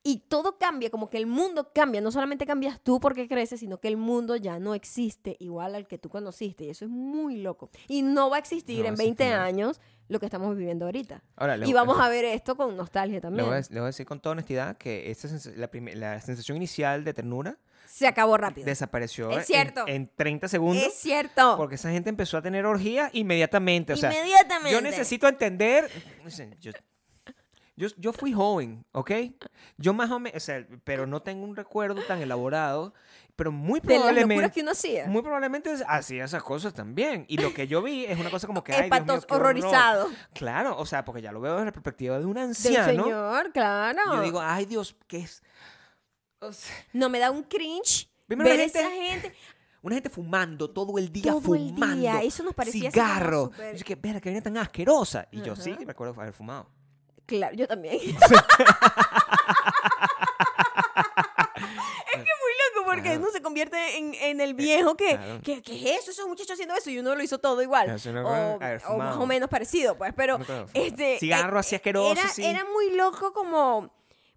Speaker 1: y todo cambia, como que el mundo cambia, no solamente cambias tú porque creces, sino que el mundo ya no existe igual al que tú conociste y eso es muy loco. Y no va a existir
Speaker 2: No va a
Speaker 1: en 20
Speaker 2: existir.
Speaker 1: años lo que estamos viviendo ahorita.
Speaker 2: Ahora, le-
Speaker 1: Y vamos a ver esto con nostalgia
Speaker 2: Le
Speaker 1: también.
Speaker 2: voy, a, le voy a decir con toda honestidad que esa sens- la, prime- la sensación inicial de ternura
Speaker 1: Se acabó rápido.
Speaker 2: desapareció
Speaker 1: Es
Speaker 2: en-
Speaker 1: cierto.
Speaker 2: En, 30 segundos.
Speaker 1: Es cierto.
Speaker 2: Porque esa gente empezó a tener orgías inmediatamente. O sea,
Speaker 1: Inmediatamente.
Speaker 2: Yo necesito entender. Listen, Yo, yo, yo fui joven, ¿ok? Yo más o menos, o sea, pero no tengo un recuerdo tan elaborado, pero muy
Speaker 1: de las locuras
Speaker 2: probablemente.
Speaker 1: que uno hacía.
Speaker 2: Muy probablemente hacía esas cosas también. Y lo que yo vi es una cosa como que. ay, Dios mío,
Speaker 1: Espantoso,
Speaker 2: qué horror.
Speaker 1: horrorizado.
Speaker 2: Claro, o sea, porque ya lo veo desde la perspectiva de un
Speaker 1: Del
Speaker 2: anciano.
Speaker 1: señor, claro.
Speaker 2: Yo digo, ay Dios, ¿qué es? O sea,
Speaker 1: no me da un cringe
Speaker 2: Primero la
Speaker 1: ver
Speaker 2: gente-
Speaker 1: esa gente.
Speaker 2: una gente fumando todo el día,
Speaker 1: Todo el día,
Speaker 2: fumando.
Speaker 1: eso nos parecía así como
Speaker 2: Cigarro.
Speaker 1: súper-
Speaker 2: Yo dije, verga, que viene tan asquerosa. Y yo
Speaker 1: Ajá.
Speaker 2: sí, me acuerdo haber fumado.
Speaker 1: Claro, yo también. es que muy loco porque
Speaker 2: Claro.
Speaker 1: uno se convierte en, en el viejo que,
Speaker 2: Eh, claro.
Speaker 1: que, que es eso, esos muchachos haciendo eso y uno lo hizo todo igual.
Speaker 2: Eso no
Speaker 1: o,
Speaker 2: puede haber
Speaker 1: o más
Speaker 2: fumado.
Speaker 1: o menos parecido, pues, pero
Speaker 2: No puede haber fumado.
Speaker 1: este
Speaker 2: Cigarro
Speaker 1: eh,
Speaker 2: así asqueroso,
Speaker 1: Era,
Speaker 2: sí.
Speaker 1: era muy loco como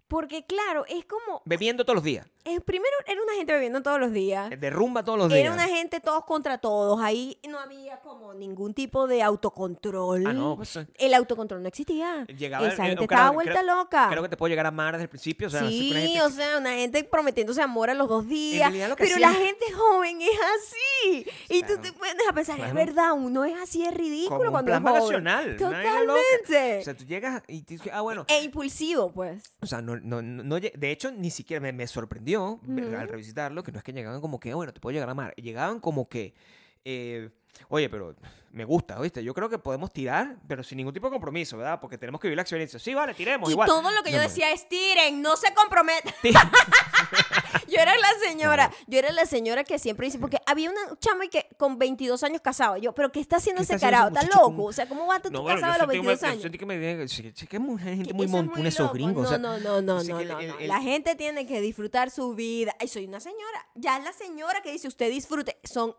Speaker 1: Porque claro, es como...
Speaker 2: Bebiendo todos los días.
Speaker 1: eh, primero era una gente bebiendo todos los días.
Speaker 2: Derrumba todos los días.
Speaker 1: Ah. Era una gente todos contra todos. Ahí no había como ningún tipo de autocontrol.
Speaker 2: Ah, no, pues, eh,
Speaker 1: El autocontrol no existía.
Speaker 2: llegaba
Speaker 1: Esa
Speaker 2: eh,
Speaker 1: gente
Speaker 2: creo-
Speaker 1: estaba vuelta
Speaker 2: creo-
Speaker 1: loca.
Speaker 2: Creo que te puedo llegar a amar desde el principio. O sea, así con la
Speaker 1: sí,
Speaker 2: gente-
Speaker 1: o sea, una gente prometiéndose amor a los dos días.
Speaker 2: realidad lo que
Speaker 1: Pero
Speaker 2: hacía-
Speaker 1: la gente joven es así. Y
Speaker 2: Claro.
Speaker 1: tú te pones a pensar, es
Speaker 2: Bueno.
Speaker 1: verdad, uno es así, es ridículo
Speaker 2: como un
Speaker 1: cuando
Speaker 2: plan
Speaker 1: es joven.
Speaker 2: vacacional. una vaina loca.
Speaker 1: Totalmente.
Speaker 2: O sea, tú llegas y dices, ah, bueno.
Speaker 1: e impulsivo, pues.
Speaker 2: O sea, no, no, no- no lle- de hecho, ni siquiera me, me sorprendió ver-
Speaker 1: Ujú.
Speaker 2: al revisitarlo, que no es que llegaban como que, "Ah, bueno, te puedo llegar a amar. Llegaban como que, eh, oye, pero me gusta, ¿oíste? Yo creo que podemos tirar, pero sin ningún tipo de compromiso, ¿verdad? Porque tenemos que vivir la experiencia. Sí, vale, tiremos
Speaker 1: Y
Speaker 2: igual.
Speaker 1: todo lo que yo
Speaker 2: No, no.
Speaker 1: decía es tiren, no se comprometan.
Speaker 2: Sí.
Speaker 1: Yo era la señora, yo era la señora que siempre dice, porque había una chama que con 22 años casaba. Yo, pero ¿qué está haciendo
Speaker 2: ¿Qué está
Speaker 1: ese carajo?
Speaker 2: haciendo ese
Speaker 1: ¿Está
Speaker 2: muchacho con-
Speaker 1: loco? O sea, ¿cómo va a estar
Speaker 2: No,
Speaker 1: tú
Speaker 2: bueno, yo
Speaker 1: casado a los
Speaker 2: sentí que me-
Speaker 1: 22
Speaker 2: yo
Speaker 1: años?
Speaker 2: sentí que me dijeron, sí, sí, que es muy- gente
Speaker 1: Que
Speaker 2: muy
Speaker 1: eso es muy
Speaker 2: montuna, esos
Speaker 1: loco.
Speaker 2: gringos.
Speaker 1: No,
Speaker 2: o sea,
Speaker 1: no, no, no,
Speaker 2: así
Speaker 1: no,
Speaker 2: que el-
Speaker 1: no,
Speaker 2: el-
Speaker 1: no.
Speaker 2: el-
Speaker 1: La gente tiene que disfrutar su vida. Ay, soy una señora. Ya la señora que dice usted disfrute. Son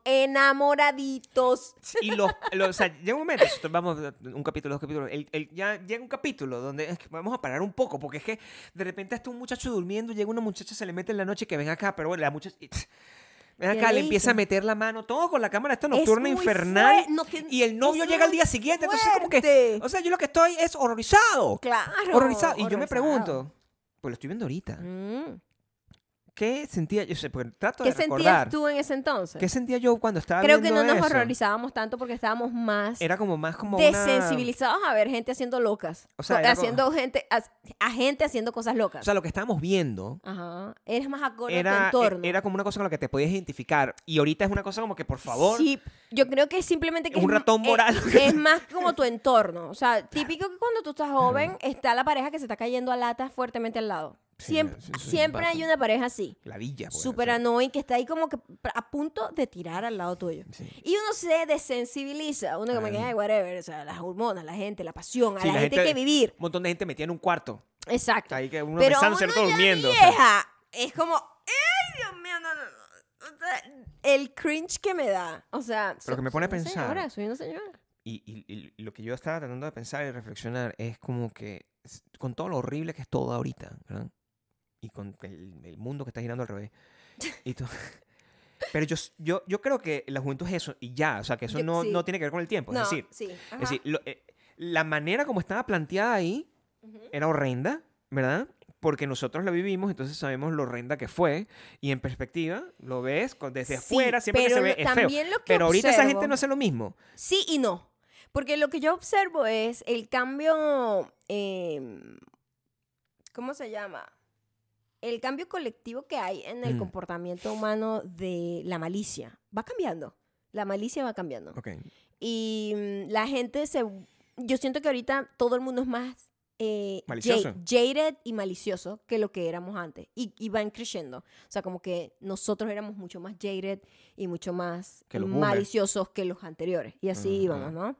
Speaker 1: enamoraditos.
Speaker 2: Y los, los- o sea, llega un momento, esto- vamos, un capítulo, dos capítulos, el- el- ya llega un capítulo donde es que vamos a parar un poco, porque es que de repente está un muchacho durmiendo, llega una muchacha, se le mete en la noche que ven acá, pero bueno, la muchacha... y, tss, Ven
Speaker 1: ¿Qué
Speaker 2: acá,
Speaker 1: le
Speaker 2: le empieza a
Speaker 1: hizo?
Speaker 2: meter la mano, todo con la cámara, esta
Speaker 1: Es
Speaker 2: nocturna
Speaker 1: muy
Speaker 2: infernal.
Speaker 1: fue- no, que-
Speaker 2: y el novio
Speaker 1: es
Speaker 2: llega al
Speaker 1: muy
Speaker 2: día siguiente, entonces como
Speaker 1: fuerte.
Speaker 2: que... O sea, yo lo que estoy es horrorizado.
Speaker 1: Claro.
Speaker 2: horrorizado. Y yo me
Speaker 1: horrorizado.
Speaker 2: pregunto, pues lo estoy viendo ahorita,
Speaker 1: Mm.
Speaker 2: ¿qué sentía yo? Sé, porque trato
Speaker 1: ¿Qué
Speaker 2: de recordar.
Speaker 1: sentías tú en ese entonces?
Speaker 2: ¿Qué sentía yo cuando estaba
Speaker 1: Creo que
Speaker 2: viendo
Speaker 1: no nos
Speaker 2: eso?
Speaker 1: horrorizábamos tanto porque estábamos más
Speaker 2: Era como más como una-
Speaker 1: desensibilizados a ver gente haciendo locas.
Speaker 2: O sea,
Speaker 1: Co-
Speaker 2: era como-
Speaker 1: haciendo gente, a, a gente haciendo cosas locas.
Speaker 2: O sea, lo que estábamos viendo
Speaker 1: Ajá. Eres más acorde a tu
Speaker 2: era, eh, e,
Speaker 1: entorno.
Speaker 2: era como una cosa con la que te podías identificar. Y ahorita es una cosa como que, por favor.
Speaker 1: Sí, yo creo que es simplemente que
Speaker 2: Un
Speaker 1: es ma-
Speaker 2: ratón
Speaker 1: eh,
Speaker 2: moral.
Speaker 1: Es, más como tu entorno. O sea, típico que cuando tú estás joven está la pareja que se está cayendo a latas fuertemente al lado.
Speaker 2: Sí,
Speaker 1: Siempre,
Speaker 2: sí, sí,
Speaker 1: siempre
Speaker 2: pasa.
Speaker 1: hay una pareja así.
Speaker 2: La villa. pues,
Speaker 1: Super
Speaker 2: o sea,
Speaker 1: annoying que está ahí como que pr- a punto de tirar al lado tuyo.
Speaker 2: Sí.
Speaker 1: Y uno se desensibiliza. Uno como que,
Speaker 2: Claro.
Speaker 1: ay, whatever. O sea, las hormonas, la gente, la pasión, a
Speaker 2: sí,
Speaker 1: la, gente, hay que vivir.
Speaker 2: Un montón de gente metida en un cuarto.
Speaker 1: Exacto.
Speaker 2: Ahí que uno
Speaker 1: Pero uno
Speaker 2: besándose, el otro
Speaker 1: ya
Speaker 2: durmiendo. o sea.
Speaker 1: vieja es como, ay, Dios mío, no, no, no. O sea, el cringe que me da. O sea,
Speaker 2: Pero
Speaker 1: so-
Speaker 2: que me pone a
Speaker 1: soy una
Speaker 2: pensar.
Speaker 1: señora, soy una señora.
Speaker 2: Y, y- y lo que yo estaba tratando de pensar y reflexionar es como que, s- con todo lo horrible que es todo ahorita, ¿verdad? Y con el, el mundo que está girando al revés. Y todo. Pero yo, s- yo, yo creo que la juventud es eso y ya, o sea, que eso
Speaker 1: Yo-
Speaker 2: no,
Speaker 1: sí.
Speaker 2: no tiene que ver con el tiempo.
Speaker 1: no,
Speaker 2: es decir,
Speaker 1: sí. ajá.
Speaker 2: Es decir, lo- eh, la manera como estaba planteada ahí
Speaker 1: Ujú.
Speaker 2: era horrenda, ¿verdad? Porque nosotros la vivimos, entonces sabemos lo horrenda que fue. Y en perspectiva, lo ves con- desde
Speaker 1: Sí,
Speaker 2: afuera, siempre que se
Speaker 1: pero
Speaker 2: ve
Speaker 1: lo-
Speaker 2: es feo.
Speaker 1: también lo que
Speaker 2: Pero ahorita esa gente
Speaker 1: observo-
Speaker 2: no hace lo mismo.
Speaker 1: Sí y no. Porque lo que yo observo es el cambio. eh, ¿Cómo se llama? El cambio colectivo que hay en el
Speaker 2: Mm.
Speaker 1: comportamiento humano de la malicia. Va cambiando. La malicia va cambiando. Y mm, la gente se. Yo siento que ahorita todo el mundo es más. eh, ja-
Speaker 2: Malicioso.
Speaker 1: jaded y malicioso que lo que éramos antes y, y van creciendo o sea como que nosotros éramos mucho más jaded y mucho más
Speaker 2: Que los boomers.
Speaker 1: maliciosos que los anteriores y así
Speaker 2: Ajá.
Speaker 1: íbamos no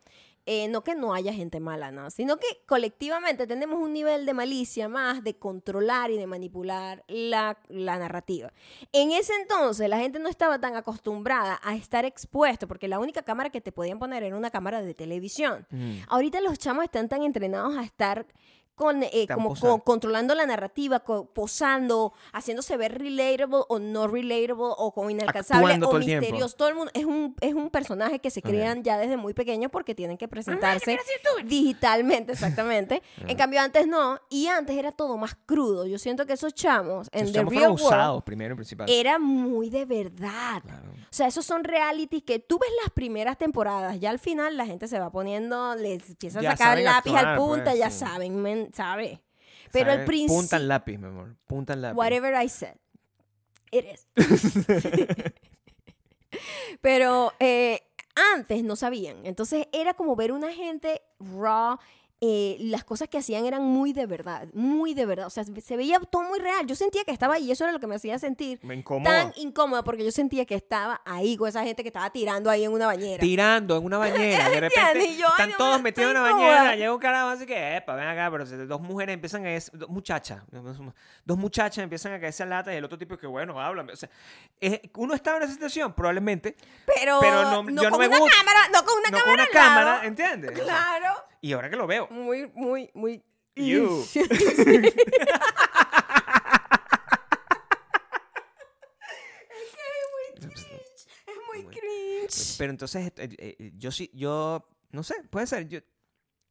Speaker 1: Eh, no que no haya gente mala no sino que colectivamente tenemos un nivel de malicia más de controlar y de manipular la, la narrativa en ese entonces la gente no estaba tan acostumbrada a estar expuesto porque la única cámara que te podían poner era una cámara de televisión.
Speaker 2: mm.
Speaker 1: Ahorita los chamos están tan entrenados a estar con, eh,
Speaker 2: Tan
Speaker 1: como
Speaker 2: posando.
Speaker 1: co- controlando la narrativa, co- posando, haciéndose ver relatable o no relatable o como inalcanzable
Speaker 2: Actuando
Speaker 1: o
Speaker 2: todo el tiempo.
Speaker 1: misterioso. Todo el mundo es un, es un personaje que se
Speaker 2: Ok.
Speaker 1: crean ya desde muy pequeños porque tienen que presentarse digitalmente, exactamente. en cambio, antes no. Y antes era todo más crudo. Yo siento que esos chamos en The
Speaker 2: Estamos
Speaker 1: Real World eh,
Speaker 2: abusados primero y principal.
Speaker 1: era muy de verdad.
Speaker 2: Claro.
Speaker 1: O sea, esos son realities que tú ves las primeras temporadas, ya al final la gente se va poniendo, les empieza a
Speaker 2: Ya
Speaker 1: sacar
Speaker 2: saben
Speaker 1: lápiz al
Speaker 2: actuar,
Speaker 1: punta,
Speaker 2: pues,
Speaker 1: ya
Speaker 2: sí.
Speaker 1: saben, men, sabe. Pero al
Speaker 2: ¿Sabes? Punta
Speaker 1: principio,
Speaker 2: al lápiz, mi amor. Punta al lápiz.
Speaker 1: whatever I said, it is. Pero eh, antes no sabían, entonces era como ver una gente raw. eh, las cosas que hacían eran muy de verdad, muy de verdad. O sea, se veía todo muy real. Yo sentía que estaba ahí y eso era lo que me hacía sentir
Speaker 2: Me incomoda.
Speaker 1: tan incómoda porque yo sentía que estaba ahí con esa gente que estaba tirando ahí en una bañera.
Speaker 2: Tirando en una bañera. De repente
Speaker 1: Y yo, ay, Dios
Speaker 2: están
Speaker 1: mío,
Speaker 2: todos metidos en una
Speaker 1: estoy incómoda.
Speaker 2: bañera. Llega un carajo así que, epa, ven acá, pero se- dos mujeres empiezan a es- dos muchachas, dos muchachas empiezan a caerse a lata y el otro tipo que bueno, háblame. O sea, es- uno estaba en esa situación, probablemente,
Speaker 1: pero,
Speaker 2: pero no- yo no
Speaker 1: con
Speaker 2: me
Speaker 1: una
Speaker 2: gusta.
Speaker 1: cámara, no con una
Speaker 2: no con
Speaker 1: cámara.
Speaker 2: una
Speaker 1: al lado.
Speaker 2: cámara, ¿entiendes? O sea,
Speaker 1: Claro. Mm.
Speaker 2: y ahora que lo veo,
Speaker 1: Muy, muy, muy.
Speaker 2: You.
Speaker 1: Sí. Es muy cringe.
Speaker 2: Pero entonces, eh, eh, eh, yo sí, yo, no sé, puede ser. Yo,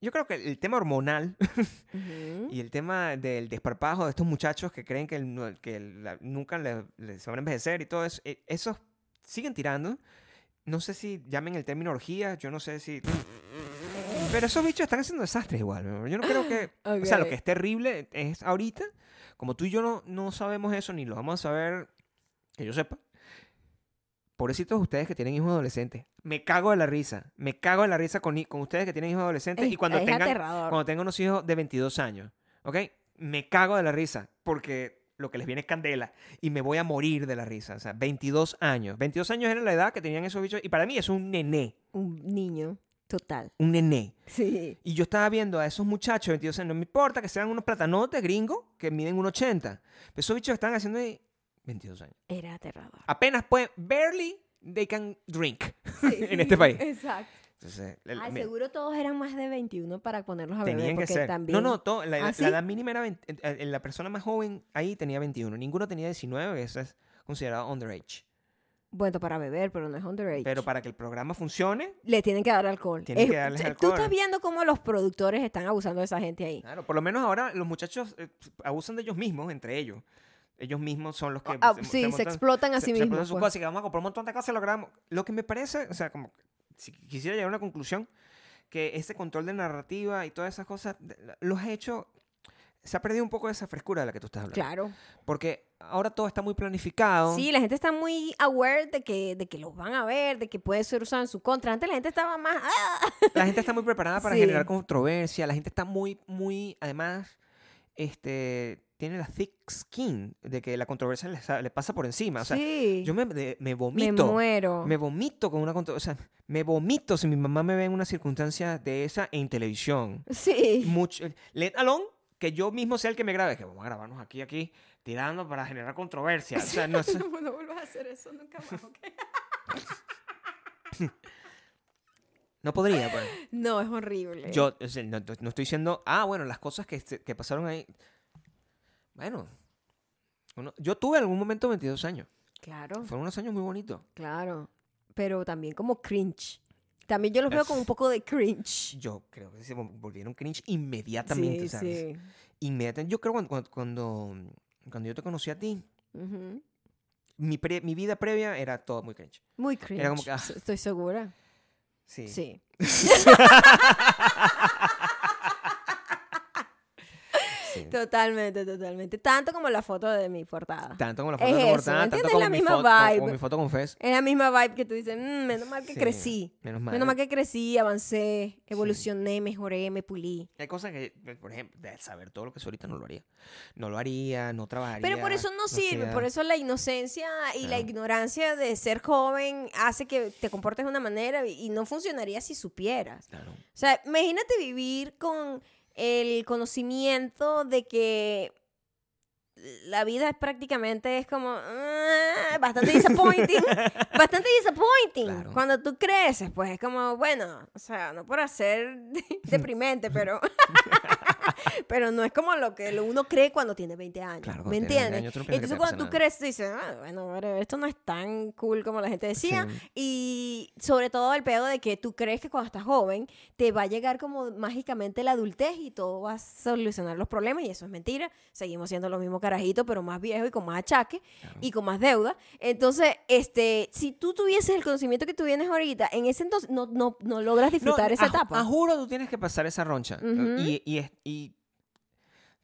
Speaker 2: yo creo que el tema hormonal
Speaker 1: Ujú.
Speaker 2: y el tema del desparpajo de estos muchachos que creen que, el nu- que el- la- nunca le- le- se van a envejecer y todo eso, eh, esos siguen tirando. No sé si llamen el término orgía, yo no sé si... Pero esos bichos están haciendo desastres igual. mi amor. Yo no creo que... O sea, lo
Speaker 1: Ok.
Speaker 2: que es terrible es ahorita, como tú y yo no, no sabemos eso, ni lo vamos a saber, que yo sepa. Pobrecitos ustedes que tienen hijos adolescentes. Me cago de la risa. Me cago de la risa con, ni- con ustedes que tienen hijos adolescentes.
Speaker 1: Es-
Speaker 2: y cuando
Speaker 1: es
Speaker 2: tengan,
Speaker 1: aterrador.
Speaker 2: cuando tengo unos hijos de 22 años, ¿ok? Me cago de la risa porque lo que les viene es candela y me voy a morir de la risa. O sea, 22 años. 22 años era la edad que tenían esos bichos y para mí es un nené,
Speaker 1: Un niño. Total.
Speaker 2: un nené.
Speaker 1: Sí.
Speaker 2: Y yo estaba viendo a esos muchachos de 22 años, no me importa que sean unos platanotes gringos que miden 1,80. Pero esos bichos están haciendo ahí 22 años.
Speaker 1: Era aterrador.
Speaker 2: Apenas pueden, barely they can drink en este país.
Speaker 1: Exacto.
Speaker 2: Entonces, el-
Speaker 1: Al
Speaker 2: mira,
Speaker 1: seguro todos eran más de 21 para ponerlos a beber.
Speaker 2: Tenían que
Speaker 1: porque
Speaker 2: ser.
Speaker 1: También...
Speaker 2: No, no, todo- la,
Speaker 1: ¿Ah,
Speaker 2: la- la
Speaker 1: sí?
Speaker 2: edad mínima era 20 eh, eh, la persona más joven ahí tenía 21. Ninguno tenía 19, eso es considerado underage.
Speaker 1: Bueno, para beber, pero no es underage.
Speaker 2: Pero para que el programa funcione,
Speaker 1: Le tienen que dar alcohol. eh,
Speaker 2: Tienen que darles
Speaker 1: Tú
Speaker 2: alcohol.
Speaker 1: estás viendo cómo los productores están abusando de esa gente ahí.
Speaker 2: claro, por lo menos ahora los muchachos eh, abusan de ellos mismos, entre ellos. Ellos mismos son los que
Speaker 1: Ah,
Speaker 2: pues, se-
Speaker 1: sí, se,
Speaker 2: se montan-
Speaker 1: explotan a
Speaker 2: se-
Speaker 1: sí
Speaker 2: se
Speaker 1: mismos.
Speaker 2: ponen sus
Speaker 1: pues.
Speaker 2: cosas y que vamos a comprar un montón de cosas y lo grabamos. Lo que me parece, o sea, como que si quisiera llegar a una conclusión, que ese control de narrativa y todas esas cosas, de- la- los he hecho, se ha perdido un poco esa frescura de la que tú estás hablando.
Speaker 1: Claro.
Speaker 2: Porque ahora todo está muy planificado.
Speaker 1: Sí, la gente está muy aware de que, de que los van a ver, de que puede ser usado en su contra. Antes la gente estaba más. "Ah".
Speaker 2: La gente está muy preparada para
Speaker 1: Sí.
Speaker 2: generar controversia. La gente está muy, muy, además, este, tiene la thick skin de que la controversia le, sa- le pasa por encima. O sea,
Speaker 1: sí.
Speaker 2: yo me, de- me
Speaker 1: me
Speaker 2: vomito. Me,
Speaker 1: muero.
Speaker 2: vomito con una controversia. O sea, me vomito si mi mamá me ve en una circunstancia de esa en televisión.
Speaker 1: Sí.
Speaker 2: Mucho, let alone que yo mismo sea el que me grabe. Que vamos a grabarnos aquí, aquí, tirando para generar controversia. O sea, no sé.
Speaker 1: No, vuelvas a hacer eso nunca más, ¿ok?
Speaker 2: No podría, pues.
Speaker 1: No, es horrible.
Speaker 2: Yo o sea, no, no- no estoy diciendo, ah, bueno, las cosas que, se- que pasaron ahí. Bueno, uno- yo tuve en algún momento 22 años.
Speaker 1: Claro,
Speaker 2: Fueron unos años muy bonitos.
Speaker 1: claro. Pero también como cringe. También yo los veo con un poco de cringe.
Speaker 2: Yo creo que se vol- volvieron cringe inmediatamente.
Speaker 1: sí,
Speaker 2: ¿sabes?
Speaker 1: sí.
Speaker 2: Inmediatamente. Yo creo cuando, cuando, cuando, cuando yo te conocí a ti,
Speaker 1: Ujú.
Speaker 2: mi, pre- mi vida previa era todo muy cringe.
Speaker 1: Muy cringe.
Speaker 2: Era como que, ah.
Speaker 1: s- Estoy segura.
Speaker 2: Sí.
Speaker 1: Sí.
Speaker 2: sí.
Speaker 1: Totalmente, totalmente. Tanto como la foto de mi portada.
Speaker 2: Tanto como la
Speaker 1: Es
Speaker 2: foto de
Speaker 1: eso,
Speaker 2: Bordán,
Speaker 1: ¿me
Speaker 2: tanto
Speaker 1: entiendes?
Speaker 2: como,
Speaker 1: La
Speaker 2: mi
Speaker 1: misma
Speaker 2: foto, como-
Speaker 1: vibe.
Speaker 2: como mi foto con Fez.
Speaker 1: Es la misma vibe que tú dices, "Mm, menos mal que
Speaker 2: Sí,
Speaker 1: crecí.
Speaker 2: Menos mal.
Speaker 1: Menos mal que crecí, avancé, evolucioné, mejoré, me pulí.
Speaker 2: Hay cosas que, eh, por ejemplo, de saber todo lo que soy ahorita no lo haría. No lo haría, no trabajaría.
Speaker 1: Pero por eso no sirve,
Speaker 2: hacía-
Speaker 1: por eso la inocencia y la
Speaker 2: Claro.
Speaker 1: ignorancia de ser joven hace que te comportes de una manera y y no funcionaría si supieras.
Speaker 2: Claro.
Speaker 1: O sea, imagínate vivir con el conocimiento de que la vida es prácticamente es como "Ah, bastante disappointing, bastante disappointing.
Speaker 2: Claro.
Speaker 1: Cuando tú creces, pues es como, bueno, o sea, no por hacer deprimente, pero pero no es como lo que lo uno cree cuando tiene 20 años,
Speaker 2: Claro, cuando
Speaker 1: ¿me
Speaker 2: tienes 20
Speaker 1: entiendes?
Speaker 2: años tú no piensas que
Speaker 1: Entonces
Speaker 2: te va a
Speaker 1: cuando tú
Speaker 2: pasar
Speaker 1: creces dices, "Ah, bueno, whatever, esto no es tan cool como la gente decía
Speaker 2: Sí.
Speaker 1: y sobre todo el pedo de que tú crees que cuando estás joven te va a llegar como mágicamente la adultez y todo va a solucionar los problemas y eso es mentira. Seguimos siendo los mismos carajitos, pero más viejos y con más achaques y con más deuda. Entonces, este, si tú tuvieses el conocimiento que tú tienes ahorita, en ese entonces no, no, no logras disfrutar
Speaker 2: No,
Speaker 1: esa
Speaker 2: a ju-
Speaker 1: etapa.
Speaker 2: A juro, tú tienes que pasar esa roncha.
Speaker 1: Ujú.
Speaker 2: Y, y, es- y-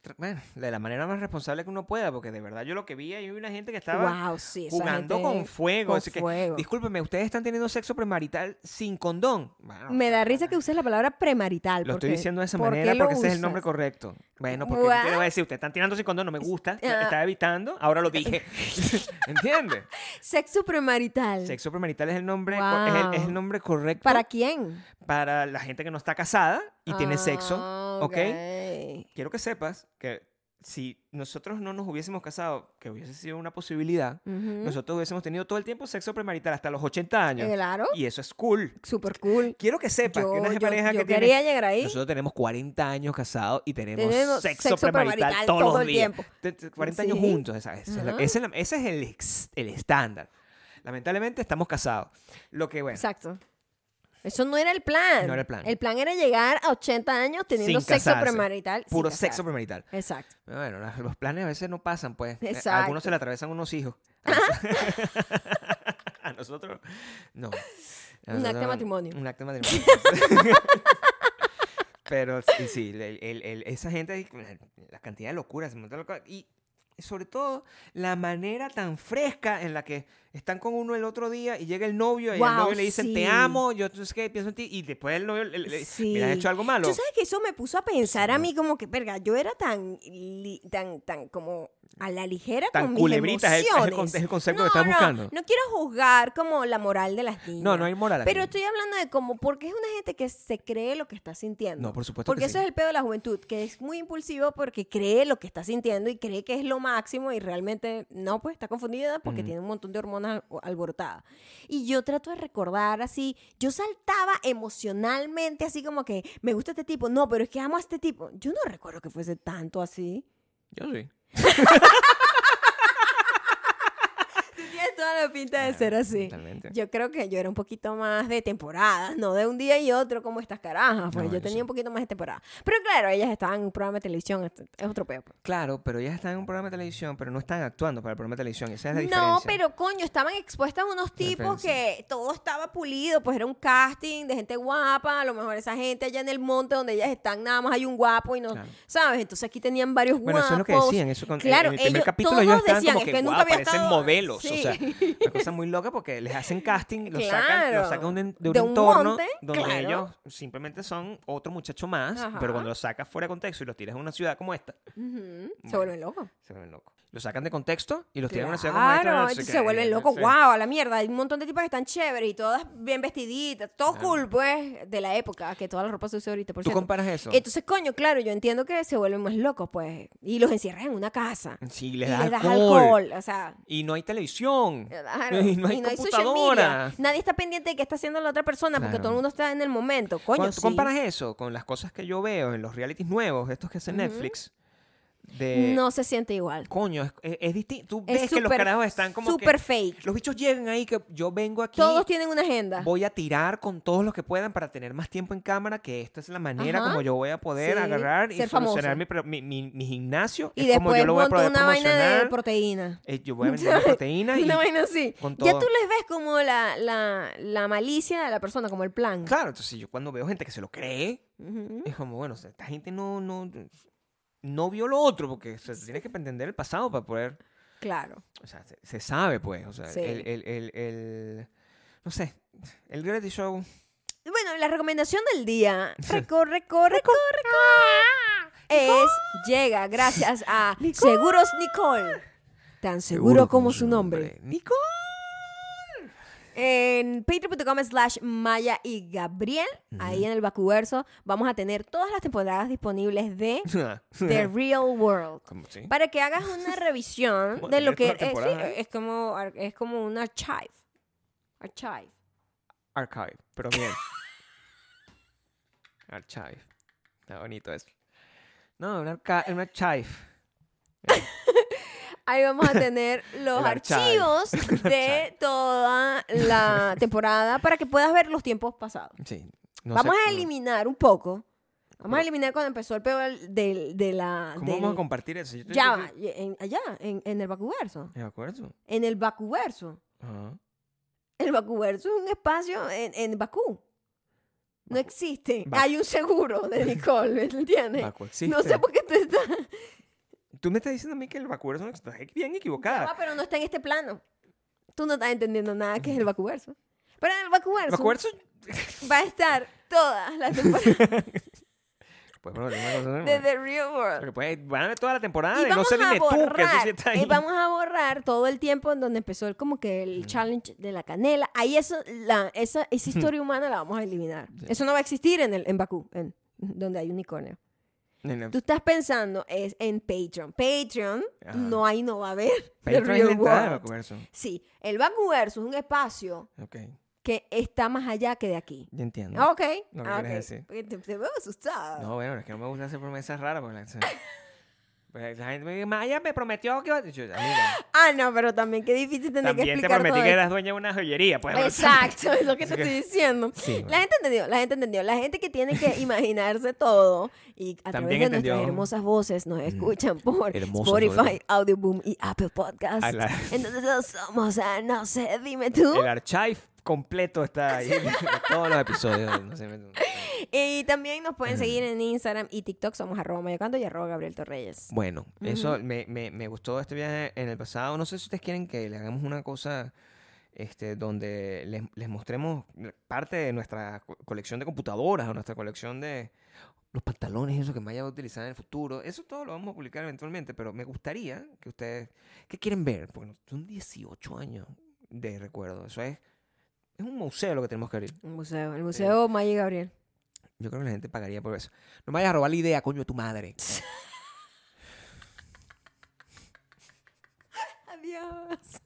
Speaker 2: tra- bueno, de la manera más responsable que uno pueda, porque de verdad yo lo que vi, ahí una gente que estaba
Speaker 1: wow, sí, esa
Speaker 2: jugando
Speaker 1: gente-
Speaker 2: con fuego.
Speaker 1: con
Speaker 2: así que,
Speaker 1: fuego.
Speaker 2: discúlpeme, ustedes están teniendo sexo premarital sin condón. Bueno,
Speaker 1: Me da risa que uses la palabra premarital.
Speaker 2: Lo estoy
Speaker 1: porque-
Speaker 2: diciendo de esa
Speaker 1: ¿por qué
Speaker 2: manera
Speaker 1: lo
Speaker 2: porque ese es el nombre
Speaker 1: usas?
Speaker 2: correcto. Bueno, porque
Speaker 1: What?
Speaker 2: yo te voy a decir, ustedes están tirando sin condón, no me gusta, lo
Speaker 1: Ah.
Speaker 2: estaba evitando, ahora lo dije. ¿Entiendes?
Speaker 1: Sexo premarital.
Speaker 2: Sexo premarital es el nombre, co- es, el, es el
Speaker 1: Wow.
Speaker 2: nombre correcto
Speaker 1: ¿Para
Speaker 2: para,
Speaker 1: quién?
Speaker 2: la gente que no está casada y tiene sexo.
Speaker 1: Ah,
Speaker 2: ¿ok? Quiero que sepas que si nosotros no nos hubiésemos casado, que hubiese sido una posibilidad,
Speaker 1: Ujú. Eh,
Speaker 2: nosotros hubiésemos tenido todo el tiempo sexo premarital hasta los 80 años.
Speaker 1: Claro,
Speaker 2: Y eso es cool.
Speaker 1: super cool.
Speaker 2: Quiero que sepas
Speaker 1: Yo,
Speaker 2: que una
Speaker 1: yo-
Speaker 2: pareja
Speaker 1: yo
Speaker 2: que tiene
Speaker 1: quería llegar ahí.
Speaker 2: Nosotros tenemos 40 años casados y tenemos,
Speaker 1: ¿Eh? Tenemos
Speaker 2: sexo,
Speaker 1: sexo
Speaker 2: premarital,
Speaker 1: premarital
Speaker 2: todos
Speaker 1: todo
Speaker 2: los
Speaker 1: el
Speaker 2: días.
Speaker 1: tiempo.
Speaker 2: Te- te- 40
Speaker 1: Sí.
Speaker 2: años juntos, ¿sabes? Esa es la-
Speaker 1: Ajá.
Speaker 2: esa es la- Ese es el, ex- el estándar. La Lamentablemente estamos casados. Lo que bueno.
Speaker 1: Exacto. Eso no era el plan.
Speaker 2: No era el plan.
Speaker 1: El plan era llegar a 80 años teniendo
Speaker 2: Sin
Speaker 1: sexo
Speaker 2: casarse.
Speaker 1: premarital. sin
Speaker 2: Puro
Speaker 1: casarse.
Speaker 2: sexo premarital.
Speaker 1: Exacto.
Speaker 2: Bueno, las- los planes a veces no pasan, pues. Eh,
Speaker 1: Exacto.
Speaker 2: A algunos se le atravesan unos hijos. A nosotros, a nosotros, no. A
Speaker 1: Un acto de
Speaker 2: nosotros,
Speaker 1: matrimonio.
Speaker 2: Un acto de matrimonio. pues. Pero sí, sí, el- el- el- esa gente, la cantidad de locuras, un montón de locuras. y sobre todo la manera tan fresca en la que están con uno el otro día y llega el novio y al
Speaker 1: Guau,
Speaker 2: novio le dicen
Speaker 1: sí.
Speaker 2: te amo, yo tú sabes que pienso en ti y después el novio le, le- mira, has
Speaker 1: Sí.
Speaker 2: hecho algo malo.
Speaker 1: Tú sabes que eso me puso a pensar
Speaker 2: Sí,
Speaker 1: a
Speaker 2: no.
Speaker 1: mí como que, verga, yo era tan, li- tan, tan como a la ligera
Speaker 2: Tan
Speaker 1: con
Speaker 2: culebrita es el-
Speaker 1: mis
Speaker 2: es el
Speaker 1: emociones.
Speaker 2: con- es el concepto
Speaker 1: No,
Speaker 2: que estás
Speaker 1: no,
Speaker 2: buscando.
Speaker 1: No quiero juzgar como la moral de las niñas.
Speaker 2: no, no hay moral.
Speaker 1: Pero
Speaker 2: aquí.
Speaker 1: estoy hablando de como, porque es una gente que se cree lo que está sintiendo.
Speaker 2: No, por supuesto
Speaker 1: Porque
Speaker 2: que
Speaker 1: eso
Speaker 2: sí.
Speaker 1: es el pedo de la juventud, que es muy impulsivo porque cree lo que está sintiendo y cree que es lo máximo y realmente no, pues está confundida porque
Speaker 2: Ujú.
Speaker 1: tiene un montón de hormonas al- alborotadas. Y yo trato de recordar así, yo saltaba emocionalmente así como que me gusta este tipo, no, pero es que amo a este tipo. Yo no recuerdo que fuese tanto así.
Speaker 2: Yo sí.
Speaker 1: Tienes toda la pinta de
Speaker 2: Ah,
Speaker 1: ser así.
Speaker 2: totalmente.
Speaker 1: Yo creo que yo era un poquito más de temporadas, no de un día y otro como estas carajas, pues
Speaker 2: No,
Speaker 1: yo
Speaker 2: yo
Speaker 1: tenía
Speaker 2: sí.
Speaker 1: un poquito más de temporada. Pero claro, ellas estaban en un programa de televisión, esto- es otro peo. pues.
Speaker 2: Claro, pero ellas están en un programa de televisión, pero no están actuando para el programa de televisión. Esa es la diferencia.
Speaker 1: No, pero coño, estaban expuestas a unos tipos
Speaker 2: diferencia.
Speaker 1: que todo estaba pulido, pues era un casting de gente guapa, a lo mejor esa gente allá en el monte donde ellas están, nada más hay un guapo y no,
Speaker 2: Claro.
Speaker 1: ¿sabes? Entonces aquí tenían varios
Speaker 2: Bueno, eso es lo
Speaker 1: guapos.
Speaker 2: que decían. Eso con, eh,
Speaker 1: claro,
Speaker 2: en el primer
Speaker 1: ellos-
Speaker 2: capítulo ellos
Speaker 1: todos
Speaker 2: estaban
Speaker 1: decían,
Speaker 2: como
Speaker 1: es
Speaker 2: que,
Speaker 1: que nunca
Speaker 2: "Guau,
Speaker 1: había
Speaker 2: parecen
Speaker 1: estado".
Speaker 2: modelos. O
Speaker 1: Sí.
Speaker 2: sea, una cosa muy loca porque les hacen casting, los sacan, los
Speaker 1: Claro.
Speaker 2: sacan de un- de un
Speaker 1: De un
Speaker 2: entorno
Speaker 1: monte,
Speaker 2: donde
Speaker 1: claro.
Speaker 2: ellos simplemente son otro muchacho más,
Speaker 1: Ajá.
Speaker 2: pero cuando los sacas fuera de contexto y los tiras en una ciudad como esta,
Speaker 1: Ujú, Se vuelven locos.
Speaker 2: se vuelven locos. Los sacan de contexto y los tiran en una ciudad como esta.
Speaker 1: Claro,
Speaker 2: no sé
Speaker 1: entonces
Speaker 2: qué,
Speaker 1: se vuelven
Speaker 2: eh,
Speaker 1: locos.
Speaker 2: sí.
Speaker 1: Wow, a la mierda. Hay un montón de tipas que están chéveres y todas bien vestiditas. Todo
Speaker 2: Claro.
Speaker 1: cool, pues, de la época, que toda la ropa se usa ahorita, por
Speaker 2: ¿Tú
Speaker 1: cierto.
Speaker 2: comparas eso?
Speaker 1: Entonces, coño, claro, yo entiendo que se vuelven más locos, pues. Y los encierran en una casa.
Speaker 2: Sí,
Speaker 1: y
Speaker 2: les
Speaker 1: les
Speaker 2: das
Speaker 1: das
Speaker 2: alcohol.
Speaker 1: alcohol. O sea,
Speaker 2: Y no hay televisión.
Speaker 1: claro.
Speaker 2: Y no hay
Speaker 1: social
Speaker 2: computadora.
Speaker 1: media. Nadie está pendiente de qué está haciendo la otra persona porque
Speaker 2: Claro.
Speaker 1: todo el mundo está en el momento. Coño,
Speaker 2: Cuando tú
Speaker 1: sí.
Speaker 2: comparas eso con las cosas que yo veo en los realities nuevos, estos que hace Netflix, de...
Speaker 1: No se siente igual.
Speaker 2: Coño, es, e-, es- es distinto. Tú
Speaker 1: Es
Speaker 2: ves que los
Speaker 1: súper-
Speaker 2: carajos están como
Speaker 1: súper
Speaker 2: que...
Speaker 1: fake.
Speaker 2: Los bichos llegan ahí que yo vengo aquí,
Speaker 1: Todos tienen una agenda.
Speaker 2: voy a tirar con todos los que puedan para tener más tiempo en cámara, que esta es la manera
Speaker 1: Ajá.
Speaker 2: como yo voy a poder
Speaker 1: Sí,
Speaker 2: agarrar y
Speaker 1: ser famoso.
Speaker 2: solucionar mi, pro- mi, mi- mi gimnasio.
Speaker 1: Y
Speaker 2: es como
Speaker 1: después
Speaker 2: yo lo voy a
Speaker 1: monta
Speaker 2: poder
Speaker 1: una vaina de
Speaker 2: promocionar.
Speaker 1: proteína.
Speaker 2: Eh, yo voy a vender mi proteína y...
Speaker 1: Una vaina así.
Speaker 2: con
Speaker 1: Ya
Speaker 2: todo.
Speaker 1: tú les ves como la, la, la malicia de la persona, como el plan.
Speaker 2: Claro, entonces yo cuando veo gente que se lo cree,
Speaker 1: Ujú.
Speaker 2: Es como, bueno, o sea, esta gente no, no, no vio lo otro, porque se tiene que entender el pasado para poder.
Speaker 1: Claro.
Speaker 2: O sea, se, se sabe, pues. O sea,
Speaker 1: Sí.
Speaker 2: el, el- el- el- No sé. El reality show.
Speaker 1: Bueno, la recomendación del día, recorre, corre, corre, corre, es llega gracias a
Speaker 2: Nicole.
Speaker 1: Seguros Nicole. Tan seguro como su nombre.
Speaker 2: Nico.
Speaker 1: En patreon.com slash Maya y Gabriel, ahí en el Bacuverso, vamos a tener todas las temporadas disponibles de The Real World.
Speaker 2: Como, sí.
Speaker 1: Para que hagas una revisión
Speaker 2: Vamos a
Speaker 1: de lo
Speaker 2: tener
Speaker 1: que
Speaker 2: toda
Speaker 1: es,
Speaker 2: la temporada,
Speaker 1: sí,
Speaker 2: ¿eh?
Speaker 1: es como ar- es como un archive. Archive.
Speaker 2: Archive, pero bien. archive. Está bonito eso. No, un, arca- un archive.
Speaker 1: Ahí vamos a tener los
Speaker 2: El archive.
Speaker 1: archivos de toda la temporada para que puedas ver los tiempos pasados.
Speaker 2: Sí. no
Speaker 1: vamos
Speaker 2: sé-
Speaker 1: a eliminar un poco. Vamos a
Speaker 2: Pero-
Speaker 1: eliminar cuando empezó el peor de, de la.
Speaker 2: ¿Cómo
Speaker 1: del-
Speaker 2: vamos a compartir eso? Yo te-
Speaker 1: ya
Speaker 2: yo-
Speaker 1: va, y- en- allá, en, en el Bacuverso.
Speaker 2: ¿De acuerdo? Ah,
Speaker 1: En el Bacuverso.
Speaker 2: Ajá.
Speaker 1: El Bacuverso es un espacio en, en Bakú. No existe.
Speaker 2: Ba-
Speaker 1: Hay un seguro de Nicole, ¿me entiendes?
Speaker 2: Baco
Speaker 1: Eh, No
Speaker 2: pues, existe.
Speaker 1: sé por qué tú estás.
Speaker 2: Tú me estás diciendo a mí que el vacuverso no está bien equivocada.
Speaker 1: Ah, pero no está en este plano. Tú no estás entendiendo nada
Speaker 2: Mm.
Speaker 1: que es el vacuverso. Pero en el vacuverso
Speaker 2: El vacuverso.
Speaker 1: va a estar todas las temporadas
Speaker 2: Pues, bueno, una cosa normal.
Speaker 1: de The Real World.
Speaker 2: Porque puede- van a ver toda la temporada
Speaker 1: Y
Speaker 2: y no
Speaker 1: vamos
Speaker 2: se
Speaker 1: a
Speaker 2: dime tú que eso
Speaker 1: borrar,
Speaker 2: sí está
Speaker 1: y
Speaker 2: ahí.
Speaker 1: vamos a borrar todo el tiempo en donde empezó el, como que
Speaker 2: Mm.
Speaker 1: el challenge de la canela. Ahí eso, la, esa, esa historia humana la vamos a eliminar. Eso no va a existir en, el, en Bakú, en, donde hay unicornio.
Speaker 2: No, no,
Speaker 1: Tú estás pensando es en Patreon. Patreon,
Speaker 2: Ajá.
Speaker 1: no ahí no va a haber The
Speaker 2: Patreon ah, es la
Speaker 1: Real
Speaker 2: entrada del
Speaker 1: World.
Speaker 2: vacuverso.
Speaker 1: Sí, el vacuverso es un espacio
Speaker 2: Ok,
Speaker 1: que está más allá que de aquí.
Speaker 2: ya entiendo.
Speaker 1: Ah, ok.
Speaker 2: Lo que
Speaker 1: ah,
Speaker 2: quieres
Speaker 1: ok.
Speaker 2: decir.
Speaker 1: Porque Te, te veo asustada.
Speaker 2: No, bueno, es que no me gusta hacer promesas raras. Porque la- Pues La gente me dice, Maya me prometió que iba a... Yo, amiga,
Speaker 1: Ah, no, pero también qué difícil tener que
Speaker 2: también te
Speaker 1: explicar
Speaker 2: prometí
Speaker 1: todo
Speaker 2: que
Speaker 1: esto.
Speaker 2: eras dueña de una joyería. Pues,
Speaker 1: Exacto, es lo que te
Speaker 2: Así que-
Speaker 1: estoy diciendo.
Speaker 2: Sí, bueno.
Speaker 1: La gente entendió, la gente entendió. La gente que tiene que imaginarse todo y a través
Speaker 2: También
Speaker 1: de
Speaker 2: entendió. Mm.
Speaker 1: nuestras hermosas voces nos escuchan por
Speaker 2: Hermosos,
Speaker 1: Spotify,
Speaker 2: ¿no?
Speaker 1: Audioboom y Apple Podcast.
Speaker 2: A la-
Speaker 1: Entonces somos, ah, no sé, dime tú.
Speaker 2: El archive completo está ahí. todos los episodios. no sé, me-
Speaker 1: Y también nos pueden seguir en Instagram y TikTok. Somos arroba mayocanto y arroba Gabriel Torreyes.
Speaker 2: Bueno, eso me, me, me gustó este viaje en el pasado. No sé si ustedes quieren que le hagamos una cosa este, donde les, les mostremos parte de nuestra co- colección de computadoras o nuestra colección de los pantalones, eso que Maya va a utilizar en el futuro. Eso todo lo vamos a publicar eventualmente, pero me gustaría que ustedes... ¿Qué quieren ver? Bueno, son 18 años de recuerdo. Eso es... Es un museo lo que tenemos que abrir.
Speaker 1: Un museo, el museo Maya y Gabriel.
Speaker 2: Yo creo que la gente pagaría por eso. No me vayas a robar la idea, coño, de tu madre.
Speaker 1: Adiós.